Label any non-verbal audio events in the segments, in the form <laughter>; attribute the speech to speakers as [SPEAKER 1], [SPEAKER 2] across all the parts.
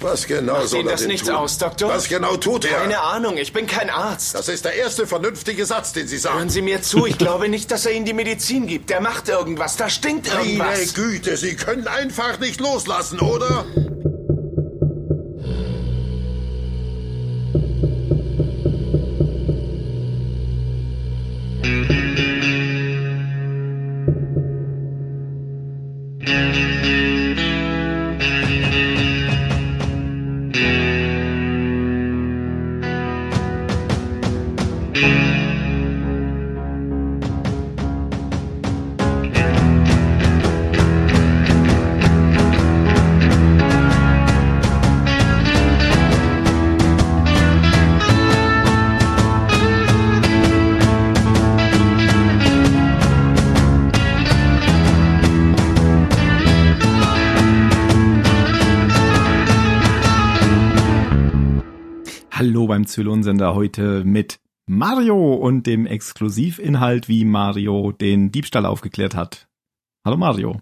[SPEAKER 1] Was genau
[SPEAKER 2] Macht
[SPEAKER 1] soll
[SPEAKER 2] Ihnen
[SPEAKER 1] er
[SPEAKER 2] das
[SPEAKER 1] denn
[SPEAKER 2] nichts
[SPEAKER 1] tun?
[SPEAKER 2] aus, Doktor?
[SPEAKER 1] Was genau tut er?
[SPEAKER 2] Keine Ahnung, ich bin kein Arzt.
[SPEAKER 1] Das ist der erste vernünftige Satz, den Sie sagen.
[SPEAKER 2] Hören Sie mir zu, ich glaube nicht, dass er Ihnen die Medizin gibt. Der macht irgendwas, da stinkt
[SPEAKER 1] Meine
[SPEAKER 2] irgendwas.
[SPEAKER 1] Güte, Sie können einfach nicht loslassen, oder?
[SPEAKER 3] Hallo beim Zylonsender heute mit Mario und dem Exklusivinhalt, wie Mario den Diebstahl aufgeklärt hat. Hallo Mario.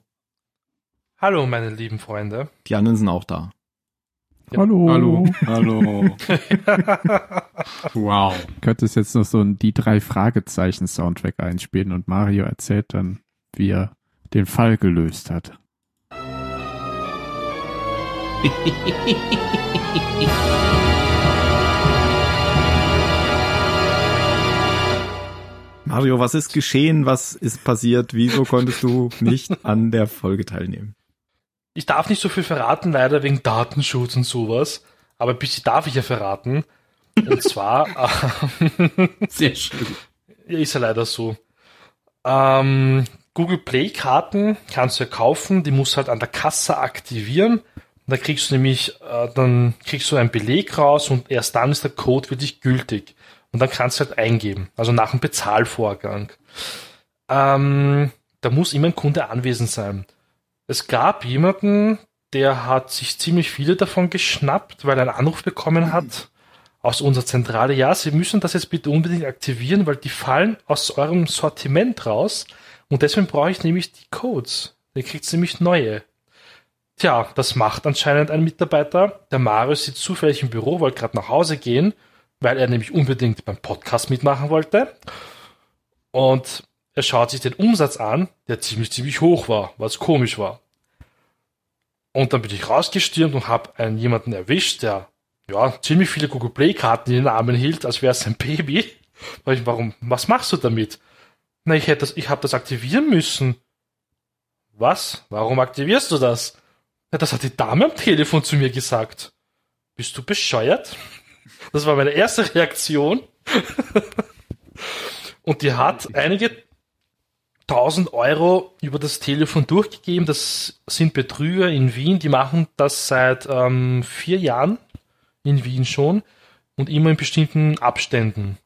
[SPEAKER 4] Hallo, meine lieben Freunde.
[SPEAKER 3] Die anderen sind auch da.
[SPEAKER 5] Hallo.
[SPEAKER 6] Hallo. Hallo. wow.
[SPEAKER 5] Du könntest jetzt noch so einen die drei Fragezeichen Soundtrack einspielen und Mario erzählt dann, wie er den Fall gelöst hat.
[SPEAKER 3] Mario, was ist geschehen? Was ist passiert? Wieso konntest du nicht an der Folge teilnehmen?
[SPEAKER 4] Ich darf nicht so viel verraten, leider wegen Datenschutz und sowas. Aber ein bisschen darf ich ja verraten. Und
[SPEAKER 6] <laughs>
[SPEAKER 4] zwar, äh,
[SPEAKER 6] Sehr schön.
[SPEAKER 4] ja, ist ja leider so. Ähm, Google Play Karten kannst du ja kaufen, die musst du halt an der Kasse aktivieren. Und da kriegst du nämlich, äh, dann kriegst du einen Beleg raus und erst dann ist der Code wirklich gültig. Und dann kannst du halt eingeben, also nach dem Bezahlvorgang. Ähm, da muss immer ein Kunde anwesend sein. Es gab jemanden, der hat sich ziemlich viele davon geschnappt, weil er einen Anruf bekommen hat aus unserer Zentrale. Ja, Sie müssen das jetzt bitte unbedingt aktivieren, weil die fallen aus eurem Sortiment raus. Und deswegen brauche ich nämlich die Codes. Ihr kriegt nämlich neue. Tja, das macht anscheinend ein Mitarbeiter. Der Mario sitzt zufällig im Büro, wollte gerade nach Hause gehen, weil er nämlich unbedingt beim Podcast mitmachen wollte. Und er schaut sich den Umsatz an, der ziemlich, ziemlich hoch war, was komisch war. Und dann bin ich rausgestürmt und habe einen jemanden erwischt, der ja ziemlich viele Google Play Karten in den Armen hielt, als wäre es sein Baby. Da ich, warum, was machst du damit? Na, ich hätte das, ich habe das aktivieren müssen. Was? Warum aktivierst du das? Na, das hat die Dame am Telefon zu mir gesagt. Bist du bescheuert? Das war meine erste Reaktion. Und die hat einige 1000 Euro über das Telefon durchgegeben. Das sind Betrüger in Wien, die machen das seit ähm, vier Jahren in Wien schon und immer in bestimmten Abständen.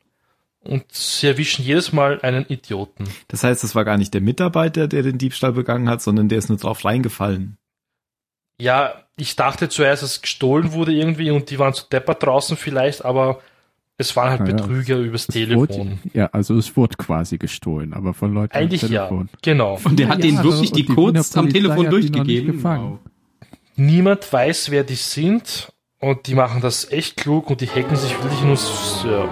[SPEAKER 4] Und sie erwischen jedes Mal einen Idioten.
[SPEAKER 3] Das heißt, es war gar nicht der Mitarbeiter, der den Diebstahl begangen hat, sondern der ist nur drauf reingefallen.
[SPEAKER 4] Ja, ich dachte zuerst, dass es gestohlen wurde irgendwie und die waren zu deppert draußen vielleicht, aber es waren halt
[SPEAKER 5] Ah ja,
[SPEAKER 4] Betrüger übers
[SPEAKER 5] Wurde,
[SPEAKER 4] Telefon.
[SPEAKER 5] ja, also es wurde quasi gestohlen, aber von Leuten am
[SPEAKER 4] Eigentlich ja,
[SPEAKER 5] Telefon. <laughs>
[SPEAKER 4] genau.
[SPEAKER 6] Und der hat
[SPEAKER 5] Ja, also
[SPEAKER 6] denen wirklich
[SPEAKER 5] und
[SPEAKER 6] die
[SPEAKER 5] die
[SPEAKER 6] Codes
[SPEAKER 5] Wiener
[SPEAKER 6] am
[SPEAKER 5] Polizei
[SPEAKER 6] Telefon
[SPEAKER 5] hat die noch nicht
[SPEAKER 6] durchgegeben.
[SPEAKER 5] gefangen.
[SPEAKER 6] Wow.
[SPEAKER 4] niemand weiß, wer die sind und die machen das echt klug und die hacken sich wirklich nur so.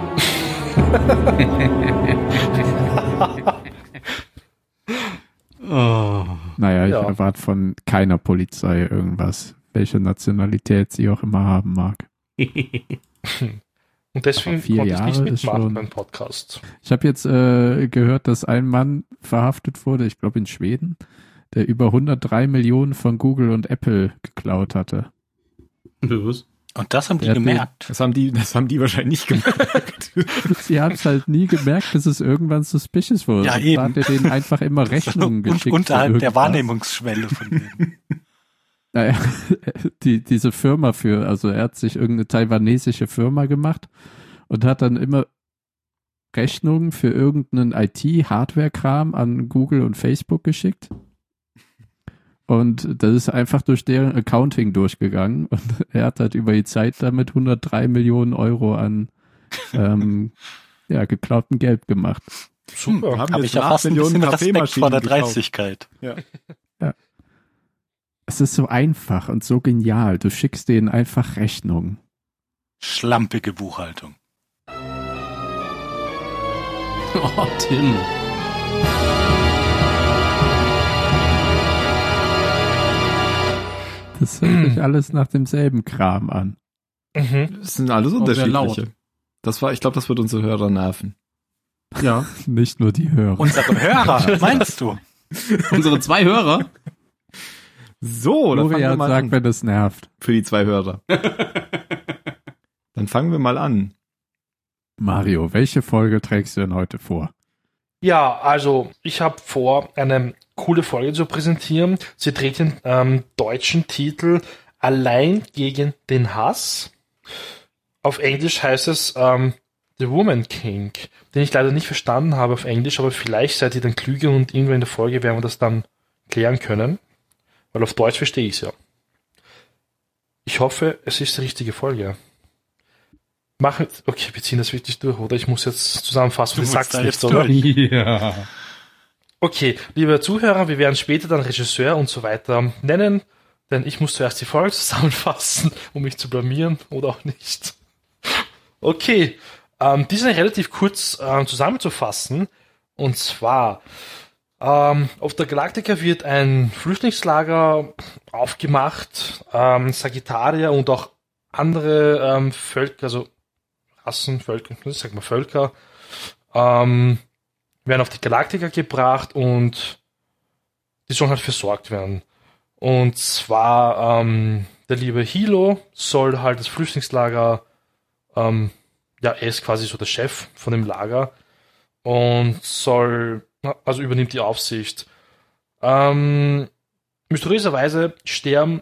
[SPEAKER 5] Naja, ich
[SPEAKER 4] Ja.
[SPEAKER 5] erwarte von keiner Polizei irgendwas, welche Nationalität sie auch immer haben mag.
[SPEAKER 4] Und deswegen
[SPEAKER 5] Aber vier
[SPEAKER 4] konnte ich nicht
[SPEAKER 5] Jahre ist
[SPEAKER 4] mitmachen
[SPEAKER 5] schon-
[SPEAKER 4] beim Podcast.
[SPEAKER 5] Ich habe jetzt äh, gehört, dass ein Mann verhaftet wurde, ich glaube in Schweden, der über 103 Millionen von Google und Apple geklaut hatte.
[SPEAKER 6] Los.
[SPEAKER 7] Und das haben die
[SPEAKER 5] Ja,
[SPEAKER 7] gemerkt.
[SPEAKER 3] Das haben die, das haben die wahrscheinlich nicht gemerkt.
[SPEAKER 5] <laughs> Sie haben es halt nie gemerkt, dass es irgendwann suspicious wurde.
[SPEAKER 7] Ja,
[SPEAKER 5] Und
[SPEAKER 7] eben.
[SPEAKER 5] Da hat er denen einfach
[SPEAKER 7] <laughs>
[SPEAKER 5] immer Rechnungen
[SPEAKER 7] Und
[SPEAKER 5] geschickt.
[SPEAKER 7] unterhalb
[SPEAKER 5] für
[SPEAKER 7] der
[SPEAKER 5] irgendwas.
[SPEAKER 7] Wahrnehmungsschwelle von <laughs> denen.
[SPEAKER 5] Naja, <laughs> die, diese Firma für, also er hat sich irgendeine taiwanesische Firma gemacht und hat dann immer Rechnungen für irgendeinen IT-Hardware-Kram an Google und Facebook geschickt. Und das ist einfach durch deren Accounting durchgegangen und <laughs> er hat halt über die Zeit damit 103 Millionen Euro an
[SPEAKER 7] <laughs>
[SPEAKER 5] ähm, ja, geklauten Geld gemacht.
[SPEAKER 4] Super.
[SPEAKER 5] Hm,
[SPEAKER 3] haben
[SPEAKER 7] Habe
[SPEAKER 3] jetzt
[SPEAKER 7] ich ja
[SPEAKER 3] acht
[SPEAKER 7] fast ein
[SPEAKER 3] Millionen
[SPEAKER 7] bisschen Respekt vor
[SPEAKER 3] Kaffeemaschinen
[SPEAKER 7] der
[SPEAKER 3] gekauft.
[SPEAKER 7] Dreistigkeit.
[SPEAKER 5] Es ist so einfach und so genial. Du schickst denen einfach Rechnungen.
[SPEAKER 7] Schlampige Buchhaltung.
[SPEAKER 6] Oh, Tim.
[SPEAKER 5] Das hört sich alles nach demselben Kram an.
[SPEAKER 4] Mhm.
[SPEAKER 3] Das sind alles
[SPEAKER 6] Oh, sehr laut.
[SPEAKER 3] unterschiedliche. Das war, ich glaube, das wird unsere Hörer nerven.
[SPEAKER 6] Ja,
[SPEAKER 5] Nicht nur die Hörer.
[SPEAKER 7] Unsere <laughs> Hörer, meinst du?
[SPEAKER 6] unsere zwei Hörer.
[SPEAKER 3] So, dann fangen wir
[SPEAKER 5] Florian
[SPEAKER 3] mal
[SPEAKER 5] sagt,
[SPEAKER 3] an.
[SPEAKER 5] wenn es nervt.
[SPEAKER 3] Für die zwei Hörer. dann fangen wir mal an.
[SPEAKER 5] Mario, welche Folge trägst du denn heute vor?
[SPEAKER 4] Ja, also ich habe vor, eine coole Folge zu präsentieren. Sie trägt den ähm, deutschen Titel Allein gegen den Hass. Auf Englisch heißt es ähm, The Woman King, den ich leider nicht verstanden habe auf Englisch, aber vielleicht seid ihr dann klüger und irgendwann in der Folge werden wir das dann klären können. Weil auf Deutsch verstehe ich es ja. Ich hoffe, es ist die richtige Folge. Machen, okay, wir ziehen das wirklich durch, oder? Ich muss jetzt zusammenfassen,
[SPEAKER 7] Du
[SPEAKER 4] ich
[SPEAKER 7] musst
[SPEAKER 4] sag's
[SPEAKER 7] da
[SPEAKER 4] nicht,
[SPEAKER 7] jetzt
[SPEAKER 4] oder?
[SPEAKER 7] durch.
[SPEAKER 6] Ja.
[SPEAKER 4] Okay, liebe Zuhörer, wir werden später dann Regisseur und so weiter nennen, denn ich muss zuerst die Folge <laughs> zusammenfassen, um mich zu blamieren oder auch nicht. Okay, ähm, diese relativ kurz ähm, zusammenzufassen. Und zwar, ähm, auf der Galaktika wird ein Flüchtlingslager aufgemacht. Ähm, Sagittarier und auch andere ähm, Völker, also Rassen, Völker, ich sag mal Völker, ähm, werden auf die Galaktika gebracht und die sollen halt versorgt werden. Und zwar ähm, der liebe Hilo soll halt das Flüchtlingslager, ähm, ja, er ist quasi so der Chef von dem Lager und soll, also übernimmt die Aufsicht. Ähm, mysteriöserweise sterben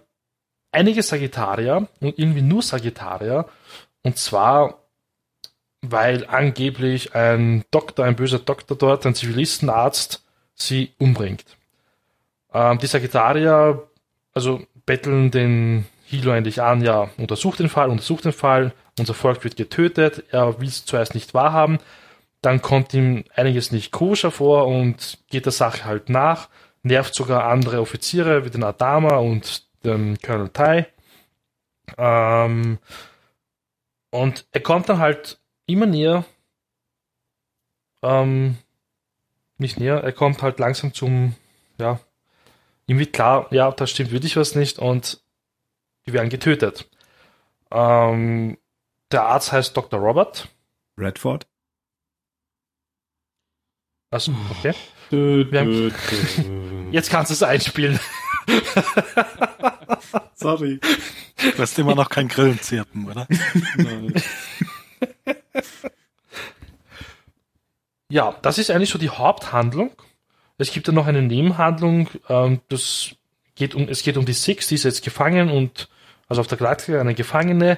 [SPEAKER 4] einige Sagittarier und irgendwie nur Sagittarier und zwar weil angeblich ein Doktor, ein böser Doktor dort, ein Zivilistenarzt, sie umbringt. Ähm, die Sagittarier, also betteln den Hilo endlich an, ja, untersucht den Fall, untersucht den Fall, unser Volk wird getötet, er will es zuerst nicht wahrhaben, dann kommt ihm einiges nicht koscher vor und geht der Sache halt nach, nervt sogar andere Offiziere wie den Adama und den Colonel Tai. Ähm, und er kommt dann halt immer näher, ähm, nicht näher, er kommt halt langsam zum, ja, ihm wird klar, ja, da stimmt wirklich was nicht und die werden getötet. Ähm, der Arzt heißt Dr. Robert,
[SPEAKER 3] Redford?
[SPEAKER 4] also, okay.
[SPEAKER 6] Oh. Dö,
[SPEAKER 4] Wir
[SPEAKER 6] dö, dö.
[SPEAKER 4] <laughs> Jetzt kannst du es einspielen.
[SPEAKER 3] Sorry.
[SPEAKER 7] Du hast immer noch kein Grillenzirpen, oder?
[SPEAKER 4] Ja, das ist eigentlich so die Haupthandlung. Es gibt dann noch eine Nebenhandlung, ähm, das geht um, es geht um die Six, die ist jetzt gefangen und, also auf der Glatze eine Gefangene.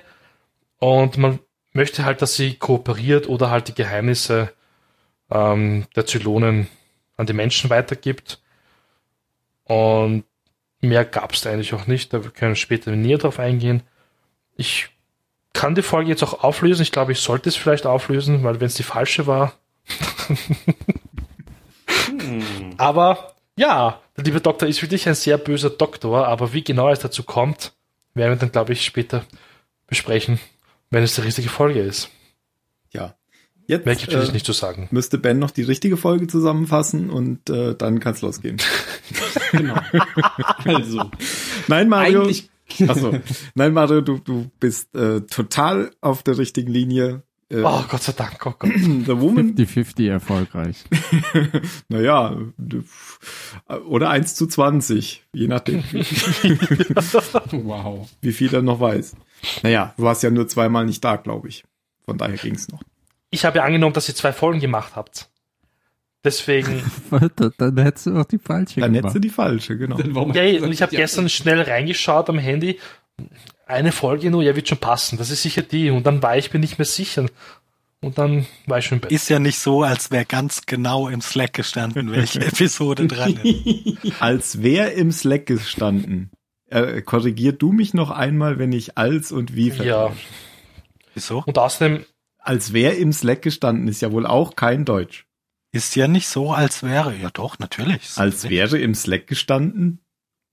[SPEAKER 4] Und man möchte halt, dass sie kooperiert oder halt die Geheimnisse ähm, der Zylonen an die Menschen weitergibt. Und mehr gab's da eigentlich auch nicht, da wir können später näher drauf eingehen. Ich kann die Folge jetzt auch auflösen. Ich glaube, ich sollte es vielleicht auflösen, weil wenn es die falsche war, aber ja, der liebe Doktor ist wirklich ein sehr böser Doktor, aber wie genau es dazu kommt, werden wir dann, glaube ich, später besprechen, wenn es die richtige Folge ist.
[SPEAKER 3] Ja. Jetzt
[SPEAKER 4] Mehr gibt es
[SPEAKER 3] äh,
[SPEAKER 4] nicht zu sagen.
[SPEAKER 3] müsste Ben noch die richtige Folge zusammenfassen und äh, dann kann's losgehen.
[SPEAKER 6] genau. Also,
[SPEAKER 3] Nein, Mario.
[SPEAKER 6] eigentlich.
[SPEAKER 3] Ach so. Nein, Mario, du, du bist äh, total auf der richtigen Linie. Äh,
[SPEAKER 4] Oh, Gott sei Dank, oh Gott.
[SPEAKER 3] The Woman
[SPEAKER 5] <laughs> 50-50 erfolgreich.
[SPEAKER 3] Naja, d- oder 1 zu 20, je nachdem, <laughs>
[SPEAKER 6] Wow.
[SPEAKER 3] wie viel er noch weiß. Naja, du warst ja nur zweimal nicht da, glaube ich. Von daher ging's noch.
[SPEAKER 4] Ich habe ja angenommen, dass ihr zwei Folgen gemacht habt. Deswegen,
[SPEAKER 5] Warte, dann hättest du auch die falsche
[SPEAKER 3] Dann hättest
[SPEAKER 5] gemacht.
[SPEAKER 3] du die falsche, genau.
[SPEAKER 6] Dann warum
[SPEAKER 4] ja, und ich habe
[SPEAKER 6] Ja,
[SPEAKER 4] gestern schnell reingeschaut am Handy. Eine Folge nur, ja, wird schon passen. Das ist sicher die. Und dann war ich mir nicht mehr sicher. Und dann war ich schon im Bett.
[SPEAKER 7] Ist ja nicht so, als wäre ganz genau im Slack gestanden, <laughs> welche Episode dran ist.
[SPEAKER 3] Als wär im Slack gestanden. Äh, korrigier du mich noch einmal, wenn ich als und wie
[SPEAKER 4] Ja.
[SPEAKER 3] vertausche.
[SPEAKER 7] Wieso?
[SPEAKER 4] Und außerdem,
[SPEAKER 3] Als wär im Slack gestanden ist ja wohl auch kein Deutsch.
[SPEAKER 7] Ist ja nicht so, als wäre. Ja doch, natürlich.
[SPEAKER 3] Als wäre im Slack gestanden?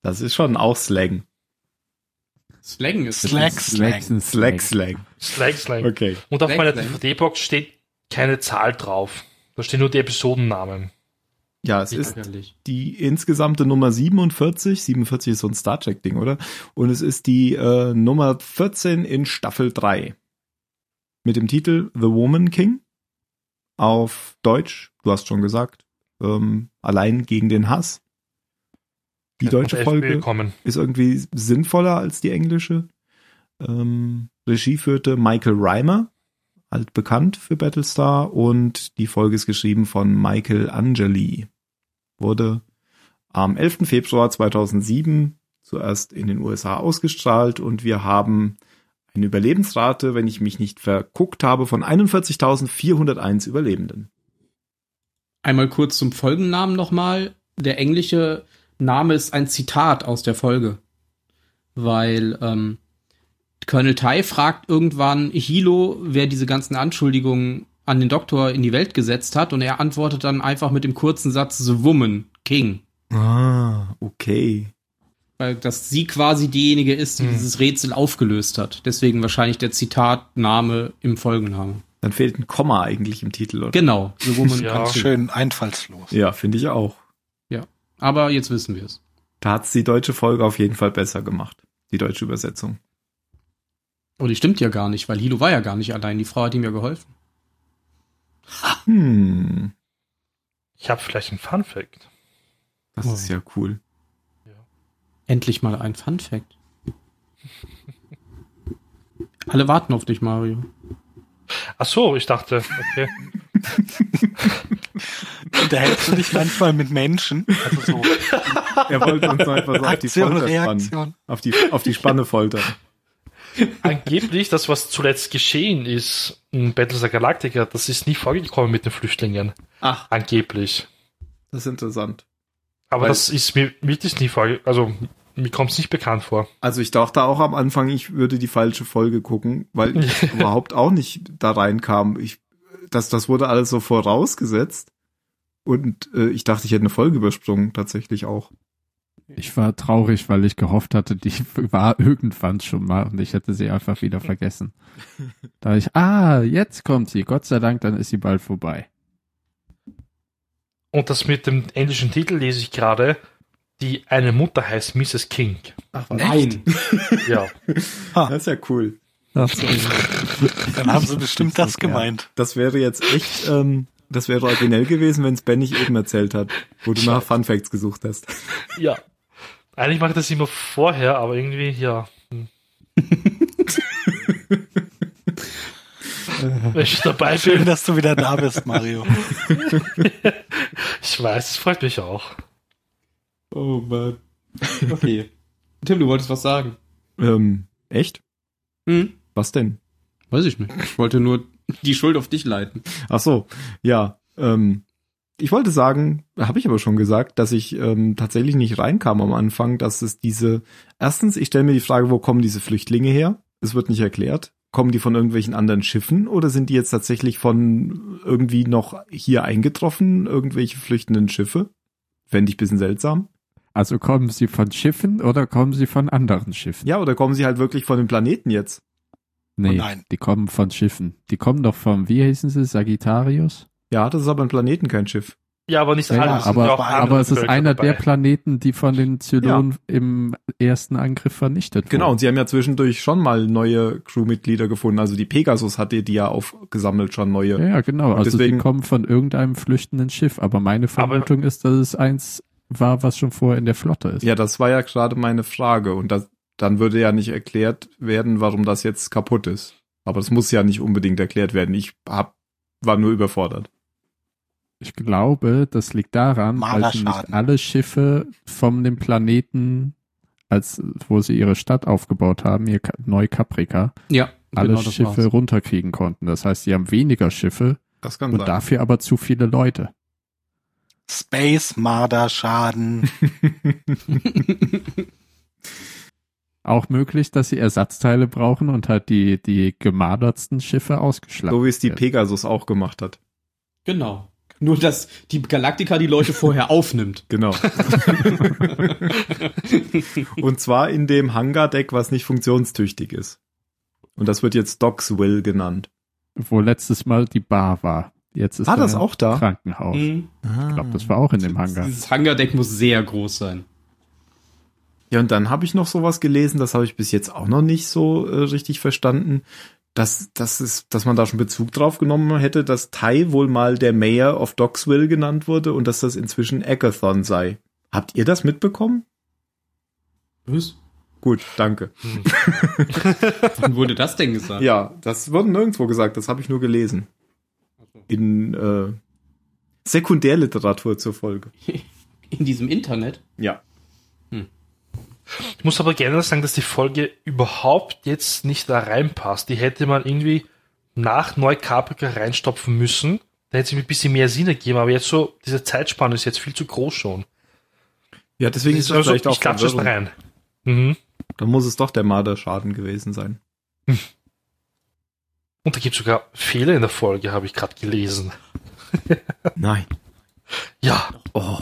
[SPEAKER 3] Das ist schon auch Slang.
[SPEAKER 6] Slang ist
[SPEAKER 7] Slack, Slack.
[SPEAKER 5] Slack,
[SPEAKER 3] Slack, Slang.
[SPEAKER 4] Slack, Slack.
[SPEAKER 3] Okay.
[SPEAKER 4] Und auf
[SPEAKER 6] Slack,
[SPEAKER 4] meiner
[SPEAKER 6] Slack.
[SPEAKER 4] DVD-Box steht keine Zahl drauf. Da stehen nur die Episodennamen.
[SPEAKER 3] Ja, es ist
[SPEAKER 6] ärgerlich.
[SPEAKER 3] die insgesamte Nummer 47. 47 ist so ein Star Trek Ding, oder? Und es ist die äh, Nummer 14 in Staffel 3. Mit dem Titel The Woman King. Auf Deutsch, du hast schon gesagt, ähm, allein gegen den Hass. Die deutsche
[SPEAKER 4] Auf FB
[SPEAKER 3] Folge
[SPEAKER 4] Kommen.
[SPEAKER 3] ist irgendwie sinnvoller als die englische. Ähm, Regie führte Michael Reimer, altbekannt für Battlestar, und die Folge ist geschrieben von Michael Angeli. Wurde am 11. Februar 2007 zuerst in den USA ausgestrahlt und wir haben eine Überlebensrate, wenn ich mich nicht verguckt habe, von 41.401 Überlebenden.
[SPEAKER 6] Einmal kurz zum Folgennamen nochmal. Der englische Name ist ein Zitat aus der Folge. Weil ähm, Colonel Tai fragt irgendwann Hilo, wer diese ganzen Anschuldigungen an den Doktor in die Welt gesetzt hat. Und er antwortet dann einfach mit dem kurzen Satz The Woman, King.
[SPEAKER 3] Ah, okay.
[SPEAKER 6] Weil dass sie quasi diejenige ist, die
[SPEAKER 4] Hm.
[SPEAKER 6] dieses Rätsel aufgelöst hat. Deswegen wahrscheinlich der Zitatname im Folgenname.
[SPEAKER 3] Dann fehlt ein Komma eigentlich im Titel, oder?
[SPEAKER 6] Genau, The Woman
[SPEAKER 4] Ja.
[SPEAKER 6] King.
[SPEAKER 7] Schön einfallslos.
[SPEAKER 3] Ja, finde ich auch.
[SPEAKER 6] Aber jetzt wissen wir es.
[SPEAKER 3] Da hat's die deutsche Folge auf jeden Fall besser gemacht. Die deutsche Übersetzung.
[SPEAKER 6] Oh, die stimmt ja gar nicht, weil Hilo war ja gar nicht allein. Die Frau hat ihm ja geholfen.
[SPEAKER 3] Hm,
[SPEAKER 4] Ich habe vielleicht einen Funfact.
[SPEAKER 3] das ist ja cool.
[SPEAKER 6] Endlich mal ein Fun Fact. <laughs> Alle warten auf dich, Mario.
[SPEAKER 4] Ach so, ich dachte, okay.
[SPEAKER 7] Unterhältst du dich manchmal mit Menschen? Also so
[SPEAKER 3] Er wollte uns einfach so auf die
[SPEAKER 7] <laughs> Aktion,
[SPEAKER 3] Folter spannen.
[SPEAKER 7] Reaktion.
[SPEAKER 3] Auf die, auf die Spanne foltern.
[SPEAKER 4] Angeblich, das, was zuletzt geschehen ist in Battlestar Galactica, das ist nie vorgekommen mit den Flüchtlingen.
[SPEAKER 3] Ach,
[SPEAKER 4] Angeblich.
[SPEAKER 3] das ist interessant.
[SPEAKER 4] Aber
[SPEAKER 3] Weil-
[SPEAKER 4] das ist mir wirklich nie vorgekommen. Also, mir kommt es nicht bekannt vor.
[SPEAKER 3] Also ich dachte auch am Anfang, ich würde die falsche Folge gucken, weil
[SPEAKER 7] <laughs>
[SPEAKER 3] ich überhaupt auch nicht da reinkam. Ich, das, das wurde alles so vorausgesetzt. Und äh, ich dachte, ich hätte eine Folge übersprungen, tatsächlich auch.
[SPEAKER 5] Ich war traurig, weil ich gehofft hatte, die <laughs> war irgendwann schon mal und ich hätte sie einfach wieder vergessen. Da hab ich, ah, jetzt kommt sie. Gott sei Dank, dann ist sie bald vorbei.
[SPEAKER 4] Und das mit dem englischen Titel lese ich gerade. Die eine Mutter heißt Mrs. King.
[SPEAKER 6] Ach, nein.
[SPEAKER 4] Ja.
[SPEAKER 3] Das ist ja cool.
[SPEAKER 7] Dann haben sie bestimmt das gemeint.
[SPEAKER 3] Das wäre jetzt echt, ähm, das wäre originell gewesen, wenn es Ben nicht eben erzählt hat, wo du nach Fun Facts gesucht hast.
[SPEAKER 4] Ja. Eigentlich mache ich das immer vorher, aber irgendwie, ja.
[SPEAKER 5] <laughs>
[SPEAKER 4] Hm. Wenn ich dabei
[SPEAKER 7] Schön,
[SPEAKER 4] bin,
[SPEAKER 7] dass du wieder da bist, Mario.
[SPEAKER 4] ich weiß, es freut mich auch.
[SPEAKER 6] Oh Mann. <laughs> Okay. Tim, du wolltest was sagen.
[SPEAKER 3] Ähm, echt?
[SPEAKER 6] Hm?
[SPEAKER 3] Was denn?
[SPEAKER 6] Weiß ich nicht. Ich wollte nur die Schuld auf dich leiten.
[SPEAKER 3] Ach so, ja. Ähm, ich wollte sagen, habe ich aber schon gesagt, dass ich ähm, tatsächlich nicht reinkam am Anfang, dass es diese. Erstens, ich stelle mir die Frage, wo kommen diese Flüchtlinge her? Es wird nicht erklärt. Kommen die von irgendwelchen anderen Schiffen oder sind die jetzt tatsächlich von irgendwie noch hier eingetroffen, irgendwelche flüchtenden Schiffe? Fände ich bisschen seltsam.
[SPEAKER 5] Also kommen sie von Schiffen oder kommen sie von anderen Schiffen?
[SPEAKER 3] Ja, oder kommen sie halt wirklich von dem Planeten jetzt?
[SPEAKER 5] Nee,
[SPEAKER 7] nein.
[SPEAKER 5] die kommen von Schiffen. Die kommen doch vom, wie hießen sie, Sagittarius?
[SPEAKER 3] Ja, das ist aber ein Planeten, kein Schiff.
[SPEAKER 4] Ja, aber nicht
[SPEAKER 5] Ja,
[SPEAKER 4] alle. sind ja
[SPEAKER 5] aber,
[SPEAKER 4] auch andere
[SPEAKER 5] aber es ist
[SPEAKER 4] Völker
[SPEAKER 5] einer
[SPEAKER 4] dabei.
[SPEAKER 5] der Planeten, die von den Zylonen im ersten Angriff vernichtet
[SPEAKER 3] Genau,
[SPEAKER 5] wurden.
[SPEAKER 3] und sie haben ja zwischendurch schon mal neue Crewmitglieder gefunden. Also die Pegasus hatte die ja aufgesammelt, schon neue.
[SPEAKER 5] Ja, genau.
[SPEAKER 3] Und
[SPEAKER 5] Also
[SPEAKER 3] deswegen-
[SPEAKER 5] die kommen von irgendeinem flüchtenden Schiff. Aber meine Vermutung ist, dass es eins war, was schon vorher in der Flotte ist.
[SPEAKER 3] Ja, das war ja gerade meine Frage. Und das, dann würde ja nicht erklärt werden, warum das jetzt kaputt ist. Aber das muss ja nicht unbedingt erklärt werden. Ich hab, war nur überfordert.
[SPEAKER 5] Ich glaube, das liegt daran, weil sie nicht
[SPEAKER 7] Marderschaden.
[SPEAKER 5] alle Schiffe von dem Planeten, als wo sie ihre Stadt aufgebaut haben, ihr Ka- Neu-Caprica,
[SPEAKER 6] Ja,
[SPEAKER 5] alle
[SPEAKER 6] genau das
[SPEAKER 5] Schiffe
[SPEAKER 6] war's.
[SPEAKER 5] runterkriegen konnten. Das heißt, sie haben weniger Schiffe
[SPEAKER 3] Das kann
[SPEAKER 5] und
[SPEAKER 3] sein.
[SPEAKER 5] dafür aber zu viele Leute.
[SPEAKER 7] Space Marder Schaden.
[SPEAKER 5] Auch möglich, dass sie Ersatzteile brauchen und halt die, die gemadertsten Schiffe ausgeschlachtet
[SPEAKER 3] so wie es die
[SPEAKER 5] werden.
[SPEAKER 3] Pegasus auch gemacht hat.
[SPEAKER 6] Genau. Nur, dass die Galaktika die Leute <laughs> vorher aufnimmt.
[SPEAKER 3] Genau. und zwar in dem Hangar-Deck, was nicht funktionstüchtig ist. Und das wird jetzt Doc's Will genannt.
[SPEAKER 5] Wo letztes Mal die Bar war. Jetzt ist
[SPEAKER 3] War das
[SPEAKER 5] da
[SPEAKER 3] auch da?
[SPEAKER 5] Krankenhaus.
[SPEAKER 6] Mhm.
[SPEAKER 5] Ich glaube, das war auch in dem Hangar.
[SPEAKER 6] Dieses Hangardeck muss sehr groß sein.
[SPEAKER 3] Ja, und dann habe ich noch sowas gelesen, das habe ich bis jetzt auch noch nicht so äh, richtig verstanden, dass, dass, es, dass man da schon Bezug drauf genommen hätte, dass Tai wohl mal der Mayor of Docksville genannt wurde und dass das inzwischen Agathon sei. Habt ihr das mitbekommen?
[SPEAKER 6] Was?
[SPEAKER 3] Gut, danke.
[SPEAKER 6] Wann wurde das denn gesagt? <laughs>
[SPEAKER 3] Ja, das wurde nirgendwo gesagt, das habe ich nur gelesen. In äh, Sekundärliteratur zur Folge.
[SPEAKER 6] In diesem Internet?
[SPEAKER 3] Ja.
[SPEAKER 4] Ich muss aber gerne sagen, dass die Folge überhaupt jetzt nicht da reinpasst. Die hätte man irgendwie nach Neukaprika reinstopfen müssen. Da hätte es irgendwie ein bisschen mehr Sinn ergeben, aber jetzt so, diese Zeitspanne ist jetzt viel zu groß schon.
[SPEAKER 3] Ja, deswegen ist das
[SPEAKER 4] Also,
[SPEAKER 3] vielleicht auch
[SPEAKER 4] ich klatsche es
[SPEAKER 3] Verwirrung.
[SPEAKER 4] rein. Mhm.
[SPEAKER 3] Dann muss es doch der Marderschaden gewesen sein.
[SPEAKER 4] Und da gibt es sogar Fehler in der Folge, habe ich gerade gelesen.
[SPEAKER 3] <laughs> Nein.
[SPEAKER 4] Ja,
[SPEAKER 3] Oh.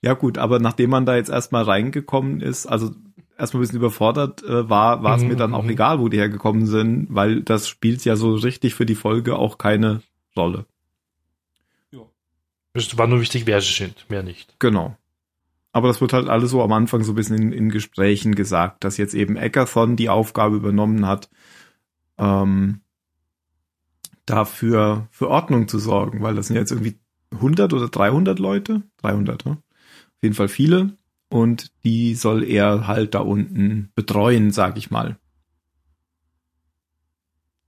[SPEAKER 3] Ja gut, aber nachdem man da jetzt erstmal reingekommen ist, also erstmal ein bisschen überfordert äh, war, war es
[SPEAKER 4] Mhm,
[SPEAKER 3] mir dann auch
[SPEAKER 4] mhm.
[SPEAKER 3] egal, wo die hergekommen sind, weil das spielt ja so richtig für die Folge auch keine Rolle.
[SPEAKER 4] es war nur wichtig, wer sie sind, mehr nicht.
[SPEAKER 3] Genau. Aber das wird halt alles so am Anfang so ein bisschen in, in Gesprächen gesagt, dass jetzt eben Eckerthon die Aufgabe übernommen hat, ähm, dafür für Ordnung zu sorgen, weil das sind ja jetzt irgendwie 100 oder 300 Leute, 300, ne? auf jeden Fall viele und die soll er halt da unten betreuen, sag ich mal.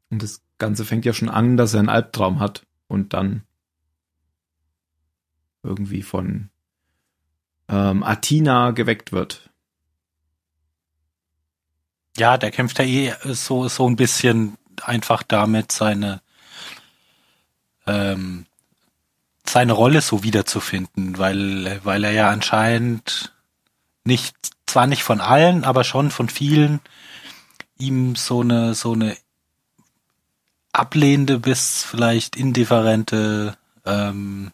[SPEAKER 3] Und das Ganze fängt ja schon an, dass er einen Albtraum hat und dann irgendwie von ähm, Athena geweckt wird.
[SPEAKER 7] Ja, der kämpft ja eh so, so ein bisschen einfach damit, seine, ähm, seine Rolle so wiederzufinden, weil, weil er ja anscheinend nicht, zwar nicht von allen, aber schon von vielen ihm so eine, so eine ablehnende bis vielleicht indifferente ähm,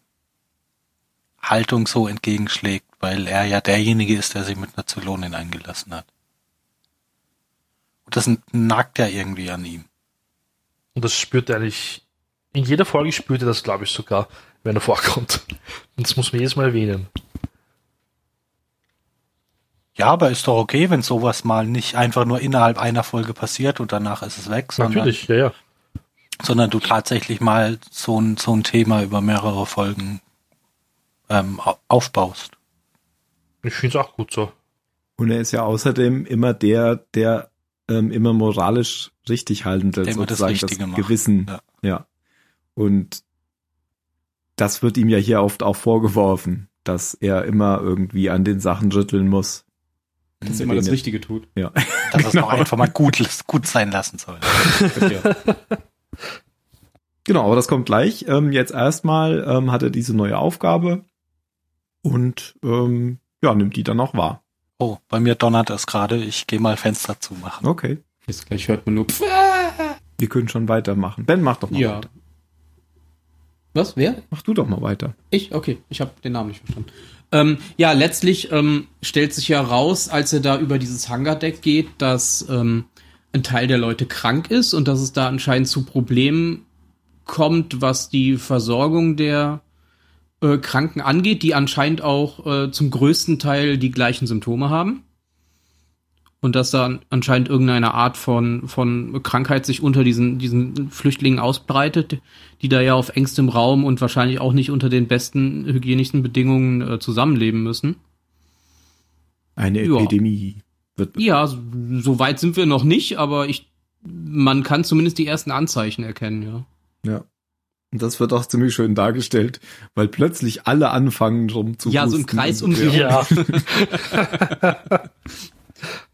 [SPEAKER 7] Haltung so entgegenschlägt, weil er ja derjenige ist, der sich mit einer Zylonin eingelassen hat. Und das nagt ja irgendwie an ihm.
[SPEAKER 4] Und das spürt er eigentlich, in jeder Folge spürt er das, glaube ich, sogar, wenn er vorkommt. Und das muss man jedes Mal erwähnen.
[SPEAKER 7] Ja, aber ist doch okay, wenn sowas mal nicht einfach nur innerhalb einer Folge passiert und danach ist es weg, sondern,
[SPEAKER 4] Natürlich, ja, ja.
[SPEAKER 7] sondern du tatsächlich mal so ein, so ein Thema über mehrere Folgen ähm, au- aufbaust.
[SPEAKER 4] Ich finde es auch gut so.
[SPEAKER 3] Und er ist ja außerdem immer der, der ähm, immer moralisch richtig haltend
[SPEAKER 7] Der
[SPEAKER 3] ist,
[SPEAKER 7] immer das
[SPEAKER 3] sozusagen das,
[SPEAKER 7] Richtige macht.
[SPEAKER 3] Gewissen.
[SPEAKER 7] Ja.
[SPEAKER 3] Ja. Und das wird ihm ja hier oft auch vorgeworfen, dass er immer irgendwie an den Sachen rütteln muss.
[SPEAKER 6] Dass
[SPEAKER 3] er
[SPEAKER 6] immer
[SPEAKER 3] den
[SPEAKER 6] das
[SPEAKER 3] jetzt-
[SPEAKER 6] Richtige tut.
[SPEAKER 3] Ja.
[SPEAKER 7] Dass
[SPEAKER 4] Genau.
[SPEAKER 7] es doch einfach mal gut, gut sein lassen soll.
[SPEAKER 3] <laughs>
[SPEAKER 6] Ja.
[SPEAKER 3] Genau, aber das kommt gleich. Ähm, jetzt erstmal ähm, hat er diese neue Aufgabe und ähm, ja, nimmt die dann auch wahr.
[SPEAKER 7] Oh, bei mir donnert es gerade. Ich gehe mal Fenster zumachen.
[SPEAKER 3] Okay.
[SPEAKER 6] Jetzt gleich hört man nur. Pff.
[SPEAKER 3] Wir können schon weitermachen. Ben, mach doch mal
[SPEAKER 6] Ja.
[SPEAKER 3] weiter.
[SPEAKER 6] Was? Wer?
[SPEAKER 3] Mach du doch mal weiter.
[SPEAKER 6] Ich? Okay, ich habe den Namen nicht verstanden. Ähm, ja, letztlich ähm, stellt sich ja raus, als er da über dieses Hangardeck geht, dass ähm, ein Teil der Leute krank ist und dass es da anscheinend zu Problemen kommt, was die Versorgung der äh, Kranken angeht, die anscheinend auch äh, zum größten Teil die gleichen Symptome haben. Und dass da anscheinend irgendeine Art von, von Krankheit sich unter diesen, diesen Flüchtlingen ausbreitet, die da ja auf engstem Raum und wahrscheinlich auch nicht unter den besten hygienischen Bedingungen äh, zusammenleben müssen.
[SPEAKER 3] Eine
[SPEAKER 6] Ja.
[SPEAKER 3] Epidemie wird
[SPEAKER 6] Ja, so- so weit sind wir noch nicht, aber ich, man kann zumindest die ersten Anzeichen erkennen, ja.
[SPEAKER 3] Ja. Und das wird auch ziemlich schön dargestellt, weil plötzlich alle anfangen drum zu
[SPEAKER 6] Ja, so im
[SPEAKER 3] husten.
[SPEAKER 6] Kreis um sich.
[SPEAKER 4] Ja, <laughs>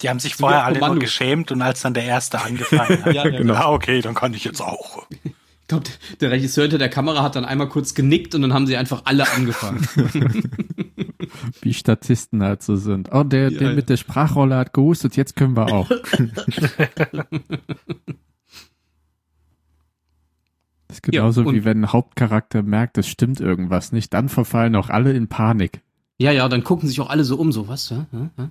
[SPEAKER 7] Die haben sich
[SPEAKER 6] wie
[SPEAKER 7] vorher
[SPEAKER 6] auf
[SPEAKER 4] oh
[SPEAKER 7] alle nur
[SPEAKER 6] Kommando.
[SPEAKER 7] geschämt und als dann der Erste
[SPEAKER 4] <laughs>
[SPEAKER 7] angefangen hat,
[SPEAKER 6] ja,
[SPEAKER 3] genau.
[SPEAKER 7] ah, okay, dann kann ich jetzt auch.
[SPEAKER 6] Ich glaube, der Regisseur hinter der Kamera hat dann einmal kurz genickt und dann haben sie einfach alle angefangen.
[SPEAKER 5] Wie Statisten halt so sind. Oh, der,
[SPEAKER 6] Ja,
[SPEAKER 5] der
[SPEAKER 6] ja.
[SPEAKER 5] mit der Sprachrolle hat gehustet, jetzt können wir
[SPEAKER 6] <laughs>
[SPEAKER 5] auch. ist genauso
[SPEAKER 6] und-
[SPEAKER 5] wie wenn ein Hauptcharakter merkt, es stimmt irgendwas nicht, dann verfallen auch alle in Panik.
[SPEAKER 6] Ja, ja, dann gucken sich auch alle so um, so was. Ja, ja, ja.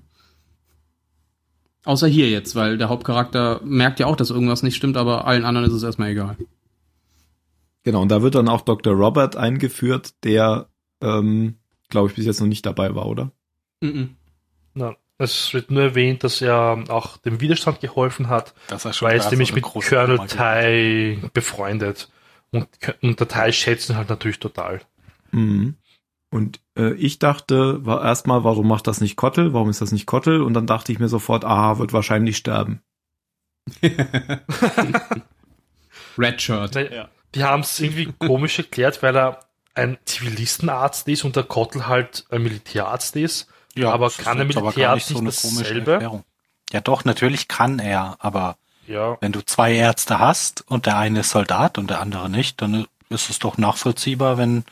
[SPEAKER 6] Außer hier jetzt, weil der Hauptcharakter merkt ja auch, dass irgendwas nicht stimmt, aber allen anderen ist es erstmal egal.
[SPEAKER 3] Genau, und da wird dann auch Dr. Robert eingeführt, der, ähm, glaube ich, bis jetzt noch nicht dabei war, oder?
[SPEAKER 6] Mhm.
[SPEAKER 4] Na, es wird nur erwähnt, dass er auch dem Widerstand geholfen hat,
[SPEAKER 7] Das ist schon
[SPEAKER 4] weil
[SPEAKER 7] da
[SPEAKER 4] er nämlich
[SPEAKER 7] so eine
[SPEAKER 4] mit
[SPEAKER 7] große
[SPEAKER 4] Colonel
[SPEAKER 7] Nummer
[SPEAKER 4] Tai befreundet. Und, und der Tai schätzt ihn halt natürlich total.
[SPEAKER 3] Mhm. Und äh, ich dachte war erstmal, warum macht das nicht Kottel? Warum ist das nicht Kottel? Und dann dachte ich mir sofort, aha, wird wahrscheinlich sterben.
[SPEAKER 6] Red Shirt.
[SPEAKER 4] Ja. Die haben es irgendwie komisch erklärt, weil er ein Zivilistenarzt ist und der Kottel halt ein Militärarzt ist.
[SPEAKER 7] Ja,
[SPEAKER 4] aber
[SPEAKER 7] das ist
[SPEAKER 4] kann der
[SPEAKER 7] jetzt aber
[SPEAKER 4] Militär
[SPEAKER 7] gar nicht
[SPEAKER 4] nicht
[SPEAKER 7] so eine komische
[SPEAKER 4] dasselbe?
[SPEAKER 7] Erklärung. Ja, doch, natürlich kann er, aber
[SPEAKER 4] Ja.
[SPEAKER 7] wenn du zwei Ärzte hast und der eine ist Soldat und der andere nicht, dann ist es doch nachvollziehbar, wenn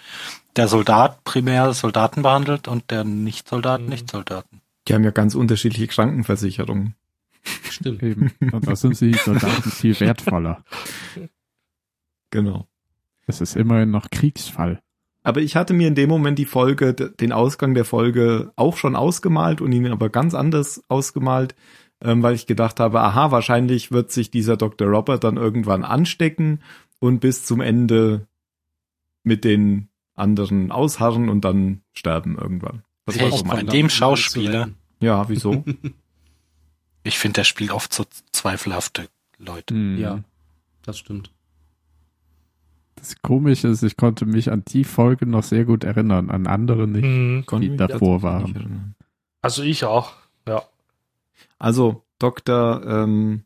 [SPEAKER 7] der Soldat primär Soldaten behandelt und der Nicht-Soldat
[SPEAKER 4] Mhm.
[SPEAKER 7] Nicht-Soldaten.
[SPEAKER 3] Die haben ja ganz unterschiedliche Krankenversicherungen.
[SPEAKER 6] Stimmt.
[SPEAKER 5] Eben. Und da sind sie Soldaten viel wertvoller.
[SPEAKER 3] Genau.
[SPEAKER 5] Das ist immerhin noch Kriegsfall.
[SPEAKER 3] Aber ich hatte mir in dem Moment die Folge, d- den Ausgang der Folge auch schon ausgemalt und ihn aber ganz anders ausgemalt, ähm, weil ich gedacht habe, aha, wahrscheinlich wird sich dieser Dr. Robert dann irgendwann anstecken und bis zum Ende mit den anderen ausharren und dann sterben irgendwann. Das war
[SPEAKER 7] Echt?
[SPEAKER 3] so mein.
[SPEAKER 7] Von dem Schauspieler.
[SPEAKER 3] Ja, wieso?
[SPEAKER 7] Ich finde, der spielt oft so zweifelhafte
[SPEAKER 4] Mhm.
[SPEAKER 7] Leute.
[SPEAKER 5] Hm.
[SPEAKER 6] Ja, das stimmt.
[SPEAKER 5] Das Komische ist, ich konnte mich an die Folge noch sehr gut erinnern, an andere nicht.
[SPEAKER 4] Mhm.
[SPEAKER 3] Konnten
[SPEAKER 5] Die
[SPEAKER 3] wir
[SPEAKER 5] davor
[SPEAKER 3] tatsächlich
[SPEAKER 5] waren.
[SPEAKER 3] nicht erinnern.
[SPEAKER 4] Also ich auch. Ja.
[SPEAKER 3] Also Dr. Ähm,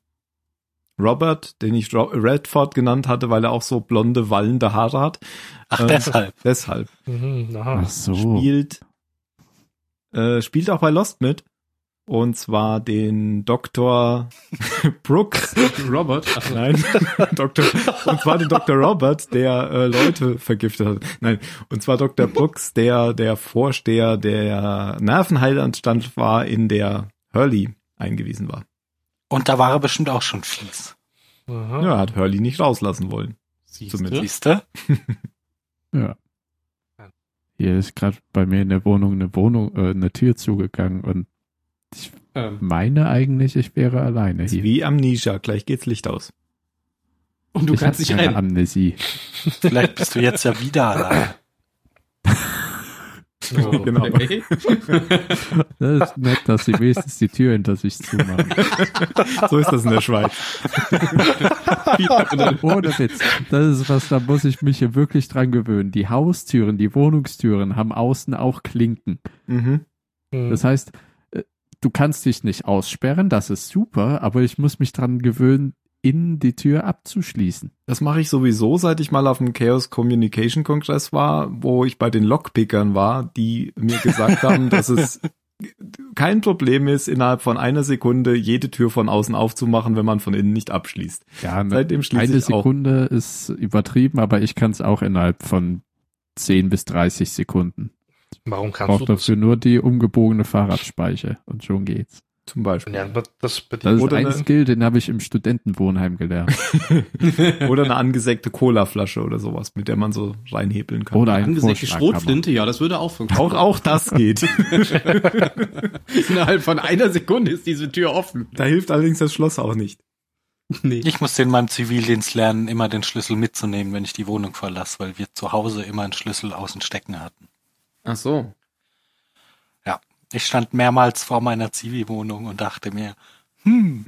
[SPEAKER 3] Robert, den ich Ro Redford genannt hatte, weil er auch so blonde, wallende Haare hat.
[SPEAKER 7] Ach,
[SPEAKER 3] Ähm,
[SPEAKER 7] deshalb.
[SPEAKER 3] Deshalb
[SPEAKER 4] Mhm, aha.
[SPEAKER 5] Ach so.
[SPEAKER 3] spielt äh, spielt auch bei Lost mit und zwar den Dr. <laughs> Brooks.
[SPEAKER 6] Robert. Ach,
[SPEAKER 3] Nein, <laughs> Dr. und zwar den Dr. Robert, der äh, Leute vergiftet hat. Nein, und zwar Dr. Brooks, der der Vorsteher der Nervenheilanstalt war, in der Hurley eingewiesen war.
[SPEAKER 7] Und da war er bestimmt auch schon fies.
[SPEAKER 4] Aha.
[SPEAKER 3] Ja, er hat Hurley nicht rauslassen wollen.
[SPEAKER 6] siehste.
[SPEAKER 3] Zumindest.
[SPEAKER 7] Siehste?
[SPEAKER 5] Ja. Hier ist gerade bei mir in der Wohnung eine Wohnung, äh, eine Tür zugegangen und
[SPEAKER 6] Ähm,
[SPEAKER 5] meine eigentlich, ich wäre alleine
[SPEAKER 3] Ist
[SPEAKER 5] hier.
[SPEAKER 3] wie Amnesia, gleich geht's Licht aus.
[SPEAKER 6] und du
[SPEAKER 5] ich
[SPEAKER 6] kannst
[SPEAKER 5] hab
[SPEAKER 6] dich
[SPEAKER 5] keine
[SPEAKER 6] rennen.
[SPEAKER 5] Amnesie.
[SPEAKER 7] Vielleicht bist du jetzt ja wieder allein.
[SPEAKER 4] Oh.
[SPEAKER 3] Genau.
[SPEAKER 6] Okay.
[SPEAKER 5] Das ist nett, dass sie wenigstens die Tür hinter sich zumachen.
[SPEAKER 6] <laughs>
[SPEAKER 3] So ist das in der Schweiz.
[SPEAKER 6] genau.
[SPEAKER 5] Ohne Witz. Das ist was, da muss ich mich hier wirklich dran gewöhnen. Die Haustüren, die Wohnungstüren haben außen auch Klinken.
[SPEAKER 3] Mhm.
[SPEAKER 4] Mhm.
[SPEAKER 5] Das heißt, äh, du kannst dich nicht aussperren, das ist super, aber ich muss mich dran gewöhnen, innen die Tür abzuschließen.
[SPEAKER 3] Das mache ich sowieso, seit ich mal auf dem Chaos Communication Kongress war, wo ich bei den Lockpickern war, die mir gesagt haben, dass es kein Problem ist, innerhalb von einer Sekunde jede Tür von außen aufzumachen, wenn man von innen nicht abschließt.
[SPEAKER 5] Ja, ne,
[SPEAKER 3] Seitdem schließe
[SPEAKER 5] Eine
[SPEAKER 3] ich auch.
[SPEAKER 5] Sekunde ist übertrieben, aber ich kann es auch innerhalb von 10 bis 30 Sekunden.
[SPEAKER 4] Warum kannst
[SPEAKER 5] Braucht
[SPEAKER 4] du das?
[SPEAKER 5] dafür nur die umgebogene Fahrradspeiche und schon geht's.
[SPEAKER 3] Zum Beispiel.
[SPEAKER 4] Lernt man das bei dir?
[SPEAKER 5] Das ist
[SPEAKER 3] Oder
[SPEAKER 5] ein
[SPEAKER 3] eine-
[SPEAKER 5] Skill, den habe ich im
[SPEAKER 3] <laughs>
[SPEAKER 5] Studentenwohnheim gelernt.
[SPEAKER 3] Oder eine angesägte Colaflasche oder sowas, mit der man so reinhebeln kann.
[SPEAKER 5] Oder ein
[SPEAKER 6] Angesägte
[SPEAKER 5] Vorschlaghammer.
[SPEAKER 6] Schrotflinte, ja, das würde auch
[SPEAKER 3] auch,
[SPEAKER 6] funktionieren.
[SPEAKER 3] auch das geht.
[SPEAKER 6] <laughs> Innerhalb von einer Sekunde ist diese Tür offen.
[SPEAKER 3] da hilft allerdings das Schloss auch nicht.
[SPEAKER 6] <laughs> Nee.
[SPEAKER 7] Ich muss in meinem Zivildienst lernen, immer den Schlüssel mitzunehmen, wenn ich die Wohnung verlasse, weil wir zu Hause immer einen Schlüssel außen stecken hatten.
[SPEAKER 3] Ach so.
[SPEAKER 7] Ich stand mehrmals vor meiner Zivi-Wohnung und dachte mir, hm,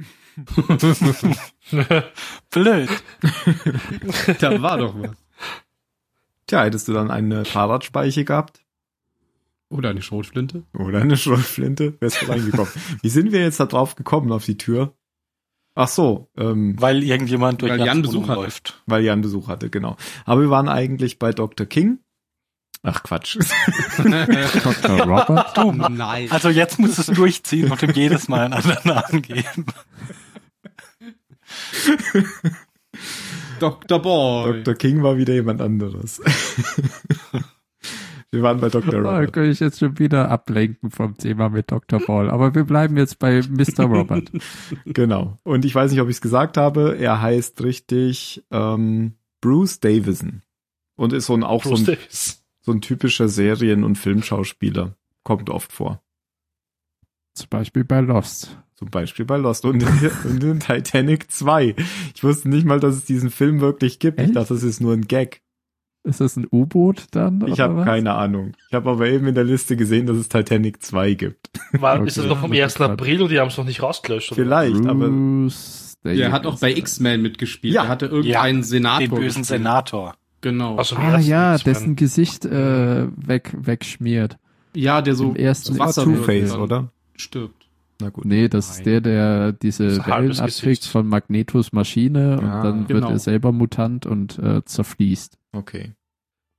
[SPEAKER 6] <laughs>
[SPEAKER 7] blöd.
[SPEAKER 6] Da war doch was.
[SPEAKER 3] Tja, hättest du dann eine Fahrradspeiche gehabt?
[SPEAKER 6] Oder eine Schrotflinte.
[SPEAKER 3] Oder eine Schrotflinte, wärst du reingekommen. Wie sind wir jetzt da drauf gekommen auf die Tür? Ach so, ähm,
[SPEAKER 7] Weil irgendjemand durch
[SPEAKER 6] Weil
[SPEAKER 7] Jans
[SPEAKER 6] Jan
[SPEAKER 7] Wohnung
[SPEAKER 6] Besuch hat.
[SPEAKER 7] läuft.
[SPEAKER 3] weil Jan Besuch hatte, genau. Aber wir waren eigentlich bei Dr. King. Ach Quatsch.
[SPEAKER 5] Dr. Robert?
[SPEAKER 6] Du, Oh, nein.
[SPEAKER 7] Also jetzt muss es durchziehen und ihm jedes Mal einen anderen Namen geben.
[SPEAKER 6] Dr. Boy.
[SPEAKER 3] Dr. King war wieder jemand anderes. <laughs> wir waren bei Dr.
[SPEAKER 5] Oh, da
[SPEAKER 3] Robert.
[SPEAKER 5] kann ich jetzt schon wieder ablenken vom Thema mit Dr. Paul. Aber wir bleiben jetzt bei
[SPEAKER 3] <laughs>
[SPEAKER 5] Mr. Robert.
[SPEAKER 3] Genau. Und ich weiß nicht, ob ich es gesagt habe. Er heißt richtig ähm, Bruce Davison. Und ist so ein, auch so ein,
[SPEAKER 4] Davis.
[SPEAKER 3] so ein typischer Serien- und Filmschauspieler. Kommt oft vor.
[SPEAKER 5] Zum Beispiel bei Lost.
[SPEAKER 3] Zum Beispiel bei Lost und, <laughs> und in Titanic 2. Ich wusste nicht mal, dass es diesen Film wirklich gibt. Ich
[SPEAKER 5] Echt?
[SPEAKER 3] dachte, es ist nur ein Gag.
[SPEAKER 5] Ist das ein U-Boot dann?
[SPEAKER 3] Ich
[SPEAKER 5] oder
[SPEAKER 3] habe
[SPEAKER 5] was?
[SPEAKER 3] keine Ahnung. Ich habe aber eben in der Liste gesehen, dass es Titanic 2 gibt.
[SPEAKER 4] War,
[SPEAKER 5] Okay.
[SPEAKER 4] Ist das noch vom 1. April und die haben es noch nicht rausgelöscht? Oder?
[SPEAKER 3] Vielleicht, aber
[SPEAKER 5] Bruce Davis.
[SPEAKER 6] Der hat auch bei X-Men mitgespielt.
[SPEAKER 3] Ja.
[SPEAKER 6] Der hatte irgendeinen Senator.
[SPEAKER 7] Den bösen
[SPEAKER 6] gespielt.
[SPEAKER 7] Senator.
[SPEAKER 6] Genau.
[SPEAKER 4] Also im
[SPEAKER 5] Ah
[SPEAKER 4] ersten
[SPEAKER 5] ja,
[SPEAKER 4] X-Men.
[SPEAKER 5] dessen Gesicht äh, weg, wegschmiert.
[SPEAKER 6] ja, der so
[SPEAKER 5] Im ersten
[SPEAKER 6] zu Wasser wird und
[SPEAKER 3] Two-Face,
[SPEAKER 6] dann
[SPEAKER 3] oder?
[SPEAKER 6] Stirbt.
[SPEAKER 3] Na gut.
[SPEAKER 5] Nee, das ist der, der diese
[SPEAKER 4] Das ist ein
[SPEAKER 5] Wellen
[SPEAKER 4] halbes
[SPEAKER 5] abkriegt
[SPEAKER 4] Gesicht.
[SPEAKER 5] von Magnetos Maschine und
[SPEAKER 3] Ah,
[SPEAKER 5] dann
[SPEAKER 6] genau.
[SPEAKER 5] wird er selber mutant und äh, zerfließt.
[SPEAKER 3] Okay.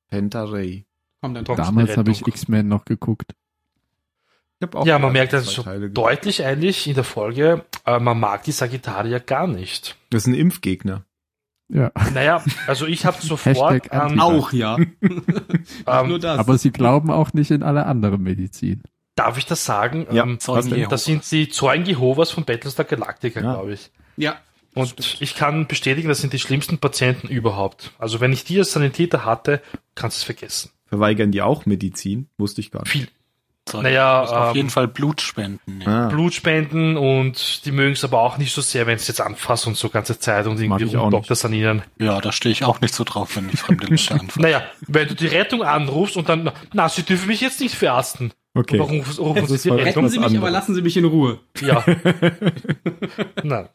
[SPEAKER 3] Penta Ray.
[SPEAKER 6] Komm, dann
[SPEAKER 4] Doch. Trotzdem
[SPEAKER 5] Damals habe ich
[SPEAKER 4] Rettung.
[SPEAKER 5] X-Men noch geguckt.
[SPEAKER 3] Ich hab auch
[SPEAKER 4] Ja,
[SPEAKER 3] gerade
[SPEAKER 4] man merkt, das
[SPEAKER 3] zwei
[SPEAKER 4] ist schon
[SPEAKER 3] Teile gesehen.
[SPEAKER 4] deutlich eigentlich in der Folge, äh, man mag die Sagittarier gar nicht.
[SPEAKER 3] Das ist ein Impfgegner.
[SPEAKER 5] Ja,
[SPEAKER 4] Naja, also ich
[SPEAKER 5] <laughs>
[SPEAKER 4] habe sofort
[SPEAKER 5] Hashtag
[SPEAKER 4] an,
[SPEAKER 5] Anti-
[SPEAKER 6] auch, <laughs> ja.
[SPEAKER 4] ähm,
[SPEAKER 6] Nur das.
[SPEAKER 5] aber sie glauben auch nicht in alle andere Medizin.
[SPEAKER 4] darf ich das sagen?
[SPEAKER 3] Ja,
[SPEAKER 4] Ähm,
[SPEAKER 7] Zeugen
[SPEAKER 3] Was denn?
[SPEAKER 7] Jehovas.
[SPEAKER 4] das sind die Zeugen Jehovas von Battlestar Galactica,
[SPEAKER 3] Ja.
[SPEAKER 4] glaube ich.
[SPEAKER 6] ja.
[SPEAKER 4] Und ich kann bestätigen, das sind die schlimmsten Patienten überhaupt. Also wenn ich die als Sanitäter hatte, kannst du es vergessen.
[SPEAKER 3] Verweigern die auch Medizin? Wusste ich gar nicht.
[SPEAKER 4] Viel
[SPEAKER 7] Soll
[SPEAKER 4] Naja,
[SPEAKER 7] muss auf
[SPEAKER 4] ähm,
[SPEAKER 7] jeden Fall Blut spenden. ja.
[SPEAKER 3] Ah,
[SPEAKER 4] Blut spenden und die mögen es aber auch nicht so sehr, wenn es jetzt anfasst und so ganze Zeit und
[SPEAKER 3] Mag
[SPEAKER 4] irgendwie
[SPEAKER 3] ich auch
[SPEAKER 4] rumdokterst an ihnen.
[SPEAKER 7] Ja, da stehe ich auch nicht so drauf, wenn die fremde Mische anfangen.
[SPEAKER 4] Naja, wenn du die Rettung anrufst und dann, na, sie dürfen mich jetzt nicht verarzten.
[SPEAKER 3] okay.
[SPEAKER 4] Warum rufen, rufen
[SPEAKER 3] Das
[SPEAKER 4] sie
[SPEAKER 3] ist
[SPEAKER 4] die
[SPEAKER 3] voll-
[SPEAKER 4] Rettung?
[SPEAKER 6] Retten Sie mich,
[SPEAKER 3] anderes.
[SPEAKER 6] aber lassen Sie mich in Ruhe.
[SPEAKER 4] Ja. <laughs> Nein.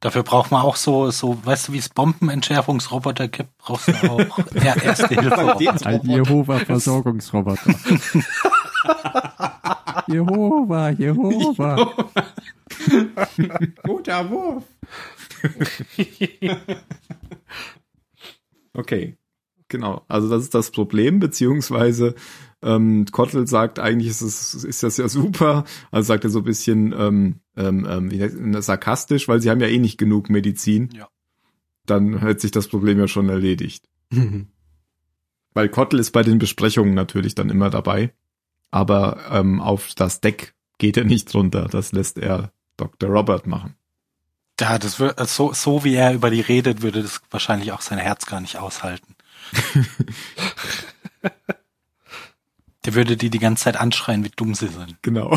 [SPEAKER 7] Dafür braucht man auch so, so, weißt du, wie es Bombenentschärfungsroboter gibt, brauchst du
[SPEAKER 6] <laughs>
[SPEAKER 7] auch ja, erste Hilfe.
[SPEAKER 5] Ein Jehova-Versorgungsroboter. Jehova, Jehova.
[SPEAKER 6] Guter Wurf.
[SPEAKER 3] Okay. Genau. Also das ist das Problem, beziehungsweise ähm, Kottel sagt eigentlich, ist, es, ist das ja super. Also sagt er so ein bisschen ähm, ähm, ähm, wie heißt- sarkastisch, weil sie haben ja eh nicht genug Medizin.
[SPEAKER 7] Ja.
[SPEAKER 3] Dann hat sich das Problem ja schon erledigt. Weil Kottel ist bei den Besprechungen natürlich dann immer dabei. Aber ähm, auf das Deck geht er nicht runter. Das lässt er Dr. Robert machen.
[SPEAKER 7] Ja, das wird, so, so wie er über die redet, würde das wahrscheinlich auch sein Herz gar nicht aushalten. Der würde die die ganze Zeit anschreien, wie dumm sie sind.
[SPEAKER 3] <laughs> Genau.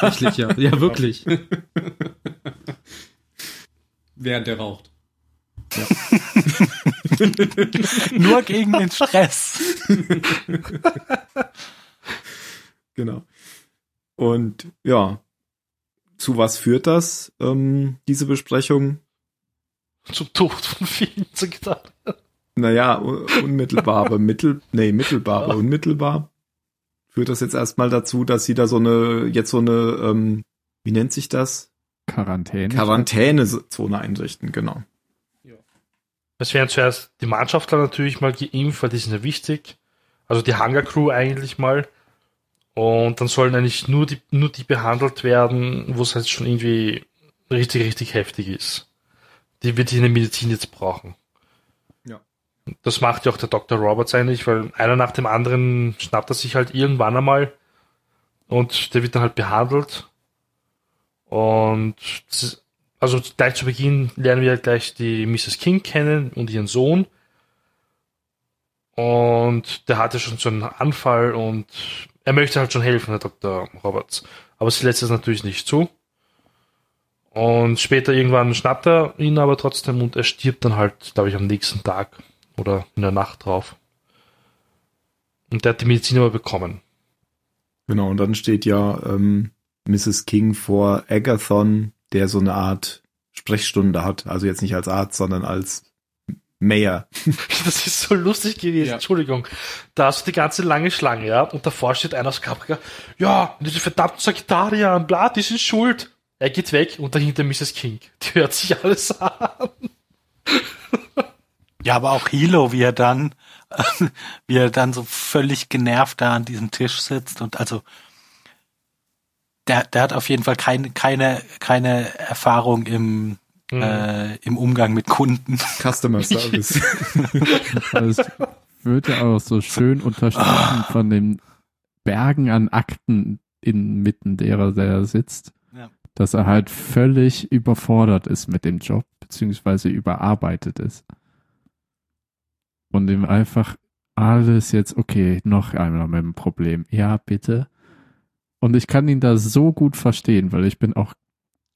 [SPEAKER 6] Tatsächlich, ja. Ja, wirklich. Während der raucht.
[SPEAKER 7] Nur gegen den Stress.
[SPEAKER 3] Genau. Und ja, zu was führt das, ähm, diese Besprechung?
[SPEAKER 4] Zum Tod von vielen Sagittariern.
[SPEAKER 3] Naja, un unmittelbar, aber mittel, nee, mittelbar, aber unmittelbar führt das jetzt erstmal dazu, dass sie da so eine, jetzt so eine, ähm, wie nennt sich das?
[SPEAKER 5] Quarantäne.
[SPEAKER 3] Quarantänezone einrichten, genau.
[SPEAKER 4] Es wären zuerst die Mannschaftler natürlich mal geimpft, weil die sind ja wichtig. Also die Hangar Crew eigentlich mal. Und dann sollen eigentlich nur die, nur die behandelt werden, wo es halt schon irgendwie richtig, richtig heftig ist. Die wird die in der Medizin jetzt brauchen.
[SPEAKER 3] Ja.
[SPEAKER 4] Und Das macht ja auch der Dr. Roberts eigentlich, weil einer nach dem anderen schnappt er sich halt irgendwann einmal und der wird dann halt behandelt. Und das ist- also gleich zu Beginn lernen wir gleich die Mrs. King kennen und ihren Sohn. Und der hatte schon so einen Anfall und er möchte halt schon helfen, der Dr. Roberts. Aber sie lässt es natürlich nicht zu. Und später irgendwann schnappt er ihn aber trotzdem und er stirbt dann halt, glaube ich, am nächsten Tag oder in der Nacht drauf. Und der hat die Medizin aber bekommen.
[SPEAKER 3] Genau, und dann steht ja ähm, Mrs. King vor Agathon, der so eine Art Sprechstunde hat. Also jetzt nicht als Arzt, sondern als Mayor.
[SPEAKER 4] <laughs> Das ist so lustig gewesen,
[SPEAKER 6] Ja.
[SPEAKER 4] Entschuldigung. Da hast du die ganze lange Schlange, ja, und davor steht einer aus Caprica, ja, diese verdammten Sagittarier, und bla, die sind schuld. Er geht weg und dahinter Mrs. King. <laughs> Die hört sich alles an.
[SPEAKER 7] Ja, aber auch Hilo, wie er dann, <laughs> wie er dann so völlig genervt da an diesem Tisch sitzt und also, der, der hat auf jeden Fall keine, keine, keine Erfahrung im,
[SPEAKER 4] Mhm. Hm,
[SPEAKER 7] äh, im Umgang mit Kunden.
[SPEAKER 3] Customer Service.
[SPEAKER 5] Weil es wird ja auch so schön unterstrichen von den Bergen an Akten inmitten derer der sitzt,
[SPEAKER 7] Ja.
[SPEAKER 5] dass er halt völlig überfordert ist mit dem Job, beziehungsweise überarbeitet ist. und ihm einfach alles jetzt, okay, noch einmal mit dem Problem. Ja, bitte. Und ich kann ihn da so gut verstehen, weil ich bin auch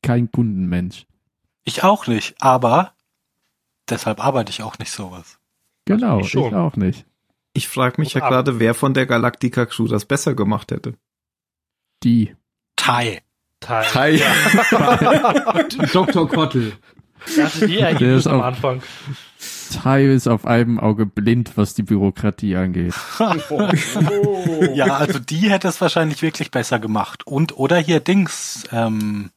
[SPEAKER 5] kein Kundenmensch.
[SPEAKER 7] Ich auch nicht, aber deshalb arbeite ich auch nicht sowas.
[SPEAKER 5] Genau, ich
[SPEAKER 4] schon.
[SPEAKER 5] auch nicht.
[SPEAKER 3] Ich frage mich ja
[SPEAKER 4] Ab.
[SPEAKER 3] gerade, wer von der Galactica Crew das besser gemacht hätte.
[SPEAKER 5] Die.
[SPEAKER 7] Tai.
[SPEAKER 4] Teil.
[SPEAKER 2] Hi.
[SPEAKER 6] Dr. Kottel.
[SPEAKER 4] Wer hatte die
[SPEAKER 5] Der
[SPEAKER 4] eigentlich
[SPEAKER 5] ist
[SPEAKER 4] am
[SPEAKER 5] auch-
[SPEAKER 4] Anfang?
[SPEAKER 5] Tai ist auf einem Auge blind, was die Bürokratie angeht.
[SPEAKER 7] Ja, also die hätte es wahrscheinlich wirklich besser gemacht. Und oder hier Dings. Ähm,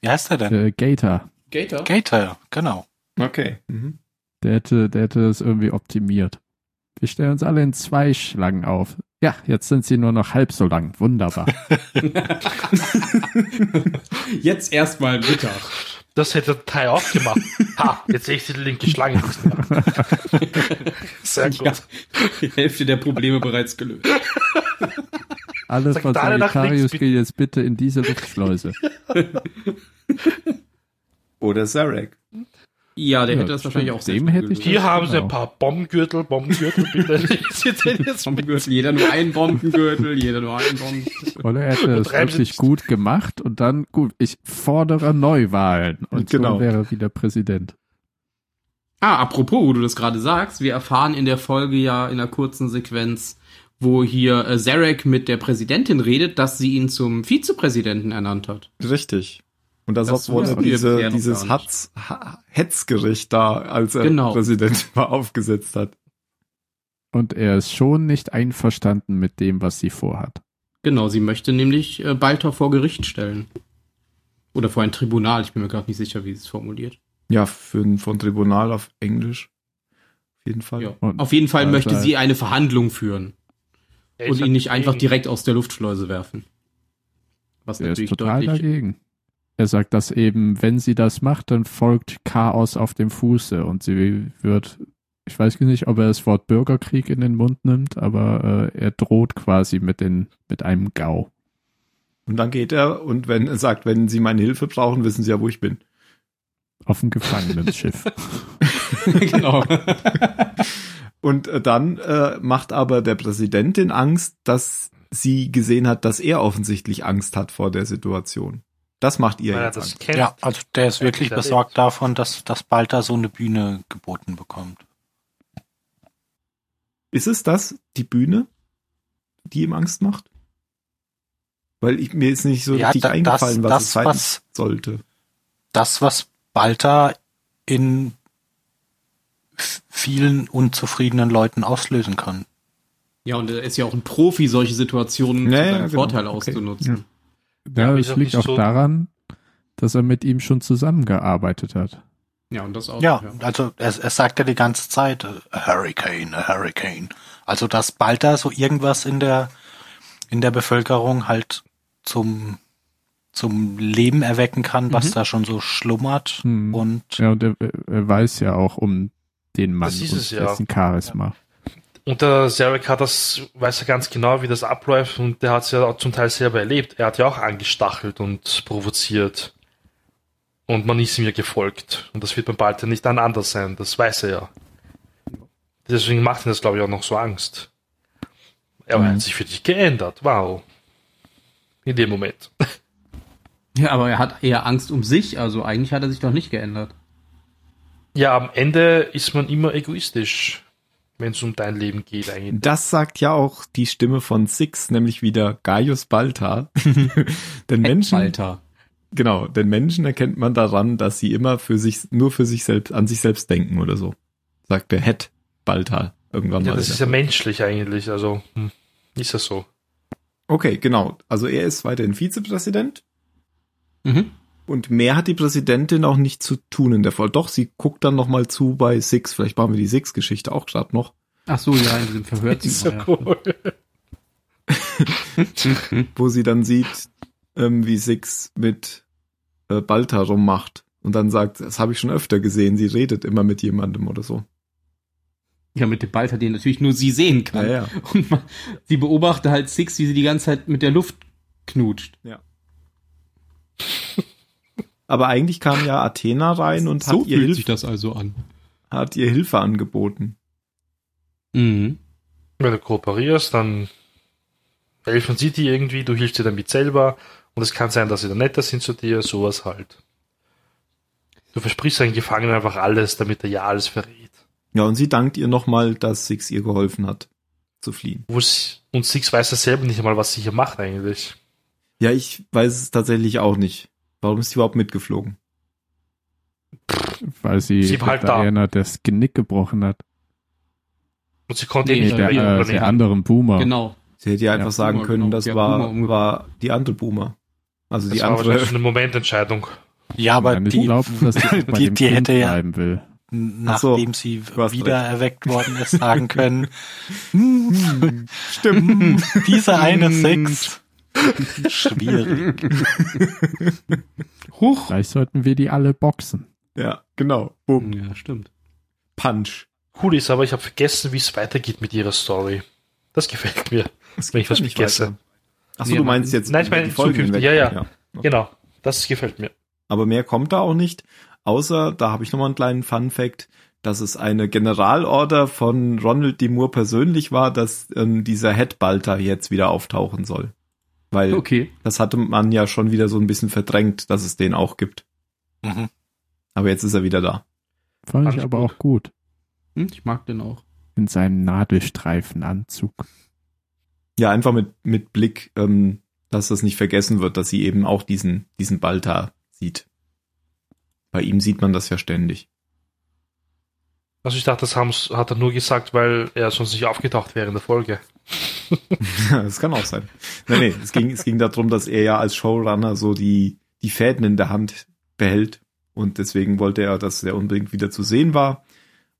[SPEAKER 7] wie heißt er denn?
[SPEAKER 5] Der Äh, Gator,
[SPEAKER 6] Gator?
[SPEAKER 7] Gator, genau.
[SPEAKER 3] Okay. Mhm.
[SPEAKER 5] der hätte, der hätte es irgendwie optimiert. Wir stellen uns alle in zwei Schlangen auf. Ja, jetzt sind sie nur noch halb so lang.
[SPEAKER 6] <laughs>
[SPEAKER 5] Wunderbar.
[SPEAKER 6] Jetzt erstmal Mittag.
[SPEAKER 4] Das hätte Teil auch gemacht. Ha, jetzt sehe ich die linke Schlange. nicht mehr. Sehr gut.
[SPEAKER 6] Ja, die Hälfte der Probleme bereits gelöst.
[SPEAKER 5] Alles
[SPEAKER 4] Sag
[SPEAKER 5] von
[SPEAKER 4] da nach
[SPEAKER 5] Sagittarius
[SPEAKER 4] links, bitte.
[SPEAKER 5] geht jetzt bitte in diese Luftschleuse.
[SPEAKER 3] Oder Zarek.
[SPEAKER 6] Ja, <laughs> der
[SPEAKER 5] Ja,
[SPEAKER 6] hätte das
[SPEAKER 5] stimmt.
[SPEAKER 6] wahrscheinlich auch
[SPEAKER 5] Dem
[SPEAKER 6] selbst
[SPEAKER 5] hätte ich-
[SPEAKER 4] Hier haben sie
[SPEAKER 5] Genau.
[SPEAKER 4] ein paar Bombengürtel, Bombengürtel, <laughs> bitte legen Sie den jetzt mit.
[SPEAKER 6] <laughs> Bombengürtel, jeder nur einen Bombengürtel, jeder nur einen Bombengürtel.
[SPEAKER 5] Oder er hätte es
[SPEAKER 4] Übertreiben Sie
[SPEAKER 5] wirklich
[SPEAKER 4] nicht.
[SPEAKER 5] gut gemacht und dann, gut, ich fordere Neuwahlen. Und
[SPEAKER 3] Genau.
[SPEAKER 5] so wäre er wieder Präsident.
[SPEAKER 6] Ah, apropos, wo du das gerade sagst, wir erfahren in der Folge ja in einer kurzen Sequenz, wo hier äh, Zarek mit der Präsidentin redet, dass sie ihn zum Vizepräsidenten ernannt hat.
[SPEAKER 3] Richtig. Und das,
[SPEAKER 6] Das
[SPEAKER 3] wurde
[SPEAKER 6] wussten wir bisher
[SPEAKER 3] diese,
[SPEAKER 6] noch
[SPEAKER 3] dieses
[SPEAKER 6] gar nicht.
[SPEAKER 3] Hatz, Ha- Hetzgericht da, als er
[SPEAKER 6] Genau.
[SPEAKER 3] Präsident <laughs> war, aufgesetzt hat.
[SPEAKER 5] Und er ist schon nicht einverstanden mit dem, was sie vorhat.
[SPEAKER 6] Genau, sie möchte nämlich äh, Baltor vor Gericht stellen. Oder vor ein Tribunal, ich bin mir gerade nicht sicher, wie sie es formuliert.
[SPEAKER 3] Ja, für ein von Tribunal auf Englisch. Auf jeden Fall.
[SPEAKER 6] Ja.
[SPEAKER 5] Und-
[SPEAKER 6] Auf jeden Fall
[SPEAKER 5] Ja,
[SPEAKER 6] möchte
[SPEAKER 5] klar.
[SPEAKER 6] sie eine Verhandlung führen.
[SPEAKER 4] Ja,
[SPEAKER 6] und
[SPEAKER 4] ich
[SPEAKER 6] ihn nicht
[SPEAKER 4] sag,
[SPEAKER 6] einfach
[SPEAKER 4] gegen-
[SPEAKER 6] direkt aus der Luftschleuse werfen. Was
[SPEAKER 5] Er ist
[SPEAKER 6] natürlich
[SPEAKER 5] total
[SPEAKER 6] deutlich.
[SPEAKER 5] dagegen. Er sagt, dass eben, wenn sie das macht, dann folgt Chaos auf dem Fuße und sie wird, ich weiß gar nicht, ob er das Wort Bürgerkrieg in den Mund nimmt, aber äh, er droht quasi mit, den, mit einem Gau.
[SPEAKER 3] Und dann geht er und wenn er sagt, wenn Sie meine Hilfe brauchen, wissen Sie ja, wo ich bin.
[SPEAKER 5] Auf
[SPEAKER 4] <laughs>
[SPEAKER 5] dem Gefangenenschiff.
[SPEAKER 6] genau.
[SPEAKER 3] Und äh, dann äh, macht aber der Präsident den Angst, dass sie gesehen hat, dass er offensichtlich Angst hat vor der Situation. Das macht ihr
[SPEAKER 4] Weil er
[SPEAKER 3] jetzt
[SPEAKER 4] das
[SPEAKER 3] Angst.
[SPEAKER 4] kennt.
[SPEAKER 7] Ja, also der ist
[SPEAKER 4] Ja,
[SPEAKER 7] wirklich
[SPEAKER 4] klar.
[SPEAKER 7] besorgt davon, dass, dass bald da so eine Bühne geboten bekommt.
[SPEAKER 3] Ist es das, die Bühne, die ihm Angst macht? Weil ich, mir ist nicht so
[SPEAKER 7] Ja,
[SPEAKER 3] richtig
[SPEAKER 7] da- das-
[SPEAKER 3] eingefallen, was
[SPEAKER 7] das,
[SPEAKER 3] es sein
[SPEAKER 7] was-
[SPEAKER 3] sollte.
[SPEAKER 7] Das, was Balta in f- vielen unzufriedenen Leuten auslösen kann.
[SPEAKER 6] ja, und er ist ja auch ein Profi, solche Situationen
[SPEAKER 3] Ja,
[SPEAKER 6] zu
[SPEAKER 3] ja,
[SPEAKER 6] seinem
[SPEAKER 3] genau.
[SPEAKER 6] Vorteil
[SPEAKER 3] Okay.
[SPEAKER 6] auszunutzen.
[SPEAKER 5] Ja,
[SPEAKER 4] Ja, ist
[SPEAKER 5] es
[SPEAKER 4] auch
[SPEAKER 5] liegt
[SPEAKER 4] nicht
[SPEAKER 5] auch
[SPEAKER 4] so-
[SPEAKER 5] daran, dass er mit ihm schon zusammengearbeitet hat.
[SPEAKER 6] Ja. und das auch.
[SPEAKER 7] Ja, also es, es sagt ja die ganze Zeit, äh, a Hurricane, a Hurricane. Also dass bald da so irgendwas in der in der Bevölkerung halt zum zum Leben erwecken kann, was
[SPEAKER 6] Mhm.
[SPEAKER 7] da schon so schlummert
[SPEAKER 5] Hm.
[SPEAKER 7] und
[SPEAKER 5] Ja, und er, er weiß ja auch um den Mann
[SPEAKER 4] Das ist
[SPEAKER 5] und
[SPEAKER 4] es ja.
[SPEAKER 5] dessen Charisma.
[SPEAKER 4] Und der Zarek hat das, weiß er ganz genau, wie das abläuft und der hat es ja auch zum Teil selber erlebt. Er hat ja auch angestachelt und provoziert. Und man ist ihm ja gefolgt. Und das wird beim Balter nicht dann anders sein, das weiß er ja. Deswegen macht ihm das, glaube ich, auch noch so Angst. Aber er
[SPEAKER 5] Mhm.
[SPEAKER 4] hat sich für dich geändert, wow. In dem Moment.
[SPEAKER 6] ja, aber er hat eher Angst um sich, also eigentlich hat er sich doch nicht geändert.
[SPEAKER 4] Ja, am Ende ist man immer egoistisch, wenn es um dein Leben geht eigentlich.
[SPEAKER 3] Das sagt ja auch die Stimme von Six, nämlich wieder Gaius Balta. <laughs> denn Menschen,
[SPEAKER 6] Alter.
[SPEAKER 3] genau, denn Menschen erkennt man daran, dass sie immer für sich, nur für sich selbst, an sich selbst denken oder so. Sagt der Het Balta irgendwann
[SPEAKER 4] Ja,
[SPEAKER 3] mal.
[SPEAKER 4] das
[SPEAKER 3] wieder.
[SPEAKER 4] ist ja menschlich eigentlich, also hm, ist das so.
[SPEAKER 3] Okay, genau. Also er ist weiterhin Vizepräsident
[SPEAKER 6] Mhm.
[SPEAKER 3] und mehr hat die Präsidentin auch nicht zu tun in der Folge. Doch, sie guckt dann nochmal zu bei Six. Vielleicht machen wir die Six-Geschichte auch gerade noch.
[SPEAKER 6] Ach so, ja, in diesem Verhör.
[SPEAKER 4] cool.
[SPEAKER 3] wo sie dann sieht, ähm, wie Six mit äh, Balta rummacht und dann sagt, das habe ich schon öfter gesehen, sie redet immer mit jemandem oder so.
[SPEAKER 6] Ja, mit dem Balter, den natürlich nur sie sehen kann.
[SPEAKER 3] Ja, ja.
[SPEAKER 6] <laughs> Und man, sie beobachtet halt Six, wie sie die ganze Zeit mit der Luft knutscht.
[SPEAKER 3] Aber eigentlich kam ja Athena rein und hat, ihr Hilf
[SPEAKER 6] das also an.
[SPEAKER 3] hat ihr Hilfe angeboten.
[SPEAKER 6] Mhm.
[SPEAKER 4] Wenn du kooperierst, dann helfen sie dir irgendwie, du hilfst dir damit selber und es kann sein, dass sie dann netter sind zu dir, sowas halt. Du versprichst einem Gefangenen einfach alles, damit er ja alles verrät.
[SPEAKER 3] Ja, und sie dankt ihr nochmal, dass Six ihr geholfen hat, zu fliehen.
[SPEAKER 4] Wo es- Und Six weiß ja selber nicht einmal, was sie hier macht eigentlich.
[SPEAKER 3] Ja, ich weiß es tatsächlich auch nicht. Warum ist sie überhaupt mitgeflogen?
[SPEAKER 5] weil sie
[SPEAKER 4] Sieb halt da.
[SPEAKER 5] Diana das Genick gebrochen hat.
[SPEAKER 4] Und sie konnte
[SPEAKER 6] Nee,
[SPEAKER 4] ihn
[SPEAKER 5] Nee,
[SPEAKER 4] nicht
[SPEAKER 5] der,
[SPEAKER 4] mehr
[SPEAKER 6] Boomer
[SPEAKER 5] äh, der
[SPEAKER 4] übernehmen.
[SPEAKER 5] anderen Boomer.
[SPEAKER 6] Genau.
[SPEAKER 3] Sie hätte ja einfach
[SPEAKER 5] Ja,
[SPEAKER 3] sagen
[SPEAKER 6] Boomer,
[SPEAKER 3] können,
[SPEAKER 6] genau.
[SPEAKER 3] das
[SPEAKER 6] Ja,
[SPEAKER 3] war,
[SPEAKER 6] Boomer umgebracht.
[SPEAKER 3] war die andere Boomer. Also
[SPEAKER 4] Das
[SPEAKER 3] die
[SPEAKER 4] war wahrscheinlich
[SPEAKER 3] andere.
[SPEAKER 4] eine Momententscheidung.
[SPEAKER 7] Ja, aber
[SPEAKER 5] Nein, ich
[SPEAKER 7] die, <laughs>
[SPEAKER 5] glaube, dass sie bei
[SPEAKER 7] die-
[SPEAKER 5] dem
[SPEAKER 7] die
[SPEAKER 5] Kind
[SPEAKER 7] hätte ja-
[SPEAKER 5] bleiben will.
[SPEAKER 3] Ach so,
[SPEAKER 7] nachdem sie
[SPEAKER 3] du hast
[SPEAKER 7] wieder erweckt worden ist, sagen können, "Hm,
[SPEAKER 3] Stimmt.
[SPEAKER 7] dieser eine Sex. Schwierig.
[SPEAKER 4] Huch!
[SPEAKER 5] Vielleicht sollten wir die alle boxen.
[SPEAKER 3] <laughs> ja, genau. Boom.
[SPEAKER 6] Ja, stimmt.
[SPEAKER 3] Punch.
[SPEAKER 4] Cool ist, aber ich habe vergessen, wie es weitergeht mit ihrer Story. Das gefällt mir.
[SPEAKER 3] Das
[SPEAKER 4] Wenn ich was vergesse.
[SPEAKER 3] Achso,
[SPEAKER 6] Nee,
[SPEAKER 3] du
[SPEAKER 6] aber-
[SPEAKER 3] meinst jetzt
[SPEAKER 4] Nein, ich meine
[SPEAKER 3] die Folgen
[SPEAKER 4] zukünftig.
[SPEAKER 3] hinweg.
[SPEAKER 4] Ja, ja. Genau, das gefällt mir.
[SPEAKER 3] Aber mehr kommt da auch nicht. Außer, da habe ich nochmal einen kleinen Fun Fact, dass es eine Generalorder von Ronald D. Moore persönlich war, dass ähm, dieser Headbalter jetzt wieder auftauchen soll. Weil
[SPEAKER 6] Okay.
[SPEAKER 3] das hatte man ja schon wieder so ein bisschen verdrängt, dass es den auch gibt.
[SPEAKER 7] Mhm.
[SPEAKER 3] Aber jetzt ist er wieder da.
[SPEAKER 5] Fand,
[SPEAKER 4] Fand
[SPEAKER 5] ich
[SPEAKER 4] ich
[SPEAKER 5] aber
[SPEAKER 4] gut.
[SPEAKER 5] auch gut.
[SPEAKER 6] Hm, ich mag den auch.
[SPEAKER 5] In seinem Nadelstreifenanzug.
[SPEAKER 3] Ja, einfach mit, mit Blick, ähm, dass das nicht vergessen wird, dass sie eben auch diesen, diesen Balta sieht. Bei ihm sieht man das ja ständig. <laughs>
[SPEAKER 4] Also ich dachte, das haben's- hat er nur gesagt, weil er sonst nicht aufgetaucht wäre in der Folge.
[SPEAKER 3] das kann auch sein. Nee, nee, es ging, es ging darum, dass er ja als Showrunner so die, die Fäden in der Hand behält. Und deswegen wollte er, dass er unbedingt wieder zu sehen war,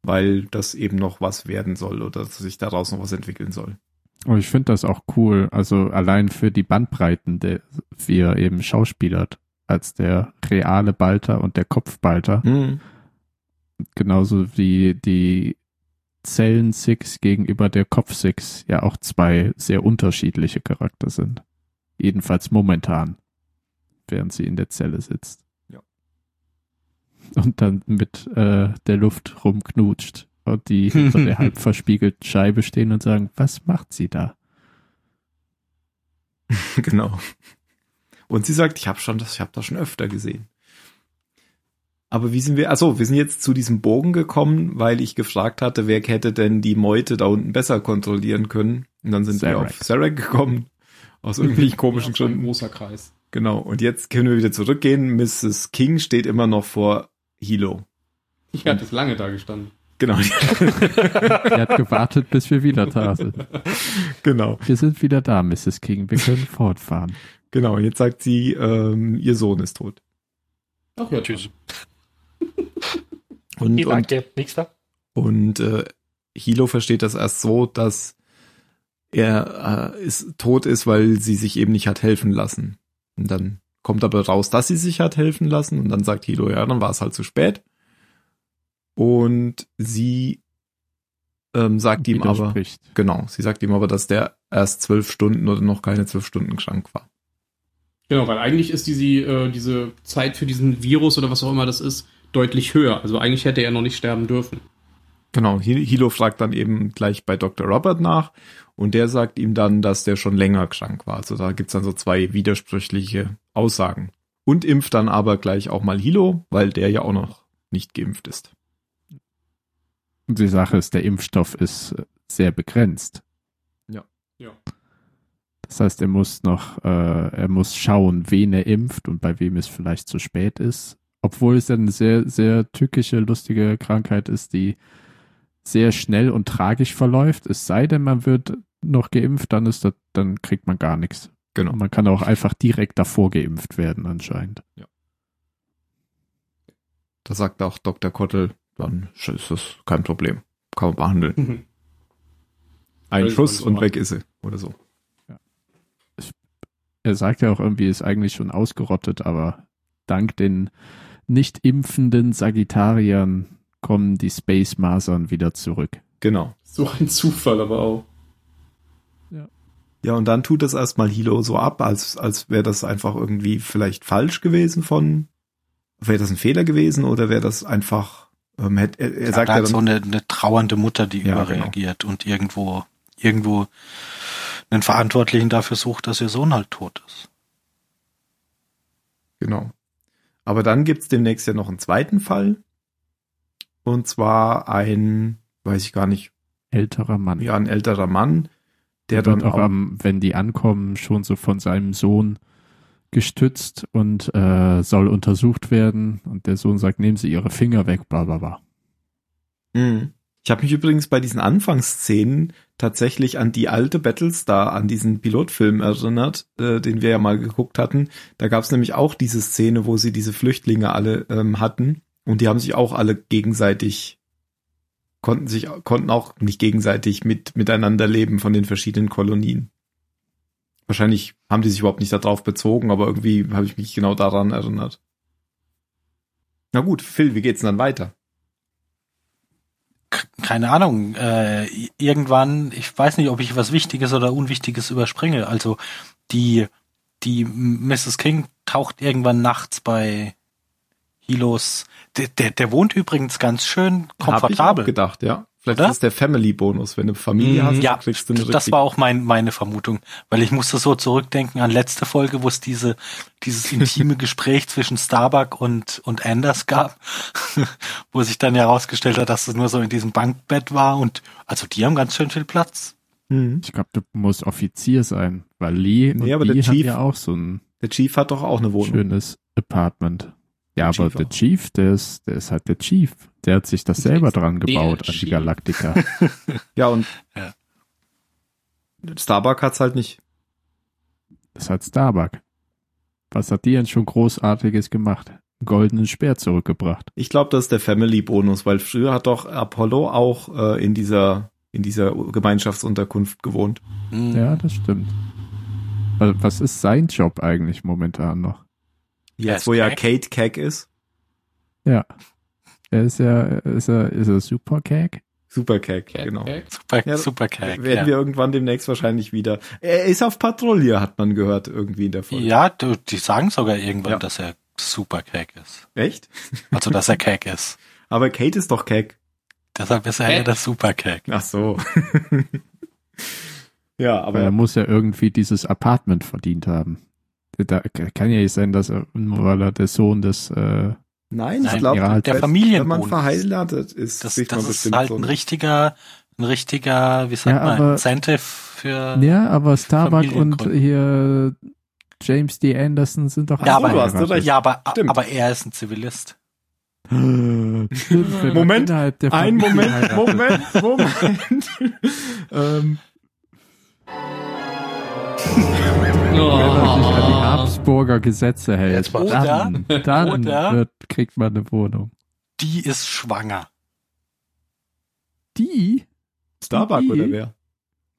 [SPEAKER 3] weil das eben noch was werden soll oder dass sich daraus noch was entwickeln soll.
[SPEAKER 5] Und ich finde das auch cool. Also allein für die Bandbreiten, der, wie er eben schauspielert. Als der reale Balter und der Kopfbalter. Genauso wie die Zellen Six gegenüber der Kopf Six ja auch zwei sehr unterschiedliche Charakter sind. Jedenfalls momentan, während sie in der Zelle sitzt.
[SPEAKER 3] Ja.
[SPEAKER 5] Und dann mit äh, der Luft rumknutscht
[SPEAKER 3] <laughs>
[SPEAKER 5] und die hinter der halb verspiegelten Scheibe stehen und sagen, was macht sie da?
[SPEAKER 3] <laughs> Genau. Und sie sagt, ich habe schon das, ich habe das schon öfter gesehen. Aber wie sind wir? Achso, wir sind jetzt zu diesem Bogen gekommen, weil ich gefragt hatte, wer hätte denn die Meute da unten besser kontrollieren können. Und dann sind wir
[SPEAKER 5] Sarek.
[SPEAKER 3] auf Sarek gekommen. Aus irgendwelchen komischen
[SPEAKER 6] Ja, Ein
[SPEAKER 3] Gründen.
[SPEAKER 6] großer Kreis.
[SPEAKER 3] Genau. Und jetzt können wir wieder zurückgehen. Mrs. King steht immer noch vor Hilo.
[SPEAKER 6] Ich hatte es lange da gestanden.
[SPEAKER 3] Genau. <laughs>
[SPEAKER 5] Sie hat gewartet, bis wir wieder da sind.
[SPEAKER 3] genau.
[SPEAKER 5] Wir sind wieder da, Mrs. King. Wir können fortfahren.
[SPEAKER 3] Genau. Und jetzt sagt sie, ähm, ihr Sohn ist tot.
[SPEAKER 6] Ach ja,
[SPEAKER 4] Tschüss.
[SPEAKER 3] Und,
[SPEAKER 4] Nee,
[SPEAKER 3] und
[SPEAKER 4] danke. Nächster.
[SPEAKER 3] Und äh, Hilo versteht das erst so, dass er äh, ist, tot ist, weil sie sich eben nicht hat helfen lassen. Und dann kommt aber raus, dass sie sich hat helfen lassen. Und dann sagt Hilo, ja, dann war es halt zu spät. Und sie ähm, sagt ihm aber,
[SPEAKER 5] Widerspricht.
[SPEAKER 3] genau, sie sagt ihm aber, dass der erst zwölf Stunden oder noch keine zwölf Stunden krank war.
[SPEAKER 6] Genau, weil eigentlich ist diese, äh, diese Zeit für diesen Virus oder was auch immer das ist, deutlich höher. Also eigentlich hätte er noch nicht sterben dürfen.
[SPEAKER 3] Genau, Hi- Hilo fragt dann eben gleich bei Dr. Robert nach und der sagt ihm dann, dass der schon länger krank war. Also da gibt's dann so zwei widersprüchliche Aussagen. Und impft dann aber gleich auch mal Hilo, weil der ja auch noch nicht geimpft ist.
[SPEAKER 5] Und die Sache ist, der Impfstoff ist äh, sehr begrenzt.
[SPEAKER 3] Ja.
[SPEAKER 6] Ja.
[SPEAKER 5] Das heißt, er muss noch, äh, er muss schauen, wen er impft und bei wem es vielleicht zu spät ist. Obwohl es ja eine sehr, sehr tückische, lustige Krankheit ist, die sehr schnell und tragisch verläuft. Es sei denn, man wird noch geimpft, dann ist das, dann kriegt man gar nichts.
[SPEAKER 3] Genau.
[SPEAKER 5] Und man kann auch einfach direkt davor geimpft werden, anscheinend.
[SPEAKER 3] Da sagt auch Dr. Kottel, dann ist das kein Problem. Kann man behandeln. Ein
[SPEAKER 6] Also,
[SPEAKER 3] Schuss
[SPEAKER 6] so
[SPEAKER 3] und
[SPEAKER 6] was.
[SPEAKER 3] weg ist sie. Oder so.
[SPEAKER 5] er sagt ja auch irgendwie, ist eigentlich schon ausgerottet, aber dank den nicht impfenden Sagittariern kommen die Space Masern wieder zurück.
[SPEAKER 3] Genau.
[SPEAKER 6] So ein Zufall aber auch.
[SPEAKER 3] Ja, und dann tut das erstmal Hilo so ab, als, als wäre das einfach irgendwie vielleicht falsch gewesen von, wäre das ein Fehler gewesen oder wäre das einfach Ähm, hätt- er er
[SPEAKER 7] Er
[SPEAKER 3] sagt
[SPEAKER 7] sagt
[SPEAKER 3] ja
[SPEAKER 7] hat so
[SPEAKER 3] dann,
[SPEAKER 7] eine, eine trauernde Mutter, die
[SPEAKER 3] Ja,
[SPEAKER 7] überreagiert und irgendwo, irgendwo einen Verantwortlichen dafür sucht, dass ihr Sohn halt tot ist.
[SPEAKER 3] genau. Aber dann gibt's demnächst ja noch einen zweiten Fall. Und zwar ein, weiß ich gar nicht,
[SPEAKER 5] Älterer Mann.
[SPEAKER 3] ja, ein älterer Mann, der
[SPEAKER 5] wird
[SPEAKER 3] dann
[SPEAKER 5] auch,
[SPEAKER 3] auch,
[SPEAKER 5] am, wenn die ankommen, schon so von seinem Sohn gestützt und äh, soll untersucht werden. Und der Sohn sagt, nehmen Sie Ihre Finger weg, bla bla bla.
[SPEAKER 3] Mhm. Ich habe mich übrigens bei diesen Anfangsszenen tatsächlich an die alte Battlestar, an diesen Pilotfilm erinnert, äh, den wir ja mal geguckt hatten. Da gab es nämlich auch diese Szene, wo sie diese Flüchtlinge alle ähm, hatten und die haben sich auch alle gegenseitig konnten sich konnten auch nicht gegenseitig mit miteinander leben von den verschiedenen Kolonien. Wahrscheinlich haben die sich überhaupt nicht darauf bezogen, aber irgendwie habe ich mich genau daran erinnert. Na gut, Phil, wie geht's denn dann weiter?
[SPEAKER 7] K- Keine Ahnung, äh, i- irgendwann, ich weiß nicht, ob ich was Wichtiges oder Unwichtiges überspringe. Also die, die M- Mrs. King taucht irgendwann nachts bei Hilos. Der, der, der wohnt übrigens ganz
[SPEAKER 3] Hab
[SPEAKER 7] schön
[SPEAKER 3] ich auch
[SPEAKER 7] komfortabel.
[SPEAKER 3] gedacht, ja. Vielleicht
[SPEAKER 7] Oder? Mhm.
[SPEAKER 3] ist das der Family-Bonus. Wenn du Familie hast,
[SPEAKER 7] Ja,
[SPEAKER 3] Hm? kriegst du eine
[SPEAKER 7] das
[SPEAKER 3] richtige-
[SPEAKER 7] war auch mein, meine Vermutung, weil ich musste so zurückdenken an letzte Folge, wo es diese,
[SPEAKER 3] <laughs>
[SPEAKER 7] dieses intime Gespräch zwischen Starbuck und, und Anders gab, <laughs> wo sich dann ja herausgestellt hat, dass es nur so in diesem Bankbett war und also die haben ganz schön viel Platz.
[SPEAKER 3] Mhm.
[SPEAKER 5] Ich glaube, du musst Offizier sein, weil Lee und
[SPEAKER 3] Nee, aber der
[SPEAKER 5] Lee haben
[SPEAKER 3] Chief-
[SPEAKER 5] ja auch so ein
[SPEAKER 3] Der Chief hat doch auch eine Wohnung.
[SPEAKER 5] schönes Apartment. Ja,
[SPEAKER 3] Der
[SPEAKER 5] aber
[SPEAKER 3] Chief
[SPEAKER 5] der
[SPEAKER 3] auch.
[SPEAKER 5] Chief, der ist, der ist halt der Chief. Der hat sich das
[SPEAKER 6] Der
[SPEAKER 5] selber
[SPEAKER 6] ist
[SPEAKER 5] dran
[SPEAKER 6] der
[SPEAKER 5] gebaut an die
[SPEAKER 6] Chief.
[SPEAKER 5] Galaktika.
[SPEAKER 3] Ja, und
[SPEAKER 7] Ja.
[SPEAKER 3] Starbuck hat's halt nicht.
[SPEAKER 5] Das hat Starbuck. Was hat die denn schon Großartiges gemacht? Einen goldenen Speer zurückgebracht.
[SPEAKER 3] Ich glaube, das ist der Family-Bonus, weil früher hat doch Apollo auch äh, in dieser in dieser Gemeinschaftsunterkunft gewohnt.
[SPEAKER 7] Hm.
[SPEAKER 5] Ja, das stimmt. Also, was ist sein Job eigentlich momentan noch?
[SPEAKER 7] Er
[SPEAKER 3] Jetzt,
[SPEAKER 7] ist
[SPEAKER 3] wo ja
[SPEAKER 7] Cack.
[SPEAKER 3] Kate Keck ist.
[SPEAKER 5] Ja. Er ist ja, ist er, ist er Super Cake?
[SPEAKER 3] Super Keck,
[SPEAKER 6] Okay,
[SPEAKER 3] genau.
[SPEAKER 6] okay.
[SPEAKER 7] Super,
[SPEAKER 3] Ja,
[SPEAKER 7] super Kerl.
[SPEAKER 3] Werden
[SPEAKER 7] ja.
[SPEAKER 3] wir irgendwann demnächst wahrscheinlich wieder. Er ist auf Patrouille, hat man gehört, irgendwie in der Folge.
[SPEAKER 7] ja, du, die sagen sogar irgendwann,
[SPEAKER 3] Ja.
[SPEAKER 7] dass er super Cake ist.
[SPEAKER 3] Echt?
[SPEAKER 7] Also,
[SPEAKER 3] <laughs>
[SPEAKER 7] dass er Cake ist.
[SPEAKER 3] Aber Kate ist doch Keck.
[SPEAKER 7] Deshalb ist er
[SPEAKER 6] Hä?
[SPEAKER 7] ja das Super Cake.
[SPEAKER 3] Ach so. <laughs> ja, aber
[SPEAKER 5] Weil er muss ja irgendwie dieses Apartment verdient haben. Da kann ja nicht sein, dass er, nur weil er der Sohn des, äh,
[SPEAKER 3] nein, halt ich
[SPEAKER 7] Nein,
[SPEAKER 3] glaube,
[SPEAKER 5] ja,
[SPEAKER 7] der
[SPEAKER 3] wenn man
[SPEAKER 7] Familienbonus.
[SPEAKER 3] verheiratet ist,
[SPEAKER 7] Das,
[SPEAKER 3] kriegt man
[SPEAKER 7] das ist
[SPEAKER 3] bestimmt
[SPEAKER 7] halt
[SPEAKER 3] so ne?
[SPEAKER 7] ein
[SPEAKER 3] eine-
[SPEAKER 7] richtiger, ein richtiger, wie sagt
[SPEAKER 5] Ja,
[SPEAKER 7] man,
[SPEAKER 5] aber-
[SPEAKER 7] Incentive für.
[SPEAKER 5] ja, aber Starbuck und
[SPEAKER 7] Familiengrund.
[SPEAKER 5] hier James D. Anderson sind doch
[SPEAKER 7] Ja,
[SPEAKER 5] auch
[SPEAKER 7] aber- du
[SPEAKER 3] hast recht.
[SPEAKER 7] Ja, aber,
[SPEAKER 3] Stimmt.
[SPEAKER 7] aber er ist ein Zivilist.
[SPEAKER 5] Stimmt, wenn man
[SPEAKER 3] Moment,
[SPEAKER 5] innerhalb der
[SPEAKER 3] Ein
[SPEAKER 5] Familie
[SPEAKER 3] Moment, Moment,
[SPEAKER 5] heiratet.
[SPEAKER 7] <laughs>
[SPEAKER 3] Moment. <laughs> ähm,
[SPEAKER 5] Wenn man sich an die
[SPEAKER 6] Oh.
[SPEAKER 5] Habsburger Gesetze hält,
[SPEAKER 4] Jetzt mal-
[SPEAKER 5] dann, dann
[SPEAKER 7] Oder-
[SPEAKER 5] wird, kriegt man eine Wohnung.
[SPEAKER 7] Die ist schwanger.
[SPEAKER 5] Die?
[SPEAKER 3] Starbuck
[SPEAKER 5] Die?
[SPEAKER 3] oder wer?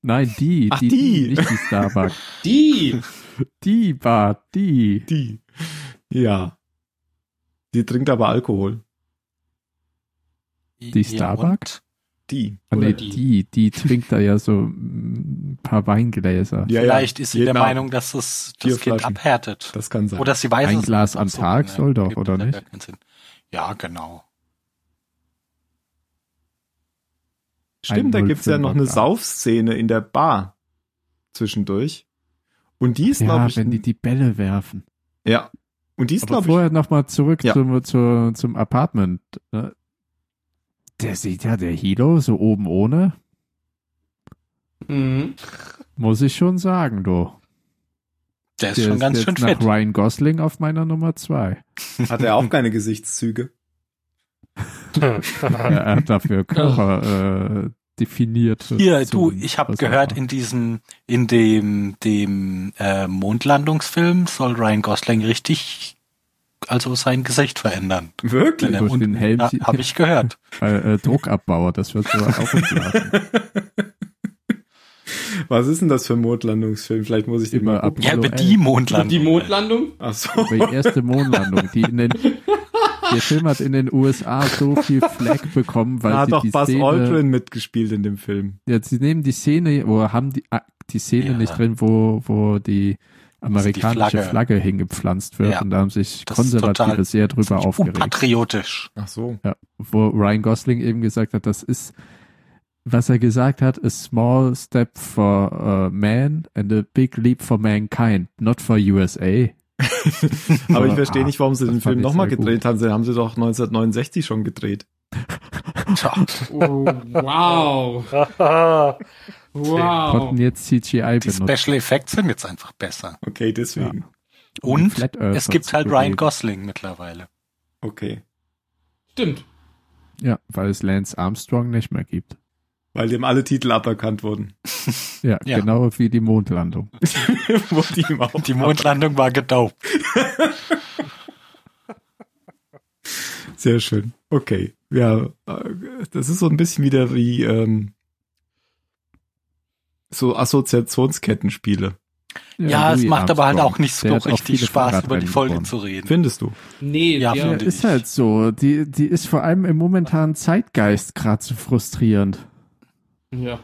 [SPEAKER 5] Nein, die.
[SPEAKER 3] Ach, die.
[SPEAKER 5] Nicht die Starbuck.
[SPEAKER 6] Die.
[SPEAKER 5] Die Bart, die.
[SPEAKER 3] Die. Ja. Die trinkt aber Alkohol.
[SPEAKER 5] Die Starbucks?
[SPEAKER 3] Die.
[SPEAKER 5] Ah,
[SPEAKER 6] Oder
[SPEAKER 5] nee,
[SPEAKER 6] die.
[SPEAKER 5] die. die. trinkt da ja so mm, ein paar Weingläser.
[SPEAKER 3] Ja, Genau. ja.
[SPEAKER 7] Vielleicht ist sie
[SPEAKER 3] Jeden
[SPEAKER 7] der
[SPEAKER 3] Abend.
[SPEAKER 7] Meinung, dass das,
[SPEAKER 3] Vier
[SPEAKER 7] das Kind
[SPEAKER 3] Flaschen.
[SPEAKER 7] abhärtet.
[SPEAKER 3] Das kann sein.
[SPEAKER 7] Oder sie weiß
[SPEAKER 5] Ein
[SPEAKER 7] es
[SPEAKER 5] Glas
[SPEAKER 7] nicht.
[SPEAKER 5] am
[SPEAKER 7] Absolut,
[SPEAKER 5] Tag soll doch,
[SPEAKER 7] Gibt
[SPEAKER 5] oder
[SPEAKER 7] ja
[SPEAKER 5] nicht?
[SPEAKER 7] keinen Sinn. Ja, genau.
[SPEAKER 3] Stimmt, da gibt's ja noch eine
[SPEAKER 5] 105er.
[SPEAKER 3] Saufszene in der Bar zwischendurch. Und die ist,
[SPEAKER 5] Ja,
[SPEAKER 3] glaube ich.
[SPEAKER 5] wenn die die Bälle werfen.
[SPEAKER 3] ja. Und die ist,
[SPEAKER 5] Aber
[SPEAKER 3] glaube ich.
[SPEAKER 5] vorher nochmal zurück
[SPEAKER 3] Ja.
[SPEAKER 5] zum, zur, zum Apartment. ne? Der sieht ja, der Hilo, so oben ohne,
[SPEAKER 6] Mhm.
[SPEAKER 5] muss ich schon sagen, du.
[SPEAKER 7] Der ist
[SPEAKER 5] Der
[SPEAKER 7] schon ganz
[SPEAKER 5] jetzt
[SPEAKER 7] schön
[SPEAKER 5] nach
[SPEAKER 7] fit.
[SPEAKER 5] Ryan Gosling auf meiner Nummer
[SPEAKER 7] <laughs>
[SPEAKER 5] zwei.
[SPEAKER 3] Hat er auch keine <laughs> Gesichtszüge.
[SPEAKER 5] er hat dafür Körper äh, definiert.
[SPEAKER 7] Hier, du,
[SPEAKER 5] Zoom,
[SPEAKER 7] ich habe
[SPEAKER 5] was
[SPEAKER 7] gehört,
[SPEAKER 5] auch
[SPEAKER 7] in diesem, in dem, dem äh, Mondlandungsfilm soll Ryan Gosling richtig, also sein Gesicht verändern.
[SPEAKER 3] Wirklich?
[SPEAKER 5] Durch
[SPEAKER 7] Äh, und-
[SPEAKER 5] den Helm
[SPEAKER 7] Ja,
[SPEAKER 5] sieht-
[SPEAKER 7] habe ich gehört.
[SPEAKER 5] Weil, äh, Druckabbauer, das wird sogar auch entlarven.
[SPEAKER 3] Was ist denn das für ein Mondlandungsfilm? Vielleicht muss ich den mal
[SPEAKER 5] Über
[SPEAKER 3] ab.
[SPEAKER 5] Apollo
[SPEAKER 7] Ja, Also, über
[SPEAKER 5] 11.
[SPEAKER 7] die Mondlandung.
[SPEAKER 6] Die
[SPEAKER 5] <laughs>
[SPEAKER 6] Mondlandung?
[SPEAKER 3] Ach so.
[SPEAKER 7] <laughs>
[SPEAKER 5] Über die erste Mondlandung, die in den der Film hat in den USA so viel Flag bekommen,
[SPEAKER 3] <laughs>
[SPEAKER 5] weil
[SPEAKER 3] Da hat
[SPEAKER 5] sie
[SPEAKER 3] doch
[SPEAKER 5] die
[SPEAKER 3] Buzz
[SPEAKER 5] Szene,
[SPEAKER 3] Aldrin mitgespielt in dem Film.
[SPEAKER 5] Ja, sie nehmen die Szene, oder haben die, ah, die Szene
[SPEAKER 7] Ja.
[SPEAKER 5] nicht drin, wo, wo die amerikanische
[SPEAKER 7] Flagge.
[SPEAKER 5] Flagge. hingepflanzt wird
[SPEAKER 7] Ja.
[SPEAKER 5] und da haben sich
[SPEAKER 7] Das ist total-
[SPEAKER 5] Konservative sehr drüber aufgeregt.
[SPEAKER 7] Unpatriotisch.
[SPEAKER 3] Ach so.
[SPEAKER 5] Ja, wo Ryan Gosling eben gesagt hat, das ist, was er gesagt hat, a small step for uh, man and a big leap for mankind, not for USA.
[SPEAKER 3] Aber ich verstehe nicht, warum sie
[SPEAKER 5] Ah, das
[SPEAKER 3] den
[SPEAKER 5] fand
[SPEAKER 3] Film
[SPEAKER 5] ich
[SPEAKER 3] nochmal
[SPEAKER 5] sehr gut.
[SPEAKER 3] gedreht haben. Sie haben sie doch 1969 schon gedreht.
[SPEAKER 5] <laughs>
[SPEAKER 7] Tja,
[SPEAKER 6] Oh, wow.
[SPEAKER 4] Haha.
[SPEAKER 5] Konnten
[SPEAKER 6] Wow.
[SPEAKER 5] jetzt CGI
[SPEAKER 7] Oh. die
[SPEAKER 5] benutzen.
[SPEAKER 7] Special Effects sind jetzt einfach besser.
[SPEAKER 3] Okay, deswegen.
[SPEAKER 7] Und
[SPEAKER 5] Flat Earther
[SPEAKER 7] es gibt
[SPEAKER 5] zu
[SPEAKER 7] halt
[SPEAKER 5] bewegen.
[SPEAKER 7] Ryan Gosling mittlerweile.
[SPEAKER 3] Okay.
[SPEAKER 6] Stimmt.
[SPEAKER 5] Ja, weil es Lance Armstrong nicht mehr gibt.
[SPEAKER 3] Weil dem alle Titel aberkannt wurden. <laughs>
[SPEAKER 5] Ja,
[SPEAKER 7] Ja.
[SPEAKER 5] genau wie die Mondlandung.
[SPEAKER 3] Wurde ihm auch.
[SPEAKER 7] Die Mondlandung war gedaubt.
[SPEAKER 3] Sehr schön. Okay. Ja, äh, das ist so ein bisschen wieder wie ähm, so Assoziationskettenspiele,
[SPEAKER 7] Ja, es
[SPEAKER 5] Louis
[SPEAKER 7] macht aber halt
[SPEAKER 5] Armstrong.
[SPEAKER 7] auch nicht so
[SPEAKER 5] Der hat auch
[SPEAKER 7] richtig
[SPEAKER 5] viele
[SPEAKER 7] Spaß, über
[SPEAKER 5] Fahrradrennen
[SPEAKER 7] die Folge
[SPEAKER 5] gewonnen.
[SPEAKER 7] zu reden.
[SPEAKER 3] findest du?
[SPEAKER 6] Nee,
[SPEAKER 7] Ja,
[SPEAKER 6] ja,
[SPEAKER 5] Ja,
[SPEAKER 7] finde
[SPEAKER 5] ist
[SPEAKER 7] ich.
[SPEAKER 5] halt so. Die, die ist vor allem im momentanen Zeitgeist gerade so frustrierend.
[SPEAKER 6] ja.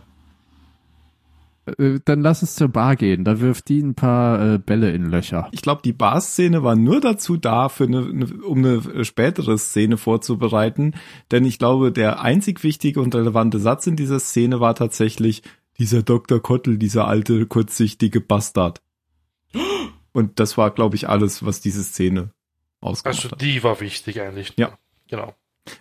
[SPEAKER 5] Äh, Dann lass es zur Bar gehen. Da wirft die ein paar äh, Bälle in Löcher.
[SPEAKER 3] Ich glaube, die Bar-Szene war nur dazu da, für eine, eine, um eine spätere Szene vorzubereiten. Denn ich glaube, der einzig wichtige und relevante Satz in dieser Szene war tatsächlich dieser Dr. Kottel, dieser alte, kurzsichtige Bastard. Und das war, glaube ich, alles, was diese Szene ausgemacht
[SPEAKER 4] Also
[SPEAKER 3] hat.
[SPEAKER 4] die war wichtig eigentlich.
[SPEAKER 3] Ja.
[SPEAKER 4] Genau.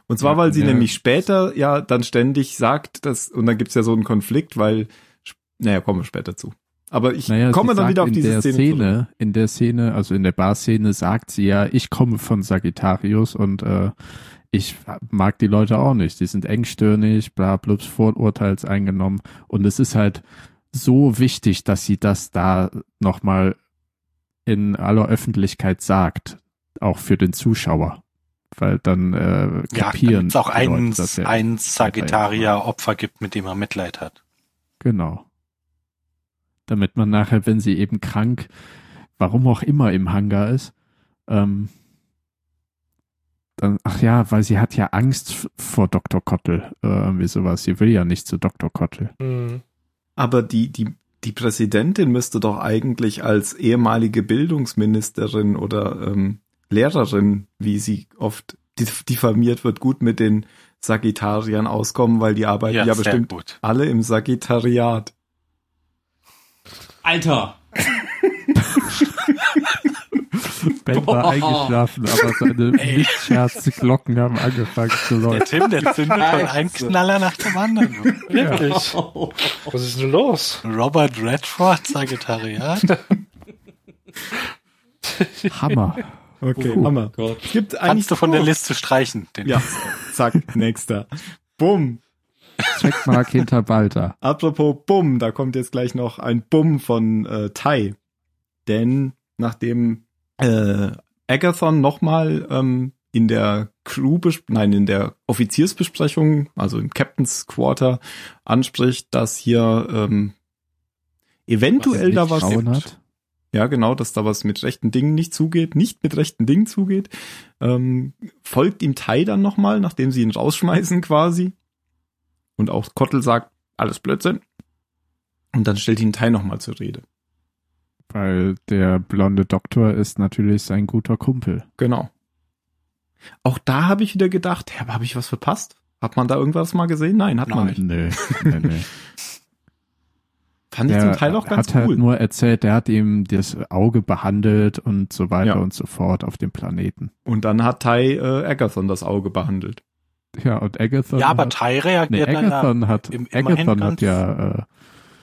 [SPEAKER 3] Und zwar,
[SPEAKER 5] Ja,
[SPEAKER 3] weil sie
[SPEAKER 5] ja.
[SPEAKER 3] nämlich später ja dann ständig sagt, dass, und dann gibt's ja so einen Konflikt, weil, sp- naja, kommen wir später zu. Aber ich
[SPEAKER 5] Naja,
[SPEAKER 3] komme
[SPEAKER 5] sie
[SPEAKER 3] dann
[SPEAKER 5] sagt
[SPEAKER 3] wieder auf
[SPEAKER 5] in
[SPEAKER 3] diese
[SPEAKER 5] der
[SPEAKER 3] Szene.
[SPEAKER 5] Szene, in der Szene, also in der Bar-Szene sagt sie ja, ich komme von Sagittarius und äh, ich mag die Leute auch nicht. Die sind engstirnig, bla, blups, Vorurteils eingenommen. Und es ist halt so wichtig, dass sie das da nochmal in aller Öffentlichkeit sagt. Auch für den Zuschauer. Weil dann äh,
[SPEAKER 7] Ja,
[SPEAKER 5] kapieren.
[SPEAKER 7] es auch
[SPEAKER 5] die Leute,
[SPEAKER 7] einen,
[SPEAKER 5] dass er-
[SPEAKER 7] einen Sagittarier-Opfer gibt, mit dem er Mitleid hat.
[SPEAKER 5] Genau. Damit man nachher, wenn sie eben krank, warum auch immer im Hangar ist, ähm, dann, ach ja, weil sie hat ja Angst f- vor Dr. Kottel, äh, irgendwie sowas. Sie will ja nicht zu Dr. Kottel.
[SPEAKER 4] Hm.
[SPEAKER 3] Aber die, die, die Präsidentin müsste doch eigentlich als ehemalige Bildungsministerin oder ähm, Lehrerin, wie sie oft dif- diffamiert wird, gut mit den Sagittariern auskommen, weil die arbeiten ja,
[SPEAKER 7] sehr
[SPEAKER 3] bestimmt
[SPEAKER 7] gut.
[SPEAKER 3] alle im Sagittariat.
[SPEAKER 6] Alter.
[SPEAKER 5] Ben war
[SPEAKER 6] Boah.
[SPEAKER 5] eingeschlafen, aber seine Lichtscherz-Glocken haben angefangen zu
[SPEAKER 7] Der
[SPEAKER 5] läuten. <laughs>
[SPEAKER 7] Tim, der zündet von
[SPEAKER 6] Scheiße.
[SPEAKER 7] einem Knaller nach dem anderen.
[SPEAKER 4] Hm. Wirklich? Was ist denn los?
[SPEAKER 7] Robert Redford, Sagittariat.
[SPEAKER 5] Hammer.
[SPEAKER 3] Okay,
[SPEAKER 5] Puh.
[SPEAKER 3] Hammer.
[SPEAKER 6] Gott.
[SPEAKER 3] Gibt eigentlich
[SPEAKER 7] Kannst du von der
[SPEAKER 3] Oh.
[SPEAKER 7] Liste streichen. Den
[SPEAKER 3] Ja, zack, nächster. Bumm,
[SPEAKER 5] Checkmark hinter Balta.
[SPEAKER 3] Apropos Bumm, da kommt jetzt gleich noch ein Bumm von äh, Tai. Denn nachdem äh, Agathon nochmal ähm, in der Crew, nein, in der Offiziersbesprechung, also im Captain's Quarter, anspricht, dass hier ähm, eventuell da was
[SPEAKER 5] Frauen hat.
[SPEAKER 3] ja, genau, dass da was mit rechten Dingen nicht zugeht, nicht mit rechten Dingen zugeht. Ähm, folgt ihm Tai dann nochmal, nachdem sie ihn rausschmeißen quasi. Und auch Kottel sagt, alles Blödsinn. Und dann stellt ihn Tai nochmal zur Rede.
[SPEAKER 5] Weil der blonde Doktor ist natürlich sein guter Kumpel.
[SPEAKER 3] Genau. Auch da habe ich wieder gedacht, hä, habe ich was verpasst? Hat man da irgendwas mal gesehen? Nein, hat man nicht.
[SPEAKER 5] Nö, nö, nö.
[SPEAKER 3] Fand ich zum Teil auch ganz
[SPEAKER 5] hat halt
[SPEAKER 3] cool.
[SPEAKER 5] nur erzählt, der hat ihm das Auge behandelt und so weiter
[SPEAKER 3] Ja.
[SPEAKER 5] und so fort auf dem Planeten.
[SPEAKER 3] Und dann hat Tai äh, Agathon das Auge behandelt.
[SPEAKER 5] Ja, und Agathon.
[SPEAKER 7] ja, aber
[SPEAKER 5] hat,
[SPEAKER 7] Tai
[SPEAKER 5] nee,
[SPEAKER 7] reagiert danach
[SPEAKER 5] Agathon hat,
[SPEAKER 7] im- immerhin
[SPEAKER 5] Agathon
[SPEAKER 7] ganz-
[SPEAKER 5] hat ja äh,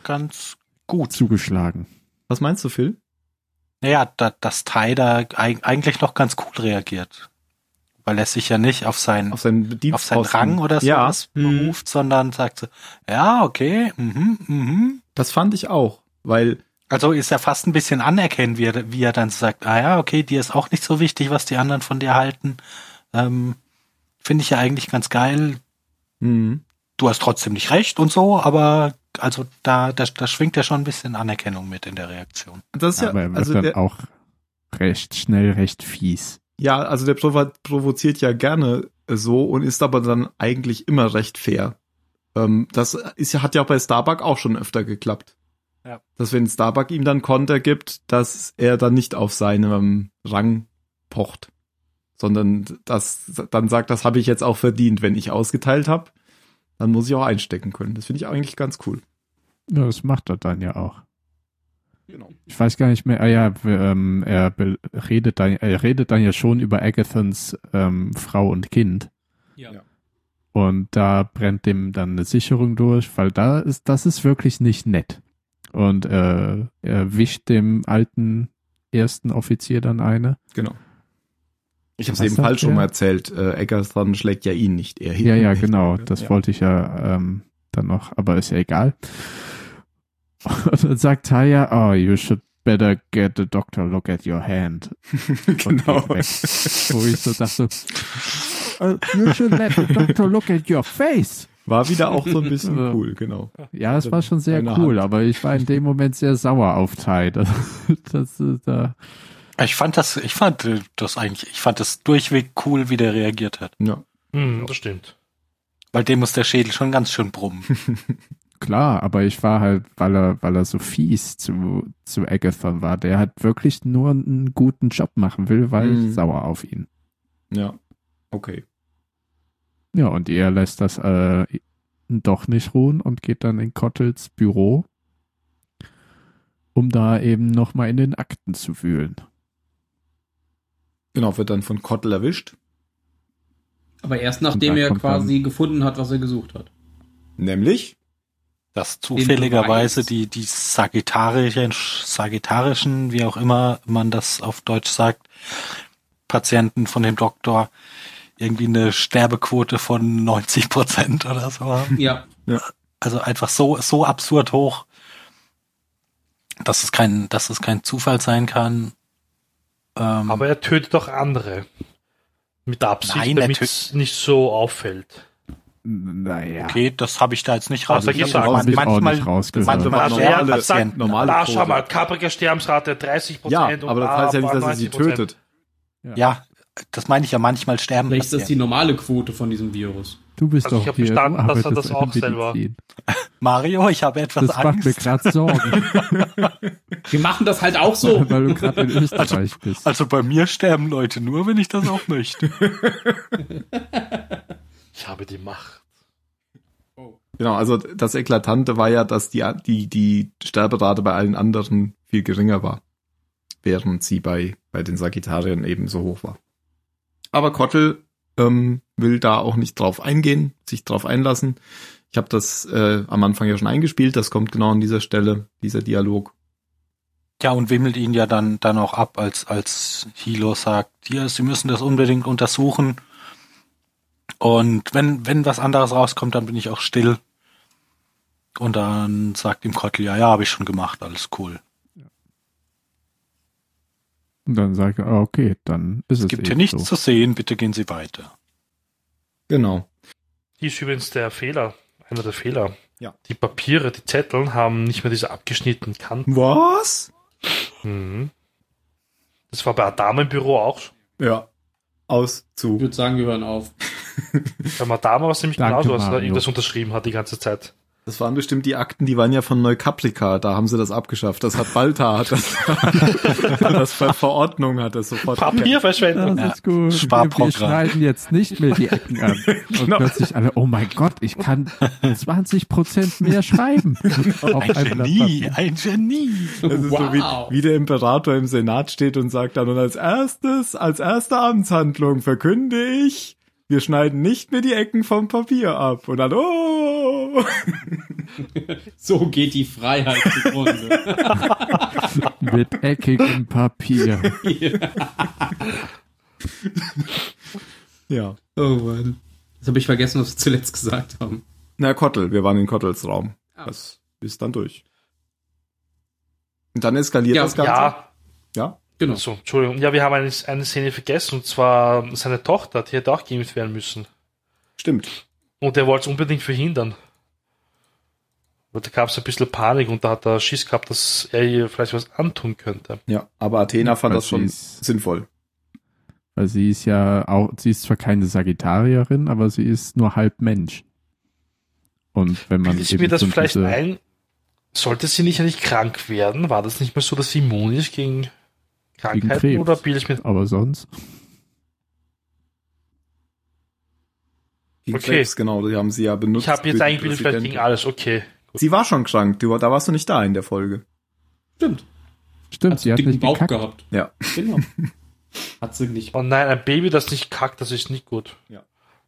[SPEAKER 7] ganz gut.
[SPEAKER 5] zugeschlagen.
[SPEAKER 3] Was meinst du, Phil?
[SPEAKER 7] Naja, da, dass Tai da eig- eigentlich noch ganz cool reagiert. Weil er sich ja nicht auf seinen,
[SPEAKER 3] Auf
[SPEAKER 7] auf,
[SPEAKER 3] seinen Dienst
[SPEAKER 7] seinen Rang oder so
[SPEAKER 3] Ja, Mhm.
[SPEAKER 6] Hm.
[SPEAKER 7] beruft, sondern sagt so, ja, okay, mhm, mhm.
[SPEAKER 3] das fand ich auch. Weil
[SPEAKER 7] Also ist ja fast ein bisschen anerkennen, wie er, wie er dann sagt, ah ja, okay, dir ist auch nicht so wichtig, was die anderen von dir halten. Ähm, Finde ich ja eigentlich ganz geil.
[SPEAKER 3] mh,
[SPEAKER 7] Du hast trotzdem nicht recht und so, aber also da, da, da schwingt ja schon ein bisschen Anerkennung mit in der Reaktion.
[SPEAKER 3] das ist ja,
[SPEAKER 5] aber er wird
[SPEAKER 3] also
[SPEAKER 5] dann
[SPEAKER 3] der,
[SPEAKER 5] auch recht schnell recht fies.
[SPEAKER 3] Ja, also der provo provoziert ja gerne so und ist aber dann eigentlich immer recht fair. Ähm, das ist ja, hat ja bei Starbuck auch schon öfter geklappt.
[SPEAKER 4] Ja.
[SPEAKER 3] Dass wenn Starbuck ihm dann Konter gibt, dass er dann nicht auf seinem Rang pocht, sondern das dann sagt, das habe ich jetzt auch verdient, wenn ich ausgeteilt habe, dann muss ich auch einstecken können. Das finde ich eigentlich ganz cool.
[SPEAKER 5] Ja, das macht er dann ja auch. Ich weiß gar nicht mehr. Ah ja, wir, ähm, er be- redet dann, er redet dann ja schon über Agathons ähm, Frau und Kind.
[SPEAKER 6] Ja.
[SPEAKER 3] Ja.
[SPEAKER 5] Und da brennt dem dann eine Sicherung durch, weil da ist, das ist wirklich nicht nett. Und äh, er wischt dem alten ersten Offizier dann eine.
[SPEAKER 3] Genau. Ich habe es
[SPEAKER 5] Was
[SPEAKER 3] eben
[SPEAKER 5] sagt
[SPEAKER 3] falsch rum
[SPEAKER 5] er?
[SPEAKER 3] erzählt. Äh, Eggerson schlägt ja ihn nicht, er
[SPEAKER 5] Ja,
[SPEAKER 3] ihn
[SPEAKER 5] ja,
[SPEAKER 3] nicht.
[SPEAKER 5] genau. Das
[SPEAKER 3] Ja.
[SPEAKER 5] wollte ich ja ähm, dann noch, aber ist ja egal. Und dann sagt Taya, oh, you should better get the doctor look at your hand. Und
[SPEAKER 3] genau.
[SPEAKER 5] geht weg. Wo ich so dachte, "Uh, you should let the doctor look at your face.
[SPEAKER 3] War wieder auch so ein bisschen
[SPEAKER 5] <laughs> Ja.
[SPEAKER 3] cool, genau.
[SPEAKER 5] Ja, das war schon sehr
[SPEAKER 3] Eine
[SPEAKER 5] cool,
[SPEAKER 3] Hand.
[SPEAKER 5] aber ich war in dem Moment sehr sauer auf Ty. <laughs> Das, das, ist da,
[SPEAKER 7] Ich fand das, ich fand äh, das eigentlich, ich fand das durchweg cool, wie der reagiert hat.
[SPEAKER 3] Ja.
[SPEAKER 4] Hm, das stimmt.
[SPEAKER 7] Weil dem muss der Schädel schon ganz schön brummen.
[SPEAKER 5] klar, aber ich war halt, weil er, weil er so fies zu, zu Agathon war. Der hat wirklich nur einen guten Job machen will, weil
[SPEAKER 3] Mhm.
[SPEAKER 5] ich sauer auf ihn.
[SPEAKER 3] Ja. Okay.
[SPEAKER 5] Ja, und er lässt das äh, doch nicht ruhen und geht dann in Cottels Büro, um da eben nochmal in den Akten zu wühlen.
[SPEAKER 3] Genau, wird dann von Kottel erwischt,
[SPEAKER 6] Aber erst
[SPEAKER 5] Und
[SPEAKER 6] nachdem
[SPEAKER 5] da
[SPEAKER 6] er
[SPEAKER 5] kommt dann-
[SPEAKER 6] quasi gefunden hat, was er gesucht hat.
[SPEAKER 3] nämlich
[SPEAKER 7] Dass zufälligerweise
[SPEAKER 6] Beweis.
[SPEAKER 7] die, die sagittarischen, sagittarischen, wie auch immer man das auf Deutsch sagt, Patienten von dem Doktor irgendwie eine Sterbequote von 90 Prozent oder so haben.
[SPEAKER 6] Ja.
[SPEAKER 5] <laughs>
[SPEAKER 7] also einfach so, so absurd hoch, dass es kein, dass es kein Zufall sein kann. Ähm,
[SPEAKER 4] Aber er tötet auch andere. Mit Absicht,
[SPEAKER 7] Nein, er
[SPEAKER 4] damit es nicht so auffällt.
[SPEAKER 5] Naja.
[SPEAKER 7] okay, das habe ich da jetzt nicht
[SPEAKER 4] Hat er
[SPEAKER 7] rausgekriegt.
[SPEAKER 4] gesagt.
[SPEAKER 7] Man-
[SPEAKER 5] Hab Also ich auch
[SPEAKER 7] manchmal,
[SPEAKER 5] nicht rausgehört.
[SPEAKER 7] manchmal
[SPEAKER 4] Also Hat
[SPEAKER 7] hat
[SPEAKER 4] er
[SPEAKER 7] er
[SPEAKER 4] hat gesagt,
[SPEAKER 7] Patienten.
[SPEAKER 3] also normale
[SPEAKER 4] Da, Ah, schau
[SPEAKER 3] Quote.
[SPEAKER 4] mal, Caprica Sterbensrate 30
[SPEAKER 3] Ja,
[SPEAKER 4] Prozent.
[SPEAKER 3] aber das heißt ja nicht, dass er sie tötet.
[SPEAKER 7] Ja, das meine ich ja, manchmal sterben
[SPEAKER 6] Vielleicht ist das die
[SPEAKER 7] Patienten.
[SPEAKER 6] normale Quote von diesem Virus.
[SPEAKER 5] Du bist
[SPEAKER 4] Also
[SPEAKER 5] doch
[SPEAKER 4] ich hab
[SPEAKER 5] hier, du
[SPEAKER 4] verstanden, dass er
[SPEAKER 5] arbeitest
[SPEAKER 4] das
[SPEAKER 5] in der
[SPEAKER 4] auch selber-
[SPEAKER 5] Medizin.
[SPEAKER 7] Mario, ich habe etwas
[SPEAKER 5] Das macht mir
[SPEAKER 7] Angst.
[SPEAKER 5] gerade Sorgen,
[SPEAKER 6] Wir machen das halt auch so.
[SPEAKER 5] weil du gerade in Österreich bist.
[SPEAKER 7] Also bei mir sterben Leute nur, wenn ich das
[SPEAKER 5] <laughs>
[SPEAKER 7] auch möchte.
[SPEAKER 4] Ich habe die Macht.
[SPEAKER 3] Genau, also das Eklatante war ja, dass die, die, die Sterberate bei allen anderen viel geringer war, während sie bei, bei den Sagittariern eben so hoch war. Aber Kottel ähm, will da auch nicht drauf eingehen, sich drauf einlassen. Ich habe das äh, am Anfang ja schon eingespielt, das kommt genau an dieser Stelle, dieser Dialog.
[SPEAKER 7] Ja, und wimmelt ihn ja dann, dann auch ab, als, als Hilo sagt, hier, sie müssen das unbedingt untersuchen. Und wenn, wenn was anderes rauskommt, dann bin ich auch still. Und dann sagt ihm Kottel, ja, ja, habe ich schon gemacht, alles cool.
[SPEAKER 5] Und dann sage ich, ah, okay, dann ist es,
[SPEAKER 7] Gibt
[SPEAKER 5] eben
[SPEAKER 7] hier nichts
[SPEAKER 5] so.
[SPEAKER 7] zu sehen, bitte gehen Sie weiter.
[SPEAKER 3] Genau.
[SPEAKER 4] Hier ist übrigens der Fehler, einer der Fehler.
[SPEAKER 3] Ja.
[SPEAKER 4] Die Papiere, die Zettel haben nicht mehr diese abgeschnittenen Kanten.
[SPEAKER 3] Was?
[SPEAKER 4] Mhm. Das war bei Adama im Büro auch. so.
[SPEAKER 3] Ja.
[SPEAKER 6] Ich
[SPEAKER 3] Auszug.
[SPEAKER 6] würde sagen, wir hören auf.
[SPEAKER 4] Bei Adama war es nämlich
[SPEAKER 5] Danke,
[SPEAKER 4] genauso, dass er
[SPEAKER 5] Mario.
[SPEAKER 4] irgendwas unterschrieben hat die ganze Zeit.
[SPEAKER 3] Das waren bestimmt die Akten, die waren ja von Neukaprika, da haben sie das abgeschafft. Das hat Balta, hat das, <laughs> das per Verordnung hat das sofort.
[SPEAKER 4] Papierverschwendung.
[SPEAKER 5] Das ist gut.
[SPEAKER 7] Sparprogramm.
[SPEAKER 5] Wir schneiden jetzt nicht mehr die Ecken
[SPEAKER 7] <laughs>
[SPEAKER 5] an. Und
[SPEAKER 7] Genau.
[SPEAKER 5] plötzlich alle, oh mein Gott, ich kann 20% mehr
[SPEAKER 7] <laughs>
[SPEAKER 5] schreiben. Auf
[SPEAKER 7] Genau. Ein
[SPEAKER 5] einem Blatt
[SPEAKER 7] Genie,
[SPEAKER 5] Papier.
[SPEAKER 7] ein Genie.
[SPEAKER 3] Das ist so wie, wie der Imperator im Senat steht und sagt dann, und als erstes, als erste Amtshandlung verkünde ich, wir schneiden nicht mehr die Ecken vom Papier ab. Und dann, oh! <laughs>
[SPEAKER 6] So geht die Freiheit
[SPEAKER 5] <laughs>
[SPEAKER 6] zugrunde.
[SPEAKER 5] Mit eckigem Papier.
[SPEAKER 3] Ja.
[SPEAKER 6] oh Mann. Das habe ich vergessen, was wir zuletzt gesagt haben.
[SPEAKER 3] Na, Kottel, wir waren in Kottels Raum.
[SPEAKER 6] Ah.
[SPEAKER 3] Das ist dann durch. Und dann eskaliert
[SPEAKER 6] Ja,
[SPEAKER 3] das Ganze.
[SPEAKER 4] Ja,
[SPEAKER 3] ja.
[SPEAKER 6] Genau.
[SPEAKER 4] so, Entschuldigung. Ja, wir haben eine, eine Szene vergessen und zwar seine Tochter, die hätte auch geimpft werden müssen.
[SPEAKER 3] Stimmt.
[SPEAKER 4] Und er wollte es unbedingt verhindern. Und da gab es ein bisschen Panik und da hat er Schiss gehabt, dass er ihr vielleicht was antun könnte.
[SPEAKER 3] Ja, aber
[SPEAKER 6] Hm.
[SPEAKER 3] Athena fand
[SPEAKER 5] Weil
[SPEAKER 3] das schon
[SPEAKER 5] sie ist-
[SPEAKER 3] sinnvoll.
[SPEAKER 5] Weil sie ist ja auch, sie ist zwar keine Sagitarierin, aber sie ist nur halb Mensch. Und wenn man
[SPEAKER 4] Bilde ich
[SPEAKER 5] eben
[SPEAKER 4] mir das
[SPEAKER 5] so
[SPEAKER 4] vielleicht
[SPEAKER 5] diese-
[SPEAKER 4] ein? Sollte sie nicht eigentlich krank werden? War das nicht mal so, dass sie immun ist gegen Krankheiten
[SPEAKER 5] Krebs.
[SPEAKER 4] oder bilde ich mir
[SPEAKER 5] Aber sonst.
[SPEAKER 3] Gegen
[SPEAKER 4] Okay.
[SPEAKER 3] Krebs, genau, die haben sie ja benutzt.
[SPEAKER 4] Ich habe
[SPEAKER 3] für
[SPEAKER 4] jetzt
[SPEAKER 3] die
[SPEAKER 4] eingebildet, vielleicht
[SPEAKER 3] Präsidenten.
[SPEAKER 4] gegen alles. Okay.
[SPEAKER 3] Sie war schon krank, du, da warst du nicht da in der Folge.
[SPEAKER 6] Stimmt.
[SPEAKER 5] Stimmt,
[SPEAKER 4] Also
[SPEAKER 5] sie hat
[SPEAKER 6] dicken
[SPEAKER 5] nicht
[SPEAKER 6] Bauch
[SPEAKER 5] gekackt.
[SPEAKER 6] gehabt.
[SPEAKER 4] <laughs>
[SPEAKER 3] Ja.
[SPEAKER 6] Genau. Hat sie nicht.
[SPEAKER 4] Oh nein, ein Baby, das nicht kackt, das ist nicht gut.
[SPEAKER 3] Ja.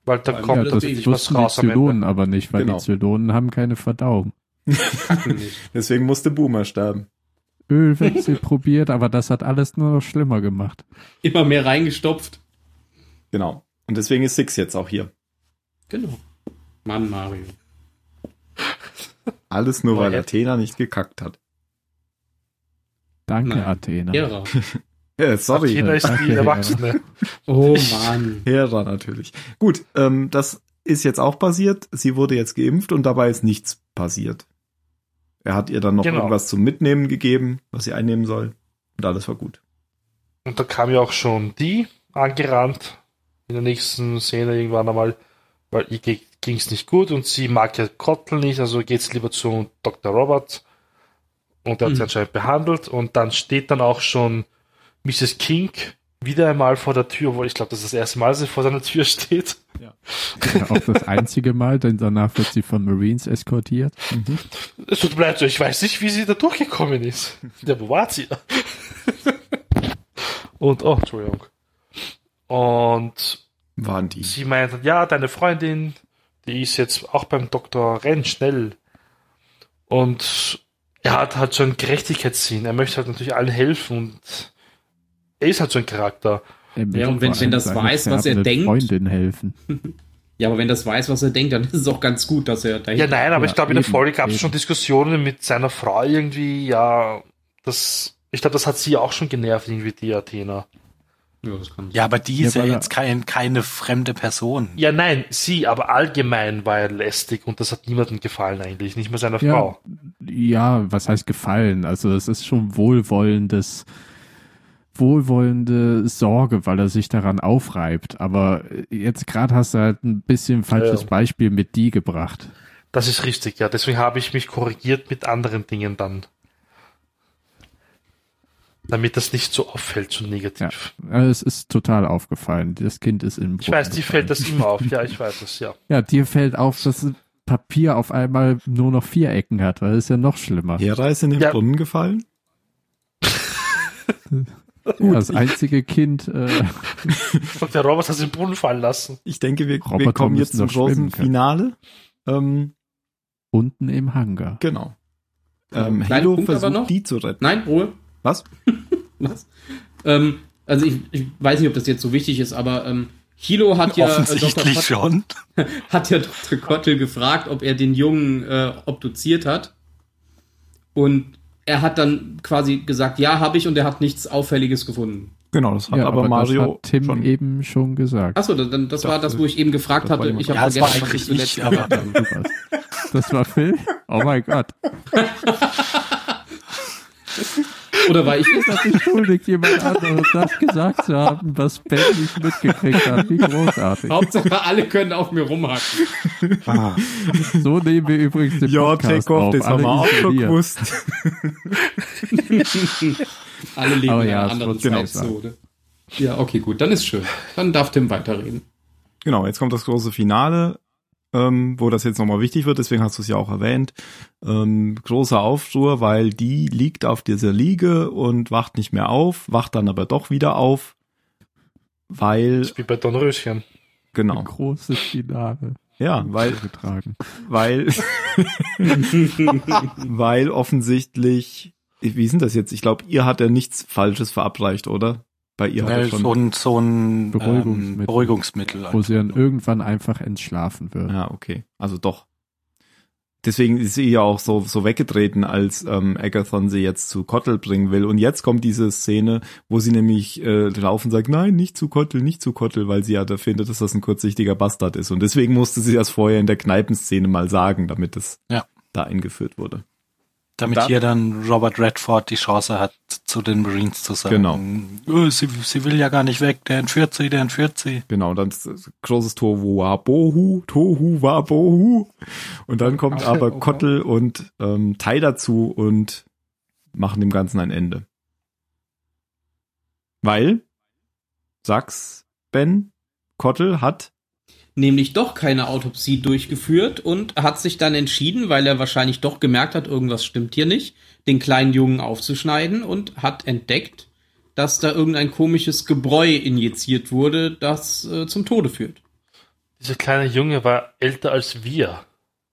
[SPEAKER 4] Weil dann
[SPEAKER 6] Vor allem
[SPEAKER 5] Ja,
[SPEAKER 4] kommt
[SPEAKER 6] das
[SPEAKER 5] das
[SPEAKER 4] natürlich
[SPEAKER 6] Baby.
[SPEAKER 4] was
[SPEAKER 5] wussten die
[SPEAKER 4] raus am Ende.
[SPEAKER 5] Zylonen aber nicht, weil
[SPEAKER 3] Genau.
[SPEAKER 5] die Zylonen haben keine Verdauung.
[SPEAKER 3] Deswegen musste Boomer sterben.
[SPEAKER 5] Ölwechsel <laughs> probiert, aber das hat alles nur noch schlimmer gemacht.
[SPEAKER 6] Immer mehr reingestopft.
[SPEAKER 3] Genau. Und deswegen ist Six jetzt auch hier.
[SPEAKER 6] Genau. Mann, Mario.
[SPEAKER 3] Alles nur,
[SPEAKER 4] Oh,
[SPEAKER 3] weil
[SPEAKER 4] ja.
[SPEAKER 3] Athena nicht gekackt hat.
[SPEAKER 5] Danke,
[SPEAKER 6] Nein.
[SPEAKER 5] Athena.
[SPEAKER 6] Hera.
[SPEAKER 3] Äh, sorry.
[SPEAKER 4] Jeder ist die
[SPEAKER 5] Okay,
[SPEAKER 4] Erwachsene.
[SPEAKER 6] Oh Mann.
[SPEAKER 3] Hera natürlich. Gut, ähm, das ist jetzt auch passiert. Sie wurde jetzt geimpft und dabei ist nichts passiert. Er hat ihr dann noch
[SPEAKER 4] Genau.
[SPEAKER 3] irgendwas zum Mitnehmen gegeben, was sie einnehmen soll. Und alles war gut.
[SPEAKER 4] Und da kam ja auch schon die angerannt in der nächsten Szene irgendwann einmal, weil ihr ging es nicht gut und sie mag ja Kottel nicht, also geht sie lieber zu Dr. Robert und der hat sie
[SPEAKER 6] Mhm.
[SPEAKER 4] anscheinend behandelt und dann steht dann auch schon Mrs. King wieder einmal vor der Tür, obwohl ich glaube, das ist das erste Mal, dass sie vor seiner Tür steht.
[SPEAKER 5] Ja, auch das einzige Mal, denn danach wird sie von Marines eskortiert.
[SPEAKER 4] Es tut mir leid, ich weiß nicht, wie sie da durchgekommen ist. Ja, wo war sie? Und, oh, Entschuldigung. Und
[SPEAKER 3] Waren die.
[SPEAKER 4] sie meint, dann, ja, deine Freundin, die ist jetzt auch beim Doktor, renn schnell. Und er hat halt so einen Gerechtigkeitssinn. Er möchte halt natürlich allen helfen und er ist halt so ein Charakter.
[SPEAKER 5] Er möchte
[SPEAKER 6] und wenn-
[SPEAKER 5] Äh, vor
[SPEAKER 6] wenn
[SPEAKER 5] allem
[SPEAKER 6] das
[SPEAKER 5] seiner
[SPEAKER 6] weiß, was er
[SPEAKER 5] sterbenden
[SPEAKER 6] denkt.
[SPEAKER 5] Freundin helfen.
[SPEAKER 6] Ja, aber wenn das weiß, was er denkt, dann ist es auch ganz gut, dass er dahin.
[SPEAKER 4] Ja, nein, aber
[SPEAKER 5] ja,
[SPEAKER 4] ich glaube, in der
[SPEAKER 5] eben,
[SPEAKER 4] Folge gab es
[SPEAKER 5] eben.
[SPEAKER 4] schon Diskussionen mit seiner Frau irgendwie, ja, das, ich glaube, das hat sie auch schon genervt, irgendwie, die Athena.
[SPEAKER 6] Ja, das kann
[SPEAKER 7] Ja, aber die
[SPEAKER 5] Ja,
[SPEAKER 7] ist ja,
[SPEAKER 5] weil er-
[SPEAKER 7] jetzt kein, keine fremde Person.
[SPEAKER 4] Ja, äh, nein, sie, aber allgemein war er lästig und das hat niemandem gefallen eigentlich, nicht mal seiner
[SPEAKER 5] Ja,
[SPEAKER 4] Frau.
[SPEAKER 5] ja, was heißt gefallen? Also es ist schon wohlwollendes, wohlwollende Sorge, weil er sich daran aufreibt. Aber äh, jetzt gerade hast du halt ein bisschen falsches
[SPEAKER 4] Ja.
[SPEAKER 5] Beispiel mit die gebracht.
[SPEAKER 4] Das ist richtig, ja. Deswegen habe ich mich korrigiert mit anderen Dingen dann. Damit das nicht so auffällt, so
[SPEAKER 5] Ja,
[SPEAKER 4] negativ.
[SPEAKER 5] also es ist total aufgefallen. Das Kind ist im
[SPEAKER 4] Ich weiß,
[SPEAKER 5] Brunnen
[SPEAKER 4] dir
[SPEAKER 5] gefallen.
[SPEAKER 4] fällt das immer auf. Ja, ich weiß es, ja.
[SPEAKER 5] Ja, dir fällt auf, dass Papier auf einmal nur noch vier Ecken hat, weil das ist ja noch schlimmer.
[SPEAKER 3] Hera ist in den
[SPEAKER 4] Ja.
[SPEAKER 3] Brunnen gefallen?
[SPEAKER 5] Ja, das einzige Kind. Äh, <laughs>
[SPEAKER 4] Und der Robert hat es im Brunnen fallen lassen.
[SPEAKER 3] Ich denke, wir, wir
[SPEAKER 5] Roboter
[SPEAKER 3] kommen jetzt
[SPEAKER 5] müssen
[SPEAKER 3] zum
[SPEAKER 5] doch schwimmen
[SPEAKER 3] großen
[SPEAKER 5] können.
[SPEAKER 3] Finale. Ähm,
[SPEAKER 5] unten im Hangar.
[SPEAKER 3] genau. Ähm,
[SPEAKER 6] Kleiner
[SPEAKER 3] Halo
[SPEAKER 6] Punkt aber noch.
[SPEAKER 3] versucht, die zu retten.
[SPEAKER 6] Nein, Ruhe.
[SPEAKER 3] Was?
[SPEAKER 6] Was? Ähm, also ich, ich weiß nicht, ob das jetzt so wichtig ist, aber ähm, Hilo hat ja, äh, Dr.
[SPEAKER 7] Offensichtlich
[SPEAKER 6] Kott,
[SPEAKER 7] schon.
[SPEAKER 6] hat ja Dr. Kottel gefragt, ob er den Jungen äh, obduziert hat. Und er hat dann quasi gesagt, ja, habe ich, und er hat nichts Auffälliges gefunden.
[SPEAKER 3] Genau, das hat
[SPEAKER 5] Ja,
[SPEAKER 3] aber, Mario
[SPEAKER 5] das hat Tim
[SPEAKER 3] schon
[SPEAKER 5] eben schon gesagt.
[SPEAKER 6] Achso, dann, dann, das
[SPEAKER 3] Das,
[SPEAKER 6] war das, wo ich eben gefragt
[SPEAKER 3] das war
[SPEAKER 6] hatte.
[SPEAKER 3] jemand
[SPEAKER 6] Ich habe
[SPEAKER 7] Ja, das
[SPEAKER 4] genau,
[SPEAKER 7] war
[SPEAKER 6] vergessen, was
[SPEAKER 7] eigentlich
[SPEAKER 6] ich zuletzt
[SPEAKER 7] ich,
[SPEAKER 4] <laughs>
[SPEAKER 7] aber-
[SPEAKER 6] gesagt habe.
[SPEAKER 5] Du warst. Das war Phil? Oh mein Gott.
[SPEAKER 6] Oder war ich das?
[SPEAKER 5] Das ist schuldig, jemand anderes das gesagt zu haben, was Ben nicht mitgekriegt hat. Wie großartig.
[SPEAKER 6] Hauptsache, alle können auf mir rumhacken.
[SPEAKER 5] So nehmen wir übrigens den
[SPEAKER 3] Ja,
[SPEAKER 5] Podcast
[SPEAKER 3] Takeoff,
[SPEAKER 5] auf.
[SPEAKER 3] das haben
[SPEAKER 5] Alle
[SPEAKER 3] wir auch schon
[SPEAKER 5] isoliert.
[SPEAKER 3] gewusst.
[SPEAKER 5] <laughs>
[SPEAKER 6] Alle leben
[SPEAKER 5] Aber
[SPEAKER 6] in
[SPEAKER 5] ja,
[SPEAKER 6] einer
[SPEAKER 5] es
[SPEAKER 6] anderen
[SPEAKER 5] wird genau
[SPEAKER 6] Zeitzone. Ja, okay, gut, dann ist schön. Dann darf Tim weiterreden.
[SPEAKER 3] Genau, jetzt kommt das große Finale, ähm, wo das jetzt nochmal wichtig wird, deswegen hast du es ja auch erwähnt. Ähm, großer Aufruhr, weil die liegt auf dieser Liege und wacht nicht mehr auf, wacht dann aber doch wieder auf, weil,
[SPEAKER 4] Das ist wie bei Dornröschen.
[SPEAKER 5] Ein
[SPEAKER 3] genau,
[SPEAKER 5] großes Finale
[SPEAKER 3] ja, weil,
[SPEAKER 5] getragen.
[SPEAKER 3] weil, <laughs> weil offensichtlich, wie ist denn das jetzt? Ich glaube, ihr hat er nichts Falsches verabreicht, oder? Bei ihr hat er
[SPEAKER 7] Ja, ne, so
[SPEAKER 3] schon.
[SPEAKER 7] ein, so ein
[SPEAKER 5] Beruhigungsmittel.
[SPEAKER 7] Ähm, Beruhigungsmittel.
[SPEAKER 5] Wo sie dann irgendwann einfach entschlafen wird.
[SPEAKER 3] Ja, okay, also doch. Deswegen ist sie ja auch so, so weggetreten, als ähm, Agathon sie jetzt zu Kottel bringen will. Und jetzt kommt diese Szene, wo sie nämlich äh, drauf und sagt, nein, nicht zu Kottel, nicht zu Kottel, weil sie ja da findet, dass das ein kurzsichtiger Bastard ist. Und deswegen musste sie das vorher in der Kneipenszene mal sagen, damit das
[SPEAKER 7] Ja.
[SPEAKER 3] da eingeführt wurde.
[SPEAKER 7] Damit
[SPEAKER 3] Da-
[SPEAKER 7] hier dann Robert Redford die Chance hat, zu den Marines zu sagen, genau. sie, sie will ja gar nicht weg, der entführt sie, der entführt sie.
[SPEAKER 3] Genau, und dann ist das großes Tohu Wabohu, Tohu Wabohu. Und dann kommt
[SPEAKER 6] Ach,
[SPEAKER 3] aber
[SPEAKER 6] okay.
[SPEAKER 3] Kottel und ähm, Tai dazu und machen dem Ganzen ein Ende. Weil, sag's Ben, Kottel hat,
[SPEAKER 6] Nämlich doch keine Autopsie durchgeführt und hat sich dann entschieden, weil er wahrscheinlich doch gemerkt hat, irgendwas stimmt hier nicht, den kleinen Jungen aufzuschneiden und hat entdeckt, dass da irgendein komisches Gebräu injiziert wurde, das äh, zum Tode führt.
[SPEAKER 4] Dieser kleine Junge war älter als wir.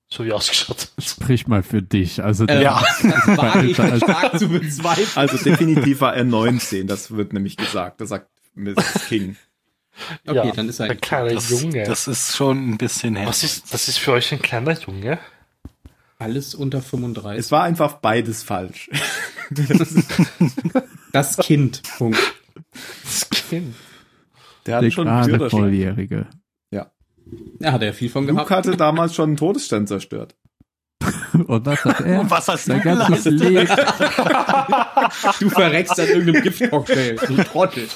[SPEAKER 4] So wie er ausgeschaut hat.
[SPEAKER 5] Sprich mal für dich. Also der-
[SPEAKER 6] ja. Ähm, Das war ich stark zu bezweifeln.
[SPEAKER 3] also definitiv war er 19, das wird nämlich gesagt, das sagt Mrs. King.
[SPEAKER 6] Okay,
[SPEAKER 4] ja,
[SPEAKER 6] dann ist halt er
[SPEAKER 4] Der
[SPEAKER 6] ein
[SPEAKER 4] kleine
[SPEAKER 7] Das,
[SPEAKER 4] Junge.
[SPEAKER 7] das ist schon ein bisschen her.
[SPEAKER 4] Was ist, das ist für euch ein kleiner Junge?
[SPEAKER 6] Alles unter 35.
[SPEAKER 3] Es war einfach beides falsch.
[SPEAKER 6] Das Kind. Punkt.
[SPEAKER 4] Das Kind.
[SPEAKER 3] Der
[SPEAKER 5] der
[SPEAKER 3] hat schon einen
[SPEAKER 5] gerade
[SPEAKER 3] Führerschein.
[SPEAKER 5] Volljährige.
[SPEAKER 6] Ja, hat er viel von gehabt.
[SPEAKER 3] Luke hatte damals schon einen Todesstern zerstört.
[SPEAKER 5] Und das hat
[SPEAKER 7] <laughs>
[SPEAKER 5] er
[SPEAKER 7] Was hast du
[SPEAKER 5] sein ganzes Leben.
[SPEAKER 6] Du verreckst an irgendeinem Giftcocktail. <laughs> Du Trottel.